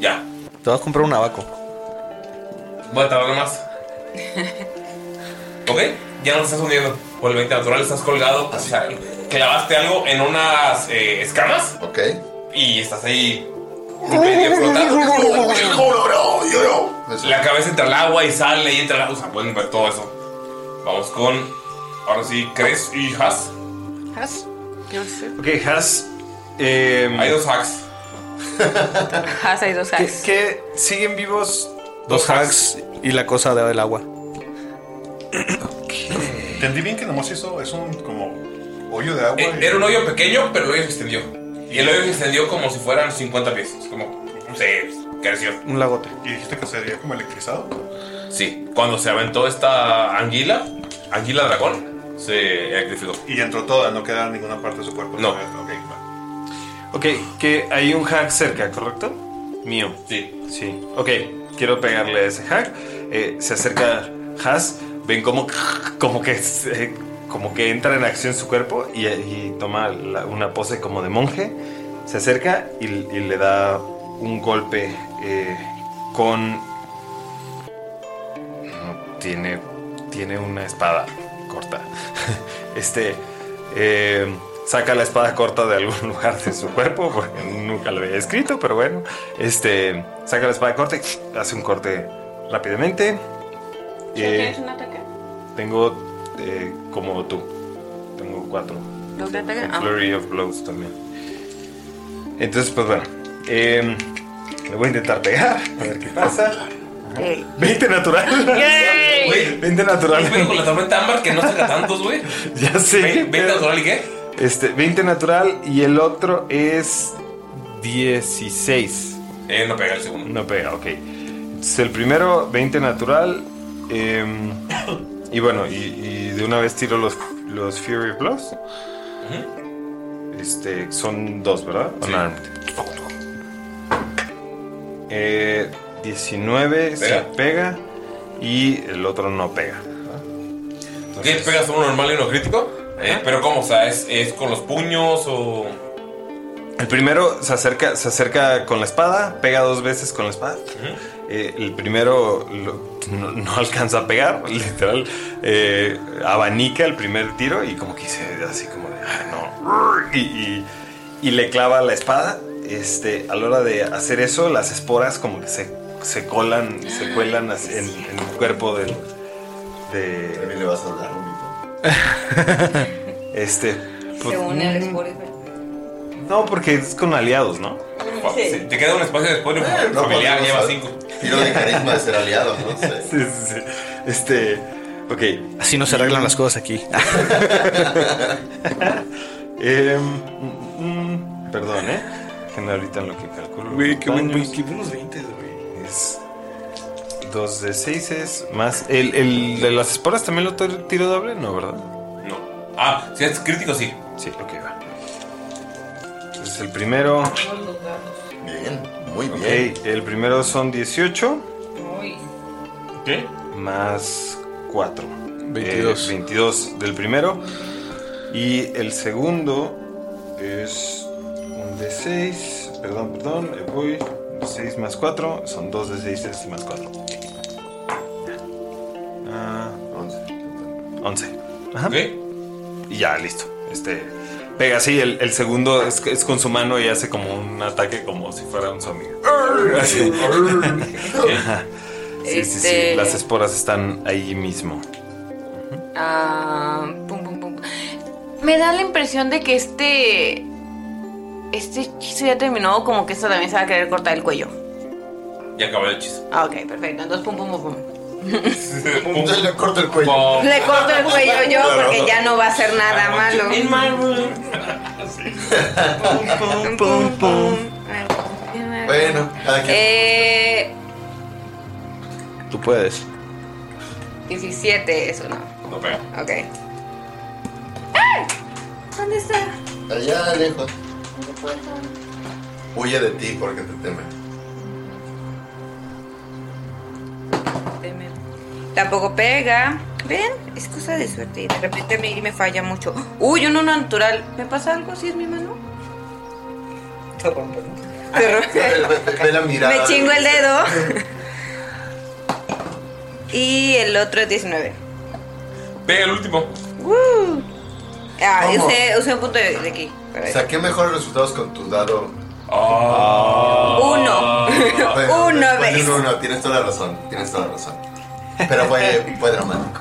S1: Ya.
S2: Te vas a comprar un abaco.
S1: Voy a tardar
S5: (laughs)
S1: más. ¿Ok? Ya no te estás hundiendo. Por el 20 natural estás colgado. O sea, clavaste algo en unas eh, escamas.
S5: Ok.
S1: Y estás ahí. medio flotando. La cabeza entra al agua y sale y entra al agua. O sea, pueden ver todo eso. Vamos con. Ahora sí, Cres y Has.
S4: Has. Yo no sé.
S7: Ok, Has.
S1: Hay Em, dos hacks.
S4: Has, hay dos has.
S7: ¿Qué? ¿Siguen vivos?
S2: Dos hacks y la cosa del agua.
S5: eh,
S3: Entendí bien que nomás hizo, es un como hoyo de agua.
S1: Eh, Era un hoyo pequeño, pero el hoyo se extendió. Y el hoyo se extendió como si fueran 50 pies. Es como. Se creció.
S2: Un lagote.
S3: ¿Y dijiste que sería como electrizado?
S1: Sí, cuando se aventó esta anguila, anguila dragón, se electrificó.
S3: Y entró toda, no queda ninguna parte de su cuerpo.
S1: No.
S7: (laughs)
S3: Ok,
S7: Ok, que hay un hack cerca, ¿correcto? Mío.
S1: Sí.
S7: Sí. Ok, quiero pegarle a ese hack. Eh, se acerca Has. Ven como, como que se- como que entra en acción su cuerpo y, y toma la- una pose como de monje. Se acerca y, y le da un golpe eh, con. No, tiene. Tiene una espada corta. (laughs) Este. eh, saca la espada corta de algún (laughs) lugar de su cuerpo. porque nunca lo había escrito, pero bueno. Este. Saca la espada corta y (sniffs) hace un corte rápidamente. Eh,
S4: ¿Tienes un ataque?
S7: tengo. eh, como tú. Tengo cuatro.
S4: ¿Doble ataque?
S7: Con
S4: Ah.
S7: Flurry of Blows también. Entonces, pues bueno. em, le voy a intentar pegar. A ver qué pasa.
S4: Ey.
S7: 20 natural.
S1: Yay.
S7: Güey, 20 natural.
S1: Pero con la tormenta ámbar que no saca tantos, güey.
S7: (laughs) Ya sé.
S1: 20 natural y qué?
S7: Este, 20 natural y el otro es 16.
S1: Eh, no pega el segundo.
S7: No pega, ok. Entonces el primero, 20 natural. em, y bueno, y, y de una vez tiro los, los Fury Plus. Este, son dos, ¿verdad? Unarmed. Eh, 19 se
S1: Pega.
S7: pega y el otro no pega.
S1: ¿Qué pegas uno normal y uno crítico? Eh, pero ¿cómo? O sea, ¿es, ¿es con los puños o...?
S7: El primero se acerca, se acerca con la espada, pega dos veces con la espada. Eh, el primero lo- no, no alcanza a pegar, (laughs) literal. eh, abanica el primer tiro y como que se así como de, "Ah, no. Y, y- y le clava la espada. Este, a la hora de hacer eso, las esporas como que se, se colan,
S1: Ah,
S7: se cuelan así en, en el cuerpo del... De...
S5: También le vas a hablar,
S7: (laughs) Este... pues,
S4: Se une al Spotify.
S7: no, porque es con aliados, ¿no?
S1: Sí, Te queda un espacio después de
S7: Eh, no
S1: familiar,
S7: podemos
S1: lleva
S7: saber.
S1: cinco.
S5: Tiro de carisma de ser aliado,
S2: (laughs)
S5: ¿no? Sí.
S7: Sí, sí, sí. Este. Ok.
S2: Así no se arreglan las cosas aquí.
S7: Em, mm, mm, perdón, ¿eh? Déjenme ahorita en lo que calculo.
S2: Güey,
S7: los
S2: qué buen-
S7: daños.
S2: qué buenos 20, güey.
S7: Es. Dos de seis es más. El, el de las esporas también lo to- tiro doble, ¿no, verdad?
S1: No. Ah, si es crítico, sí.
S7: Sí, ok, va. Entonces el primero.
S5: Bien, muy
S7: bien. el primero son 18.
S12: Uy.
S1: ¿Qué?
S7: Más Eh, 4.
S2: 22.
S7: 22 del primero. Y el segundo es un de 6. Perdón, perdón, me voy. 6 más 4 son 2 de 6, 3 más 4. Ah, 11. 11. Ajá. Y ya, listo. Este. Pega así, el, el segundo es, es con su mano y hace como un ataque como si fuera un zombie. Así. Ajá. Sí, sí, sí.
S4: Este-
S7: Las esporas están ahí mismo.
S4: Ah, pum, pum, pum. Me da la impresión de que este. Este hechizo ya terminó, como que esto también se va a querer cortar el cuello.
S1: Ya acabó el hechizo.
S4: Ah, ok, perfecto. Entonces, pum, pum, pum, pum.
S1: Le corto el cuello.
S7: Oh.
S4: Le corto el cuello
S7: (laughs)
S4: yo porque ya no va a hacer nada malo.
S5: Pum, pum, pum. Bueno, cada quien.
S4: Eh,
S2: Tú puedes.
S4: 17, eso no.
S1: No pega.
S4: Ok. ¡Ah! ¿Dónde está?
S5: Allá lejos. Huye de ti porque te teme.
S4: Tampoco pega. ¿Ven? Es cosa de suerte y de repente a mí me falla mucho. Uy, uno no natural. ¿Me pasa algo si es mi mano? Te rompe.
S5: (laughs) Ve- ve- ve la mirada.
S4: Me chingo el dedo. y el otro es 19.
S1: Pega el último.
S4: ¡Woo! Ah,
S5: ¿Cómo?
S4: usé, usé un punto de, de aquí. para eso.
S5: Saqué mejores resultados con tu dado.
S1: Ah.
S4: (laughs) Uno.
S5: Bueno,
S4: Uno,
S5: después de
S4: ¿ves?
S5: un uno, tienes toda la razón. Tienes toda la razón. Pero fue, fue dramático.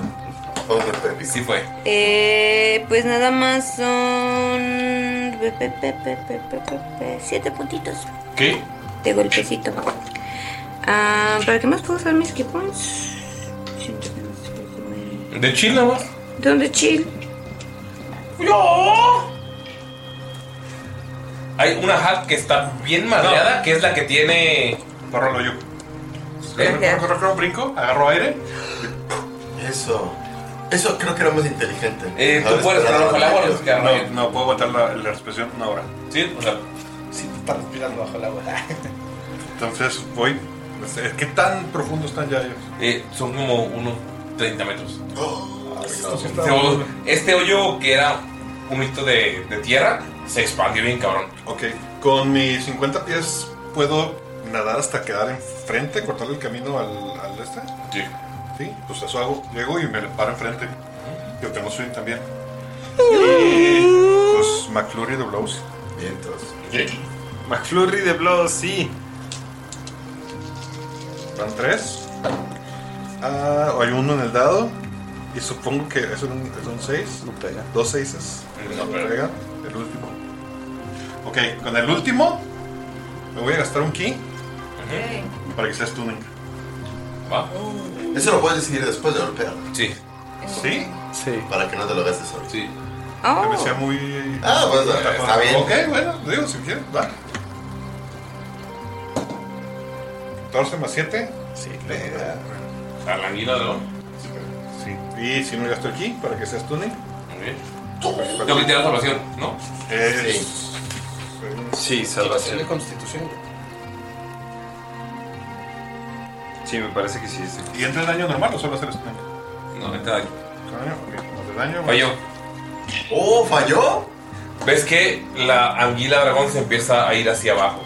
S5: Fue un golpe épico.
S1: Sí fue.
S4: Eh, pues nada más son. pe, pe, pe, pe, pe, pe, pe, pe, Siete puntitos
S1: ¿Qué?
S4: de golpecito. Ah, ¿Para qué más puedo usar mis key points?
S1: De chill nada más.
S4: ¿Dónde chill?
S1: Hay una hack que está bien madreada, que es la que tiene.
S3: Corro yo.
S1: ¿Eh?
S3: Corro, corro, corro, brinco, agarro aire.
S5: Eso. Eso creo que era más inteligente.
S3: Eh,
S5: Haber esperado varios.
S3: No, no, puedo aguantar la, la respiración una hora.
S1: Sí, o sea.
S3: Sí, está respirando bajo el agua. Entonces voy. no sé, ¿Qué tan profundo están ya ellos?
S1: Eh, son como unos 30 metros.
S3: esto sí está
S1: Este hoyo-
S3: bueno.
S1: este hoyo que era un hito de, de tierra se expandió bien, cabrón.
S3: Ok, con mis 50 pies puedo nadar hasta quedar enfrente, cortarle el camino al, al este.
S1: Sí.
S3: Sí, pues eso hago. Llego y me paro enfrente. Yo tengo swing también. Y pues McFlurry de Blows.
S5: Vientos.
S8: McFlurry de Blows, sí.
S3: Van tres. Ah, hay uno en el dado. Y supongo que es un 6. No pega. Dos seises.
S1: No
S3: pega. El último. Ok, con el último me voy a gastar un ki para que sea stunning.
S1: Va.
S5: Eso lo puedes decidir después de golpear.
S1: Sí.
S3: ¿Sí? Oh.
S2: Sí.
S5: Para que no te lo gastes ahorita.
S1: Sí.
S3: Que me sea muy.
S5: Ah, pues,
S1: eh,
S3: Tapado.
S5: está bien.
S3: Ok, bueno, digo, si quieres, va. 14 más 7. Sí, le da.
S1: A la anguila de oro.
S3: Sí. Y si no gasto aquí, para que sea stunning.
S1: Muy bien. Tengo que tirar salvación, ¿no?
S3: Es.
S7: Sí,
S1: de
S7: salvación.
S1: constitución.
S7: Sí, me parece que sí. sí.
S3: ¿Y entra el daño normal o solo hacer stunning?
S1: No, entra daño.
S3: ¿Entra daño? Ok, más de daño. más-
S1: Falló.
S5: Oh, falló.
S1: ¿Ves que la anguila dragón se empieza a ir hacia abajo?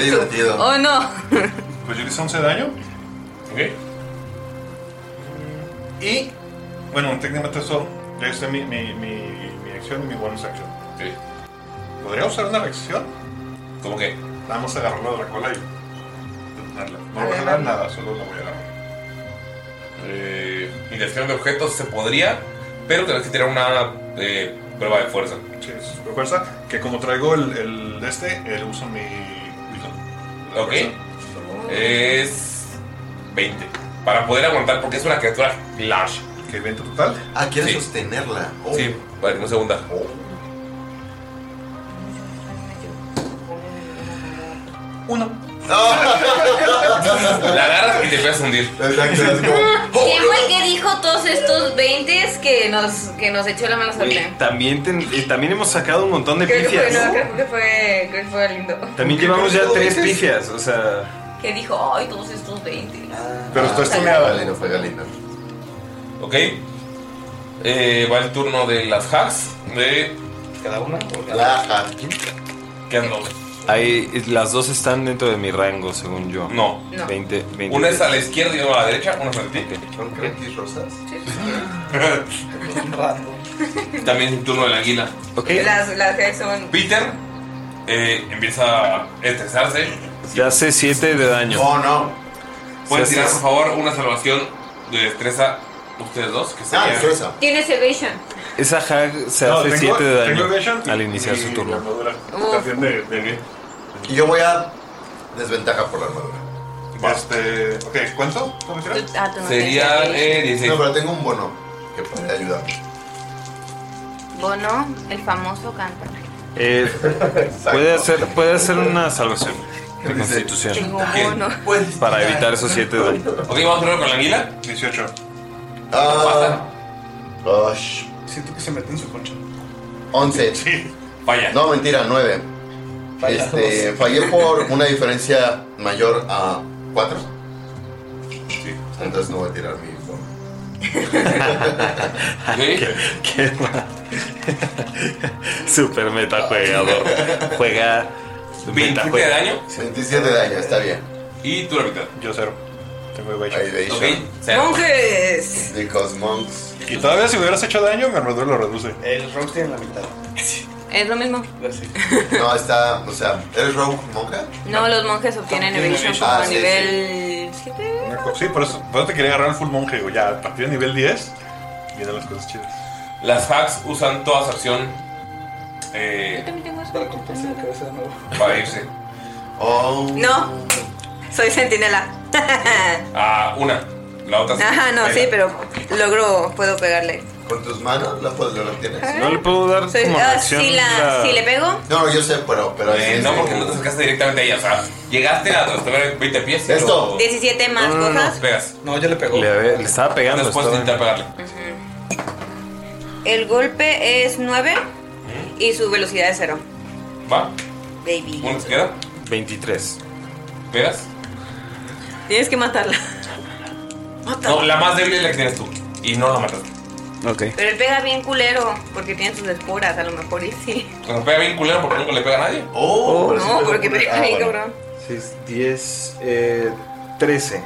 S4: (laughs)
S5: divertido.
S4: Oh no.
S3: Pues yo le hice 11 de daño.
S1: Ok.
S3: Y. Bueno, técnicamente eso. Ya hice mi, mi, mi, mi acción y mi bonus action.
S1: Sí.
S3: ¿Podría usar una reacción?
S1: ¿Cómo que?
S3: Vamos a agarrarlo de la cola y detenerla. No voy a agarrar nada, solo la voy a agarrar.
S1: Eh, indicación de objetos se podría, pero tenés que tirar una eh, prueba de fuerza.
S3: Sí, es de fuerza. Que como traigo el, el de este, eh, uso mi. wisdom. La
S1: Ok.
S3: fuerza.
S1: Es 20. Para poder aguantar, porque es una criatura large.
S3: Que 20 total. Oh.
S5: Ah, quieres
S1: Sí.
S5: sostenerla. Oh.
S1: Sí, para que no se hunda.
S3: (laughs) Uno.
S1: La agarras y te empiezas a hundir.
S5: Exacto, es
S3: Oh,
S5: como.
S4: ¿Quién fue el que dijo todos estos 20 que nos, que nos echó la mala suerte?
S7: También, ten- eh, también hemos sacado un montón de
S4: Creo que fue,
S7: pifias.
S4: no, creo que fue, creo que fue lindo.
S7: También llevamos ya tres pifias, o sea.
S4: Que dijo, ay, todos estos 20.
S13: Ah.
S3: Pero está estuneada.
S5: Galino, fue Galino.
S1: Ok. Eh, va el turno de las hacks. de cada una. o Quedan dos.
S7: Ahí, eh, las dos están dentro de mi rango, según yo.
S1: No.
S4: No.
S7: 20, 20.
S1: Una es a la izquierda y una a la derecha, una es a ti.
S5: ¿Son croquis rosas?
S1: (laughs) También es un turno de la águila.
S4: Las, las que son.
S1: Peter eh, empieza a estresarse.
S7: Se hace 7 de daño.
S1: Oh, no. Pueden
S7: Sí,
S1: tirar,
S7: sí.
S1: por favor, una salvación de destreza ustedes dos. Que
S5: Ah,
S1: destreza.
S4: Tiene Evasion.
S7: Esa hack se
S1: No,
S7: hace
S1: tengo-
S7: 7 de daño
S1: tengo evasion
S7: al iniciar su turno.
S5: Estación de, Y yo voy a desventaja por la armadura.
S3: Este, ok, ¿cuánto? ¿Cómo será?
S4: Ah, tú no
S1: Sería
S4: tienes
S1: eh, 16.
S5: No, pero tengo un bono que puede ayudar.
S4: Bono, el famoso
S7: (laughs)
S4: canta.
S7: Eh, puede, hacer, puede hacer una salvación de constitución
S4: Tengo bono.
S7: para evitar esos 7 de daño.
S1: Ok, vamos primero con la águila. (laughs)
S3: 18.
S5: Ah.
S13: Siento que se mete en su concha.
S5: 11.
S1: (laughs) Falla.
S5: No, mentira, 9. Este, fallé por una diferencia mayor a 4. Entonces no voy a tirar mi
S7: qué, qué mal. (laughs) Super metajuegador. Juega.
S1: 27 de daño.
S5: 27 de daño, está bien.
S1: Y tú la mitad.
S3: Yo cero. Tengo
S5: evasion.
S1: Ok,
S4: Monjes.
S5: Because monks.
S3: Y todavía si hubieras hecho daño, mi armadura lo reduce.
S13: El rogue tiene la mitad.
S4: Es lo mismo.
S5: (laughs) No, está, o sea, ¿eres rogue monja?
S4: No, los monjes obtienen
S3: Obtienen
S4: Evasion
S3: evasion.
S4: como
S3: Ah,
S4: a
S3: sí,
S4: nivel 7.
S3: Una co- Sí, por eso, por eso te quería agarrar el full monje. Digo, ya, a partir de nivel 10, vienen las cosas chidas.
S1: Las hacks usan toda su acción eh,
S13: Para cortarse la cabeza de nuevo.
S1: para irse.
S5: Oh.
S4: No, soy sentinela. (laughs)
S1: Ah, una. La otra
S4: Ajá, no, sí, pero logro, puedo pegarle.
S5: Con tus manos la puedes, la tienes.
S7: No le puedo dar
S4: Soy-
S5: como
S4: ah,
S5: reacción
S4: si, la-
S5: la-
S4: si le pego,
S5: No, yo sé, pero. pero
S1: Eh, no, porque no te acercaste directamente a ella. O sea, llegaste a hasta 20 pies.
S5: Esto.
S4: 17
S1: Ah,
S4: más cosas.
S1: pegas.
S13: No, ya le pegó.
S7: Le, le estaba pegando.
S1: Después de intentar pegarle.
S4: El golpe es 9 y su velocidad es 0.
S1: Va.
S4: Baby.
S1: ¿Uno se queda?
S7: 23.
S1: ¿Pegas?
S4: Tienes
S1: (laughs)
S4: que matarla.
S1: No, la más débil es la que tienes tú. Y no la mataste.
S7: Ok.
S4: Pero él pega bien culero porque tiene sus esporas, a lo mejor y sí.
S1: Cuando pega bien culero porque nunca le pega a nadie.
S5: Oh,
S4: No, porque pega
S1: Ah,
S4: bien cabrón.
S8: 6, 10, eh, 13.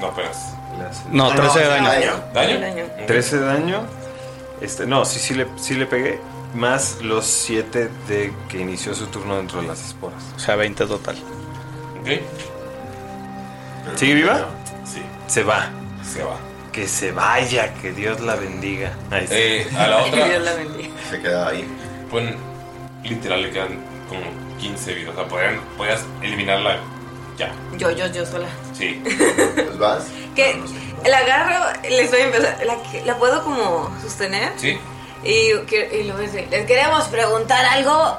S1: No pegas.
S8: No, Ah, 13 de no, daño.
S1: ¿Daño?
S4: Daño.
S7: 13 de daño. Este, no, sí, sí le, sí le pegué. Más los 7 de que inició su turno dentro de las esporas. O sea, 20 total. ¿Sigue viva?
S1: Sí.
S7: Se va.
S1: Se va.
S7: Que se vaya, que Dios la bendiga. Ahí está.
S1: Eh, a la otra.
S5: Se queda ahí.
S1: Pues literal le quedan como 15 vidas. O sea, podrían, podrías eliminarla ya.
S4: Yo, yo, yo sola.
S1: Sí.
S5: Pues vas.
S4: Que la agarro, le estoy empezando. La, la puedo como sostener.
S1: Sí.
S4: Y, que- y luego dice, les queremos preguntar algo.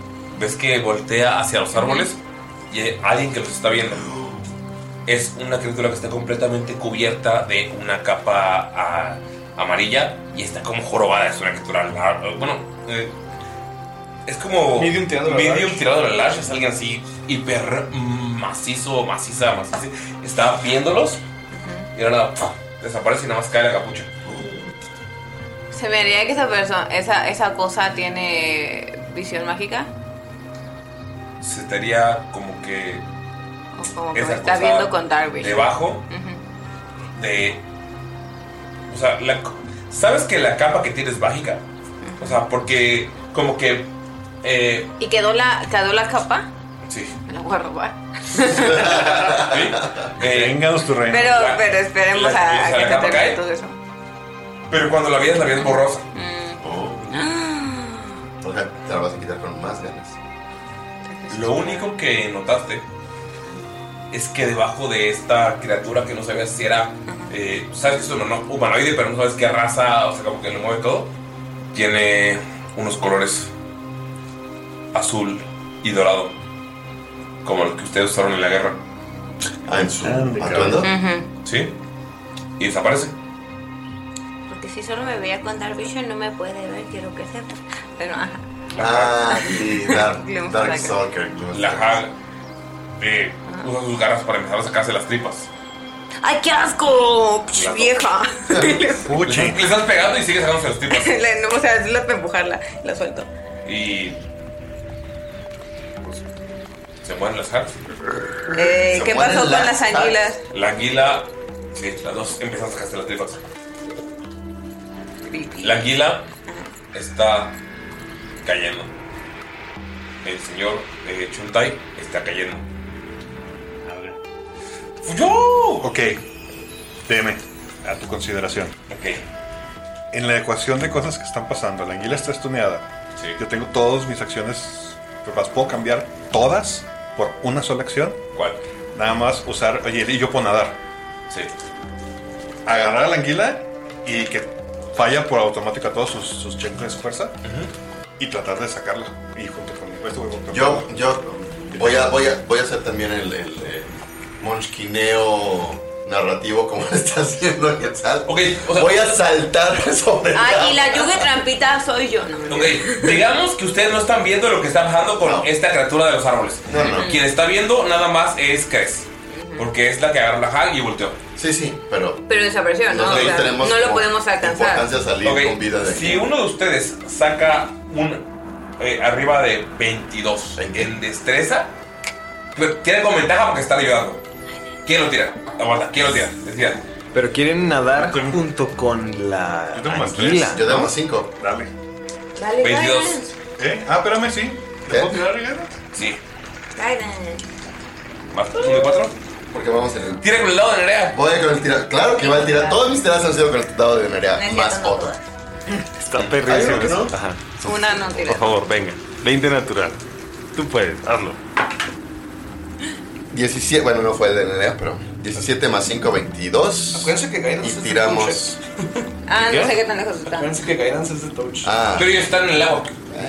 S1: ves que voltea hacia los árboles y hay alguien que los está viendo. Es una criatura que está completamente cubierta de una capa ah, amarilla y está como jorobada. Es una criatura lar- Bueno, eh, es como.
S13: Medium tirado a la
S1: medium
S13: large.
S1: tirado a la large, Es alguien así hiper macizo, maciza, maciza. Está viéndolos y ahora nada, ¡pum! desaparece y nada más cae la capucha.
S4: Se vería que esa persona, esa, esa cosa tiene visión mágica.
S1: Se estaría como que
S4: O como que
S1: Esa
S4: me está
S1: cosa
S4: viendo con Darby.
S1: debajo de. O sea, la- sabes que la capa que tienes es mágica. O sea, porque como que. eh,
S4: Y quedó la, quedó la capa.
S1: sí.
S4: Me la voy a robar.
S3: Vengados tu reino.
S4: Pero, pero esperemos
S1: eh, la-
S4: a,
S1: o sea,
S4: a que
S1: la
S4: se
S1: capa
S4: termine
S1: cae.
S4: todo eso.
S1: Pero cuando la vienes, la vienes borrosa. Oh.
S5: O sea, te la vas a quitar con más ganas.
S1: Lo único que notaste es que debajo de esta criatura que no sabías si era. eh, sabes que es humano- humanoide, pero no sabes qué raza, o sea, como que lo mueve todo. Tiene unos colores azul y dorado, como el que ustedes usaron en la guerra. Ah, en su
S5: atuendo.
S4: Ujú.
S1: Sí. Y desaparece.
S6: Porque si solo me veía con Dark Vision no me puede ver, quiero que sepa. Pero ajá.
S5: Ah, sí, Dark,
S6: Gloom Saga.
S5: Dark Stalker. Gloom
S1: La Hag eh, usa sus garras para empezar a sacarse las tripas.
S6: ¡Ay, qué asco!
S4: Pues,
S6: Psh,
S1: Claro.
S6: vieja.
S1: Le le (laughs) estás pegando y sigue sacándose las
S4: (laughs)
S1: tripas.
S4: La- no, o sea, es la para empujarla, la suelto.
S1: Y. pues, se mueren las hags.
S4: Eh,
S1: Mm. Se
S4: ¿Qué
S1: mueren
S4: pasó con las
S1: hags.
S4: anguilas?
S1: (laughs) La anguila. Sí, las dos empiezan a sacarse las tripas. La anguila está cayendo. El señor eh, Chuntai está cayendo.
S3: ¡Yo! Ok. Deme a tu consideración.
S1: Ok.
S3: En la ecuación de cosas que están pasando, la anguila está estuneada. Yo tengo todas mis acciones, pero las puedo cambiar todas por una sola acción.
S1: ¿Cuál?
S3: Nada más usar, oye, y yo puedo nadar.
S1: Sí.
S3: Agarrar a la anguila y que falla por automático a todos sus, sus checkpoints de fuerza y tratar de sacarla. Y junto conmigo, este voy a-
S5: Yo, yo voy a, voy a, voy a hacer también el, el, eh, monchquineo narrativo como (laughs) lo está haciendo Quetzal. voy a saltar (laughs) sobre
S4: Ah,
S6: Ay, y la lluvia trampita soy yo. No,
S1: Ok, digamos que ustedes no están viendo lo que está pasando con esta criatura de los árboles. Quien está viendo nada más es Cres. Porque es la que agarró la hag y volteó.
S5: Sí, sí, pero.
S4: Pero desapareció, ¿no?
S1: Nosotros
S4: O sea,
S1: tenemos
S4: no lo
S1: como
S4: podemos alcanzar.
S5: salir con vida de
S1: Si uno de ustedes saca un. eh, arriba de 22 en destreza, pero tiene con ventaja porque está ayudando. ¿Quién lo tira? Aguanta, ¿quién lo tira? Decía.
S8: Pero quieren nadar junto con la. Yo
S1: tengo más
S5: tres, yo tengo más cinco.
S3: Dale.
S6: Dale,
S1: 22.
S3: ¿Eh? Ah, espérame, sí. ¿Le puedo tirar, Ricardo?
S1: Sí.
S6: Guidance.
S1: ¿Más uno de cuatro?
S5: Porque vamos en el.
S1: Tira con el lado de Nerea.
S5: Voy con el tira. Claro que va a tirar. Todas mis tiras han sido con el dado de Nerea. Más otro.
S7: Está
S5: Hay uno
S7: perrísimo
S5: que
S7: eso.
S5: no.
S7: Ajá.
S4: Una no tira.
S7: Por favor, venga. 20 natural. Tú puedes, hazlo.
S5: 17, bueno, no fue el de Nerea, pero 17 más 5, 22.
S13: Acuérdense que Guidance
S5: Y
S13: es de
S5: tiramos.
S4: Ah,
S5: ¿Qué?
S4: no sé qué tan lejos está.
S13: Acuérdense que Guidance es de touch.
S5: Ah.
S1: Pero ellos están en el agua.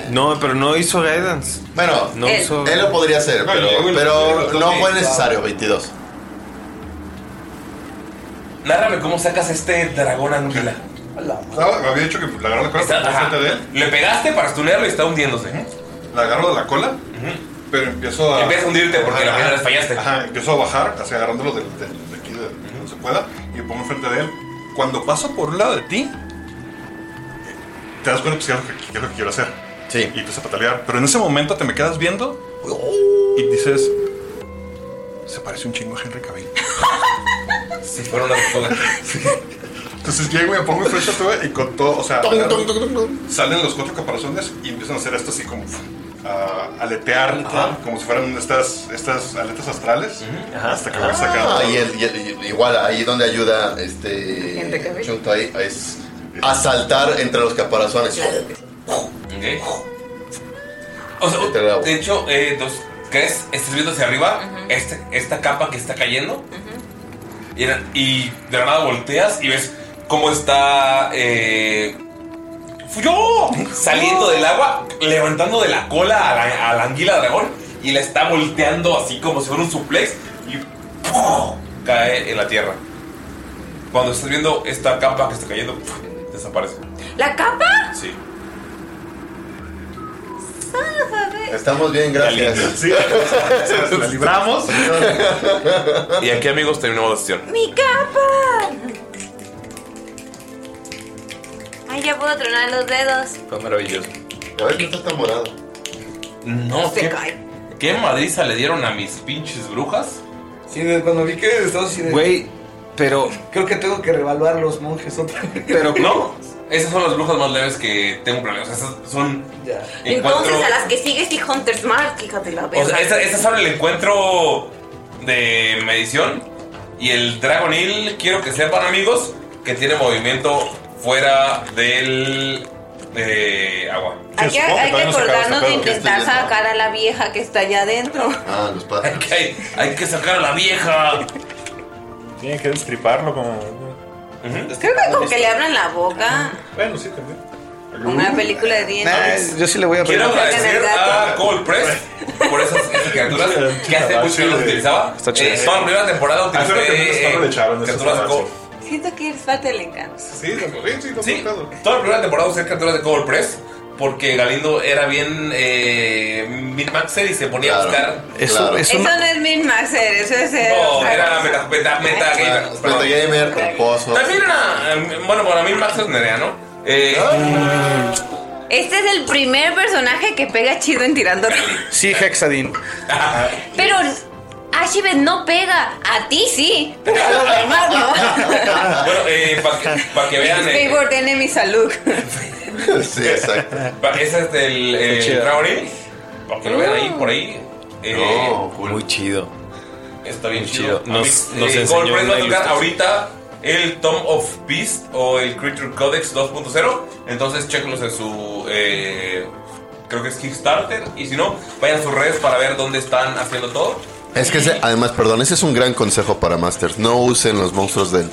S7: No, pero no hizo guidance.
S5: Bueno,
S7: no
S5: él.
S7: hizo-
S5: él lo podría hacer,
S7: No,
S5: pero,
S7: yo- yo-
S5: pero
S7: yo-
S5: no
S7: yo-
S5: fue
S7: yo-
S5: necesario, 22.
S1: Nárrame cómo sacas a este dragón anguila.
S3: Ah, me había dicho que la agarró la cola
S1: Está-
S3: por
S1: ajá.
S3: frente de él.
S1: Le pegaste para estunearlo y está hundiéndose.
S3: La agarro de la cola, pero empiezo a.
S1: Empiezas a hundirte porque la primera vez fallaste.
S3: Ajá, empiezo a bajar, así agarrándolo del- del- de, aquí, de donde se pueda, y me pongo frente de él. Cuando paso por un lado de ti, te das cuenta pues, que es lo que- que es lo que quiero hacer.
S5: Sí.
S3: Y empiezas a patalear. Pero en ese momento te me quedas viendo
S1: ¡Oh!
S3: y dices. Se parece un chingo a Henry Cavill.
S1: Si fueron las cosas.
S3: Entonces llego y me pongo frente a todo y con todo, o sea,
S5: Tum,
S3: agarro-
S5: tum, tum, tum.
S3: salen los cuatro caparazones y empiezan a hacer esto así como a aletear, ajá, como si fueran estas, estas aletas astrales, (laughs) hasta que voy sacando.
S5: Ah, y el- y el- igual ahí donde ayuda este Chunto ahí es a saltar entre los caparazones.
S1: Ok. O sea, de hecho, eh, dos, ¿crees? Estás viendo hacia arriba este- esta capa que está cayendo. y, era- y de la nada volteas y ves cómo está. Eh, ¡Fuyo! Saliendo del agua, levantando de la cola a la, a la anguila dragón y la está volteando así como si fuera un suplex y ¡pum! cae en la tierra. Cuando estás viendo esta capa que está cayendo, ¡pum! desaparece.
S6: ¿La capa?
S1: Sí.
S5: Estamos bien, gracias.
S1: La
S5: (laughs)
S1: libramos. Y aquí, amigos, terminamos la sesión.
S6: ¡Mi capa! Ay, ya puedo tronar los dedos.
S1: Fue maravilloso.
S5: A ver, está tan morado.
S1: No, ¿qué, ¿qué madriza le dieron a mis pinches brujas?
S13: Sí, de- cuando vi que estabas así de.
S1: Güey,
S8: pero.
S13: Creo que tengo que revaluar los monjes otra vez.
S8: Pero
S1: no. Esas son las brujas más leves que tengo planeado. O sea, esas son. en
S6: Entonces
S1: cuatro-
S6: a las que sigues y Hunter's Mark, hija de la
S1: O
S6: verga.
S1: sea, esta- estas son el encuentro de medición. Y el Dragonil, quiero que sepan, amigos, que tiene movimiento fuera del eh, agua.
S6: hay que, hay que acordarnos de
S4: este
S6: intentar sacar a la vieja que está allá adentro.
S5: Ah, los padres.
S1: Hay, hay que sacar a la vieja.
S3: Tienen que destriparlo como.
S6: Creo que con que le abran la boca.
S3: Bueno, sí, también.
S4: Una película de 10
S2: Nah, yo sí le voy a pedir.
S1: Quiero agradecer a Cold Press por esas esas caricaturas que hace mucho yo las utilizaba.
S2: Está chido.
S1: Eh, toda la primera temporada
S3: Hace
S1: utilicé eh,
S3: una caricaturas tarde le echaron, eso
S1: caricaturas de
S3: está
S1: Cold
S4: Siento que eres parte del encanto.
S3: Sí, sí,
S1: sí. Toda la primera temporada usé caricaturas de Cold Press porque Galindo era bien eh, Midmaxer y se ponía a buscar.
S2: Eso,
S4: Eso no es Min Maxer, eso es. eh,
S1: No,
S4: otra
S1: era
S4: cosa.
S1: meta, meta, meta gamer. Meta gamer,
S5: tramposo.
S1: También era. eh, Bueno, para mí Max es Nerea, ¿no? Eh,
S4: Este es el primer personaje que pega chido en tirando rol.
S2: Sí, Hexadin.
S13: (laughs)
S4: Pero Ashibet no pega, a ti sí. Pero a
S1: (laughs)
S4: los demás no.
S1: bueno, eh, para que, pa' que
S4: (laughs)
S1: vean. eh,
S4: Favor de enemy salud.
S1: Sí, exacto. Ese es del eh, Dragon Inn, Para que lo vean ahí, por ahí. Eh,
S7: Muy chido.
S1: Está bien
S7: chido. Nos,
S1: A mí,
S7: nos
S1: eh,
S7: enseñó
S1: Goldpress va
S7: una
S1: a tocar
S7: ilustración.
S1: ahorita el Tom of Beast o el Creature Codex 2.0. Entonces, chequenlos en su. eh, creo que es Kickstarter. Y si no, vayan a sus redes para ver dónde están haciendo todo.
S5: Es que ese- además, perdón, ese es un gran consejo para Masters. No usen los monstruos del,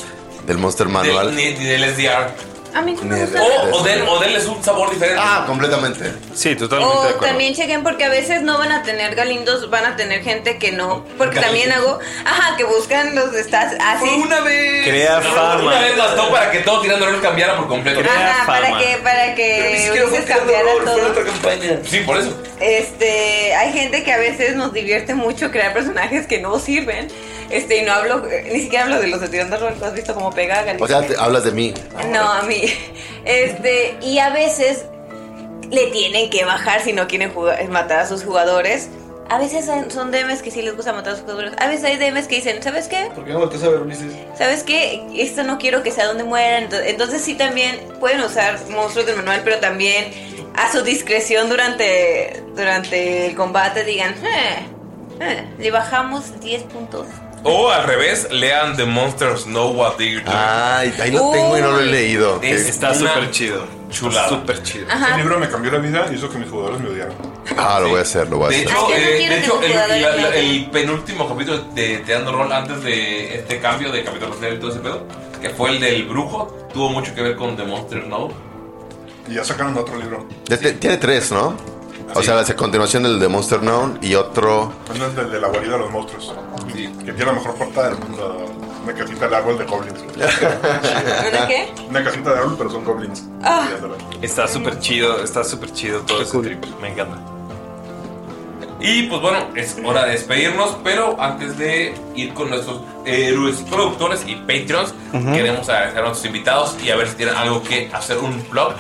S5: del Monster
S1: Del-
S5: Manual.
S1: ni, ni del SDR.
S4: A mí no me
S5: Ni
S4: gusta.
S5: de-
S1: O, o, del- o denles un sabor diferente.
S5: Ah, completamente.
S7: Sí, totalmente
S4: O también chequen porque a veces no van a tener galindos, van a tener gente que no. Porque también hago, ajá, que buscan los de estas así.
S1: una vez.
S7: Crea fama.
S1: Una vez gastó para que todo tirando rol cambiara por completo.
S4: Ajá, para que, para que Ulises cambiara todo.
S1: Sí, por eso.
S4: Este, hay gente que a veces nos divierte mucho crear personajes que no sirven. Este, y no hablo, eh, ni siquiera hablo de los de tirando rol, ¿has visto cómo pega a Galindo?
S5: O sea, te- hablas de mí.
S4: No, a mí. Este, y a veces le tienen que bajar si no quieren jugar- matar a sus jugadores. A veces son- son DMs que sí les gusta matar a sus jugadores. A veces hay DMs que dicen, ¿sabes qué?
S13: ¿Por qué no volteas a ver Ulises?
S4: ¿Sabes qué? Esto no quiero que sea donde mueran. Ento- Entonces sí también pueden usar monstruos del manual, pero también a su discreción durante, durante el combate digan, "Eh, eh, le bajamos 10 puntos.
S1: O al revés, lean The Monsters Know What They're Doing.
S5: Ay, ahí
S4: lo tengo y no lo he
S5: leído.
S3: Está súper
S7: chido.
S3: Chulada.
S7: Súper chido.
S4: Ajá.
S3: Ese libro me cambió la vida y hizo que mis jugadores me odiaran.
S5: Ah, lo voy a hacer, lo voy a
S1: De
S5: hacer.
S1: hecho, eh, de
S4: que
S1: hecho,
S4: tus
S1: el,
S4: jugadores
S1: la- la-
S4: me odien.
S1: el penúltimo capítulo de Teando Rol antes de este cambio de capítulo final y todo ese pedo, que fue el del brujo, tuvo mucho que ver con The Monster Now.
S3: Y ya sacaron otro libro.
S5: De- de- tiene tres, ¿no? O sea, la continuación del de Monster Known y otro.
S3: Uno es del de la guarida de los monstruos. Que tiene la mejor portada del mundo. Una casita de árbol de goblins.
S4: ¿Una qué?
S3: Una casita de árbol, pero son goblins.
S4: Ah.
S7: Está súper chido, está súper chido todo ese trip. Me encanta.
S1: Y pues bueno, es hora de despedirnos, pero antes de ir con nuestros héroes productores y Patreons,
S5: Ujú.
S1: queremos agradecer a nuestros invitados y a ver si tienen algo que hacer un vlog.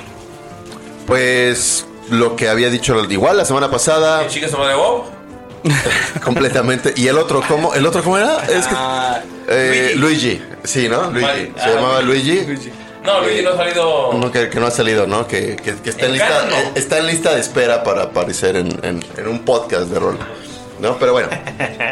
S5: Pues lo que había dicho igual la semana pasada,
S1: Chica, se madre Bob.
S5: completamente. Y el otro, ¿cómo? ¿El otro cómo era? Es que.
S1: Ah,
S5: eh, Luigi. Sí, ¿no? Luigi.
S1: Vale.
S5: Se llamaba Luigi.
S1: No, Luigi no ha salido.
S5: Uno que, que no ha salido, ¿no? Que, que- que está, en
S1: En
S5: lista,
S1: Cannes,
S5: eh, está en lista de espera para aparecer en, en- en un podcast de rol. ¿No? Pero bueno,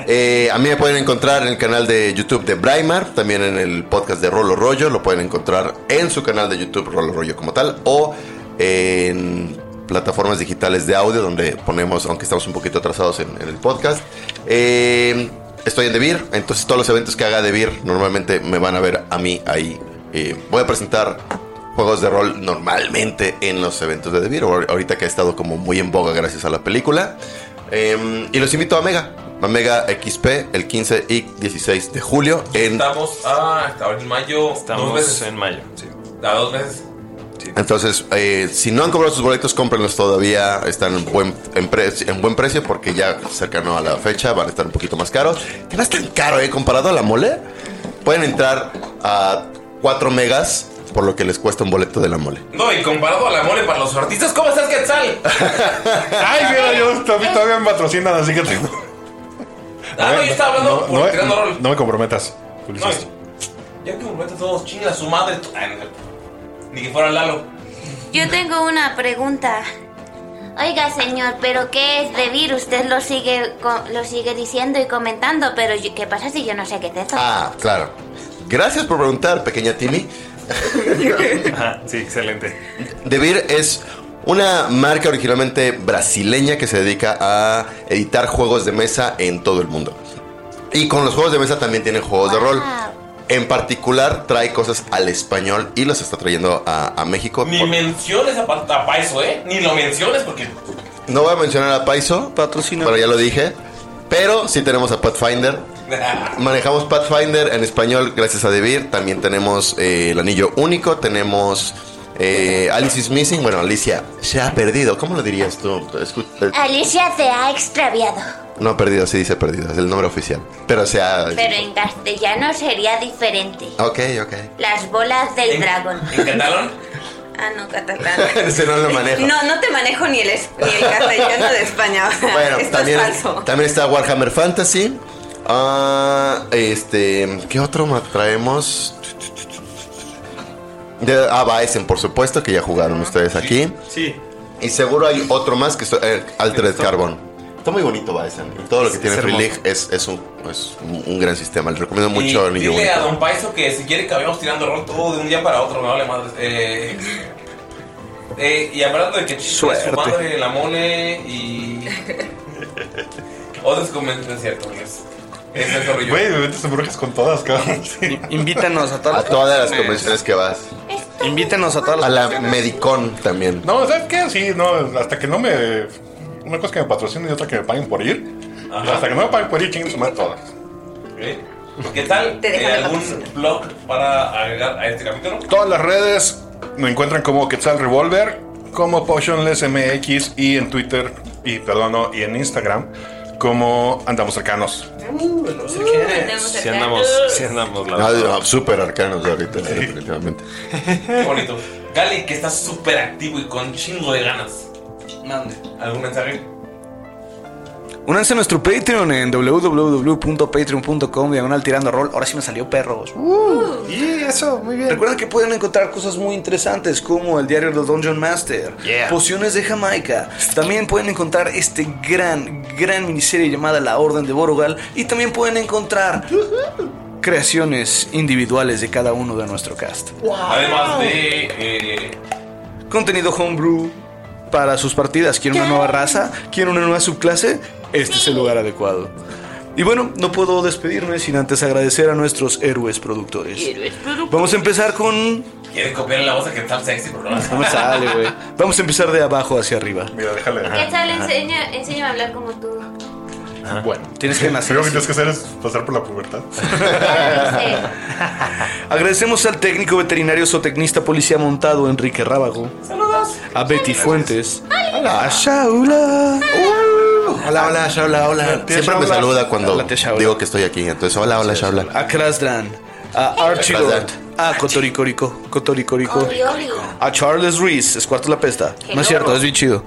S5: eh, a mí me pueden encontrar en el canal de YouTube de Braimar, también en el podcast de Rolo Rollo, lo pueden encontrar en su canal de YouTube Rolo Rollo como tal, o en plataformas digitales de audio donde ponemos, aunque estamos un poquito atrasados en, en el podcast. Eh, estoy en Debir, entonces todos los eventos que haga Debir normalmente me van a ver a mí ahí. Eh, voy a presentar juegos de rol normalmente en los eventos de Devir, ahor- ahorita que ha estado como muy en boga gracias a la película. Em, y los invito a Mega, a Mega XP el 15 y 16 de julio en
S1: Estamos, ah, estaba en mayo. dos
S7: Estamos
S1: veces.
S7: en mayo, sí.
S1: A dos meses.
S5: Entonces, eh, si no han cobrado sus boletos, cómprenlos todavía. Están en buen, en, pre- en buen precio porque ya cercano a la fecha van a estar un poquito más caros. Que no es tan caro, ¿eh? Comparado a la mole, pueden entrar a 4 megas por lo que les cuesta un boleto de la mole.
S1: No, y comparado a la mole para los artistas, ¿cómo estás, Quetzal?
S3: Ay, mira, yo todavía todavía me patrocinan, así que tengo.
S1: Ah, no, yo estaba hablando por
S3: me-
S1: tirando rol.
S3: no me comprometas.
S1: No, ya que momentos todos chinga su madre. Ay, no, no. Ni que fuera Lalo.
S6: Yo tengo una pregunta. Oiga, señor, ¿pero qué es de virus? Usted lo sigue, co- lo sigue diciendo y comentando, pero yo- ¿qué pasa si yo no sé qué es eso?
S5: Ah, claro. Gracias por preguntar, pequeña Timmy.
S7: Ajá, sí, excelente.
S5: Debir es una marca originalmente brasileña que se dedica a editar juegos de mesa en todo el mundo. Y con los juegos de mesa también tienen juegos de rol. En particular trae cosas al español y las está trayendo a, a México.
S1: Ni menciones a, Pa- a Paiso, ¿eh? Ni lo menciones porque
S5: No voy a mencionar a Paiso. Patrocina. Pero ya lo dije. Pero sí tenemos a Pathfinder. Manejamos Pathfinder en español gracias a Devir. También tenemos eh, el anillo único. Tenemos eh, Alice is Missing. Bueno, Alicia se ha perdido. ¿Cómo lo dirías tú? Escu- eh,
S6: Alicia se ha extraviado.
S5: No, perdido, sí dice perdido. Es el nombre oficial. Pero se ha...
S6: Pero en castellano sería diferente.
S5: Ok, ok.
S6: Las bolas del dragón.
S1: ¿En catalán?
S4: Ah, no, catalán.
S5: (laughs) Ese no lo manejo.
S4: No, no te manejo ni el, es- ni el castellano de España. o sea,
S5: Bueno,
S4: esto
S5: también,
S4: es falso.
S5: también está Warhammer Fantasy. Ah, este, ¿qué otro ma- traemos? De, ah, Baesen, por supuesto, que ya jugaron ustedes aquí.
S7: Sí.
S5: Y seguro hay otro más que es eh, Altered Carbon. Está muy bonito Baesen. Y todo lo que
S7: Es-
S5: tiene
S7: es
S5: Free
S7: hermoso.
S5: League es, es un, es un- un gran sistema. Les recomiendo mucho
S1: Y
S5: el Anillo
S1: Dile a
S5: Único.
S1: Don Paiso que si quiere que vayamos tirando rol todo de un día para otro, me vale madre. Eh, eh, y hablando de que
S8: Suerte.
S1: su madre, la mone y. Otros comentarios, cierto, es. Es el zorrillo.
S3: Güey, me metes en brujas con todas,
S2: (laughs)
S3: cabrón.
S2: Invítanos a
S5: A todas las convenciones que vas.
S2: Invítanos a todas
S5: las A la Medicon también.
S3: No, ¿sabes qué? Sí, no, hasta que no me. Una cosa que me patrocinen y otra que me paguen por ir.
S1: Ajá.
S3: Hasta que no me paguen por ir, chinguen su madre todas.
S1: Eh, ¿Qué tal?
S4: Te dejan
S1: Eh,
S4: de
S1: ¿Algún blog para agregar a este capítulo?
S3: Todas las redes me encuentran como Quetzal Revolver, como Potionless MX y en Twitter, y perdón, no, y en Instagram, como Andamos Cercanos.
S1: Uh,
S7: Si andamos, si andamos, la
S5: Ah,
S7: verdad.
S5: no, Súper arcanos ahorita, definitivamente.
S1: Qué bonito. Gali, que está súper activo y con chingo de ganas. Mande. ¿Algún mensaje?
S2: Únanse a nuestro Patreon en www.patreon.com diagonal tirando rol. Ahora sí me salió perros. y Uh. eso, muy bien. Recuerden que pueden encontrar cosas muy interesantes como el diario del Dungeon Master,
S8: Yeah.
S2: pociones de Jamaica. También pueden encontrar este gran, gran miniserie llamada La Orden de Borogal. Y también pueden encontrar creaciones individuales de cada uno de nuestro cast.
S1: Además de. eh,
S2: Contenido homebrew para sus partidas. ¿Quieren una nueva raza? ¿Quieren una nueva subclase? Este es el lugar adecuado. Y bueno, no puedo despedirme sin antes agradecer a nuestros héroes productores. Vamos a empezar con...
S1: ¿Quieres copiar la voz a que tal sexy, por favor?
S2: No me sale, güey. Vamos a empezar de abajo hacia arriba.
S3: Mira, déjale.
S6: ¿Qué tal? Enseña, enséñame a hablar como tú.
S2: Bueno, tienes que nacer.
S3: Lo que tienes que hacer es pasar por la pubertad.
S2: Agradecemos al técnico veterinario zootecnista policía montado Enrique Rábago,
S1: Saludos.
S2: a Betty Fuentes, a Shaula.
S5: Uh. Hola,
S2: Ah,
S5: hola, Shaula, hola. Siempre me saluda cuando digo que estoy aquí. Entonces, hola, hola, Shaula.
S2: A Krasdran, a Archilord, a Cotoricorico, Cotoricorico, a Charles Ruiz, es cuarto la pesta. No
S6: Hello.
S2: es cierto, es bien chido.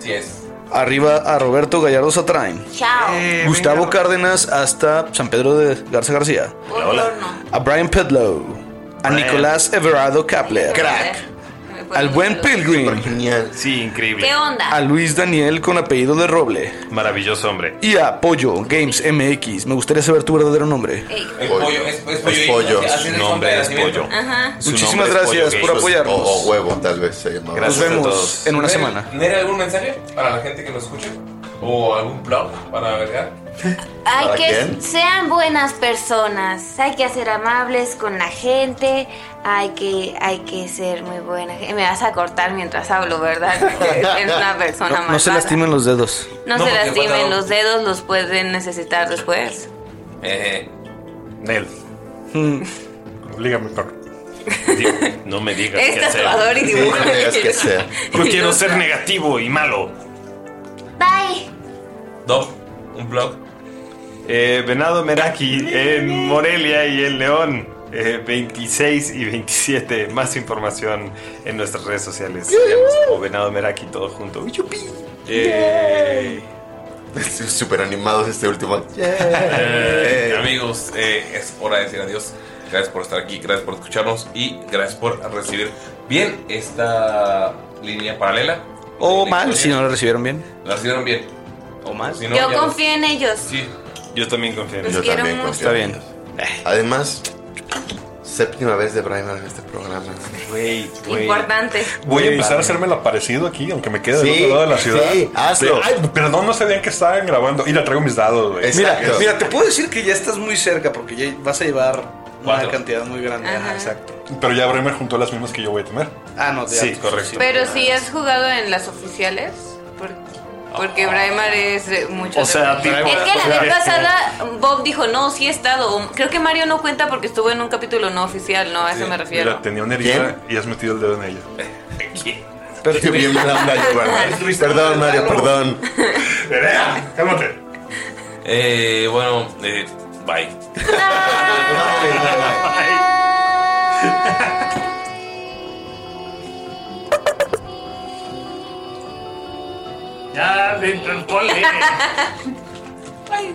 S1: Sí es.
S2: Arriba a Roberto Gallardo Satrain,
S6: Chao.
S7: Eh,
S2: Gustavo Cárdenas hasta San Pedro de Garza García, a Brian Pedlow, a Nicolás Everardo Kapler, al buen Pilgrim,
S7: Sí, increíble.
S6: ¿Qué onda?
S2: a Luis Daniel con apellido de Roble
S7: Maravilloso hombre.
S2: y a Pollo Games MX. Me gustaría saber tu verdadero nombre.
S6: Eh,
S1: Es pollo, es, es pollo.
S5: Es pollo.
S1: Así- así
S5: Su
S1: el
S5: nombre
S1: nombre
S5: es
S1: de nacimiento.
S5: pollo.
S6: Ajá.
S7: Su
S2: Muchísimas
S7: nombre es Pollo
S2: gracias
S7: Gay.
S2: por apoyarnos.
S5: O, o huevo, tal vez se llamaba.
S2: Nos
S7: Gracias a
S2: vemos
S7: todos.
S2: en una
S1: ¿Nere-
S2: semana.
S1: ¿Nere algún mensaje para la gente que nos escucha? ¿O algún blog para agregar?
S6: Hay
S1: ¿Para
S6: que
S1: quién?
S6: sean buenas personas, hay que ser amables con la gente, hay que, hay que ser muy buena. gente. Me vas a cortar mientras hablo, ¿verdad? Porque eres una persona
S2: No,
S6: malvada.
S2: no se lastimen los dedos.
S6: No,
S1: No,
S6: se
S1: porque falta-
S6: lastimen los dedos, los pueden necesitar después.
S1: Eh,
S7: Nel,
S3: Oblígame, perro.
S7: di- no me digas
S6: Es
S7: qué hacer.
S6: tatuador y dibuja.
S7: Yo quiero ser negativo y malo.
S6: Bye.
S1: Dob, un blog.
S7: Eh, Venado Meraki en Morelia y en León. eh, 26 y 27. Más información en nuestras redes sociales. Síganos como Venado Meraki todo junto. Eh, Yay.
S5: (laughs) Súper animados este último.
S1: Eh, amigos, eh, es hora de decir adiós. Gracias por estar aquí, gracias por escucharnos y gracias por recibir bien esta línea paralela.
S2: O mal, si no lo recibieron bien.
S1: La recibieron bien.
S2: O mal.
S1: Si no,
S6: Yo
S1: ya los-
S6: confío en ellos.
S1: Sí.
S7: Yo también confío en
S4: Pues
S6: Los
S7: eso.
S6: quiero mucho.
S2: Está bien. Eh.
S5: Además, séptima vez de Brian en este programa.
S7: Güey, güey.
S6: Importante.
S3: Voy a empezar a hacerme la parecido aquí, aunque me quede
S5: Sí,
S3: del otro lado de la ciudad.
S5: sí, hazlo.
S3: Ay, perdón, no sabían que estaban grabando. Y le traigo mis dados, güey.
S5: Exacto.
S2: Mira, mira, te puedo decir que ya estás muy cerca porque ya vas a llevar
S7: Cuatro.
S2: Una cantidad muy grande. Ajá,
S4: Ajá.
S2: exacto.
S3: Pero ya Bremer juntó las mismas que yo voy a tener.
S2: Ah, no,
S3: Sí, correcto.
S4: Pero si has jugado en las oficiales, por- porque Braimar es eh, mucho.
S3: O sea,
S4: de-
S3: tipo-
S4: es que
S3: o
S4: la
S3: sea,
S4: vez
S3: es que-
S4: pasada Bob dijo, no, sí he estado. Creo que Mario no cuenta porque estuvo en un capítulo no oficial, ¿no? A eso me refiero.
S3: Mira, tenía una herida y has metido el dedo en ella.
S2: Pero
S5: Qué bien mala onda, yo,
S3: (laughs)
S5: güey. Perdón, Mario, perdón.
S1: (laughs)
S3: Cálmate.
S7: Eh, bueno, eh, bye.
S14: Ya Ah, dentro del
S4: (laughs)
S14: cole.
S4: Ay.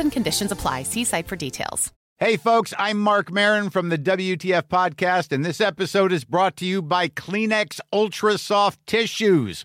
S15: and conditions apply. See site for details.
S16: Hey, folks, I'm Mark Marin from the WTF Podcast, and this episode is brought to you by Kleenex Ultra Soft Tissues,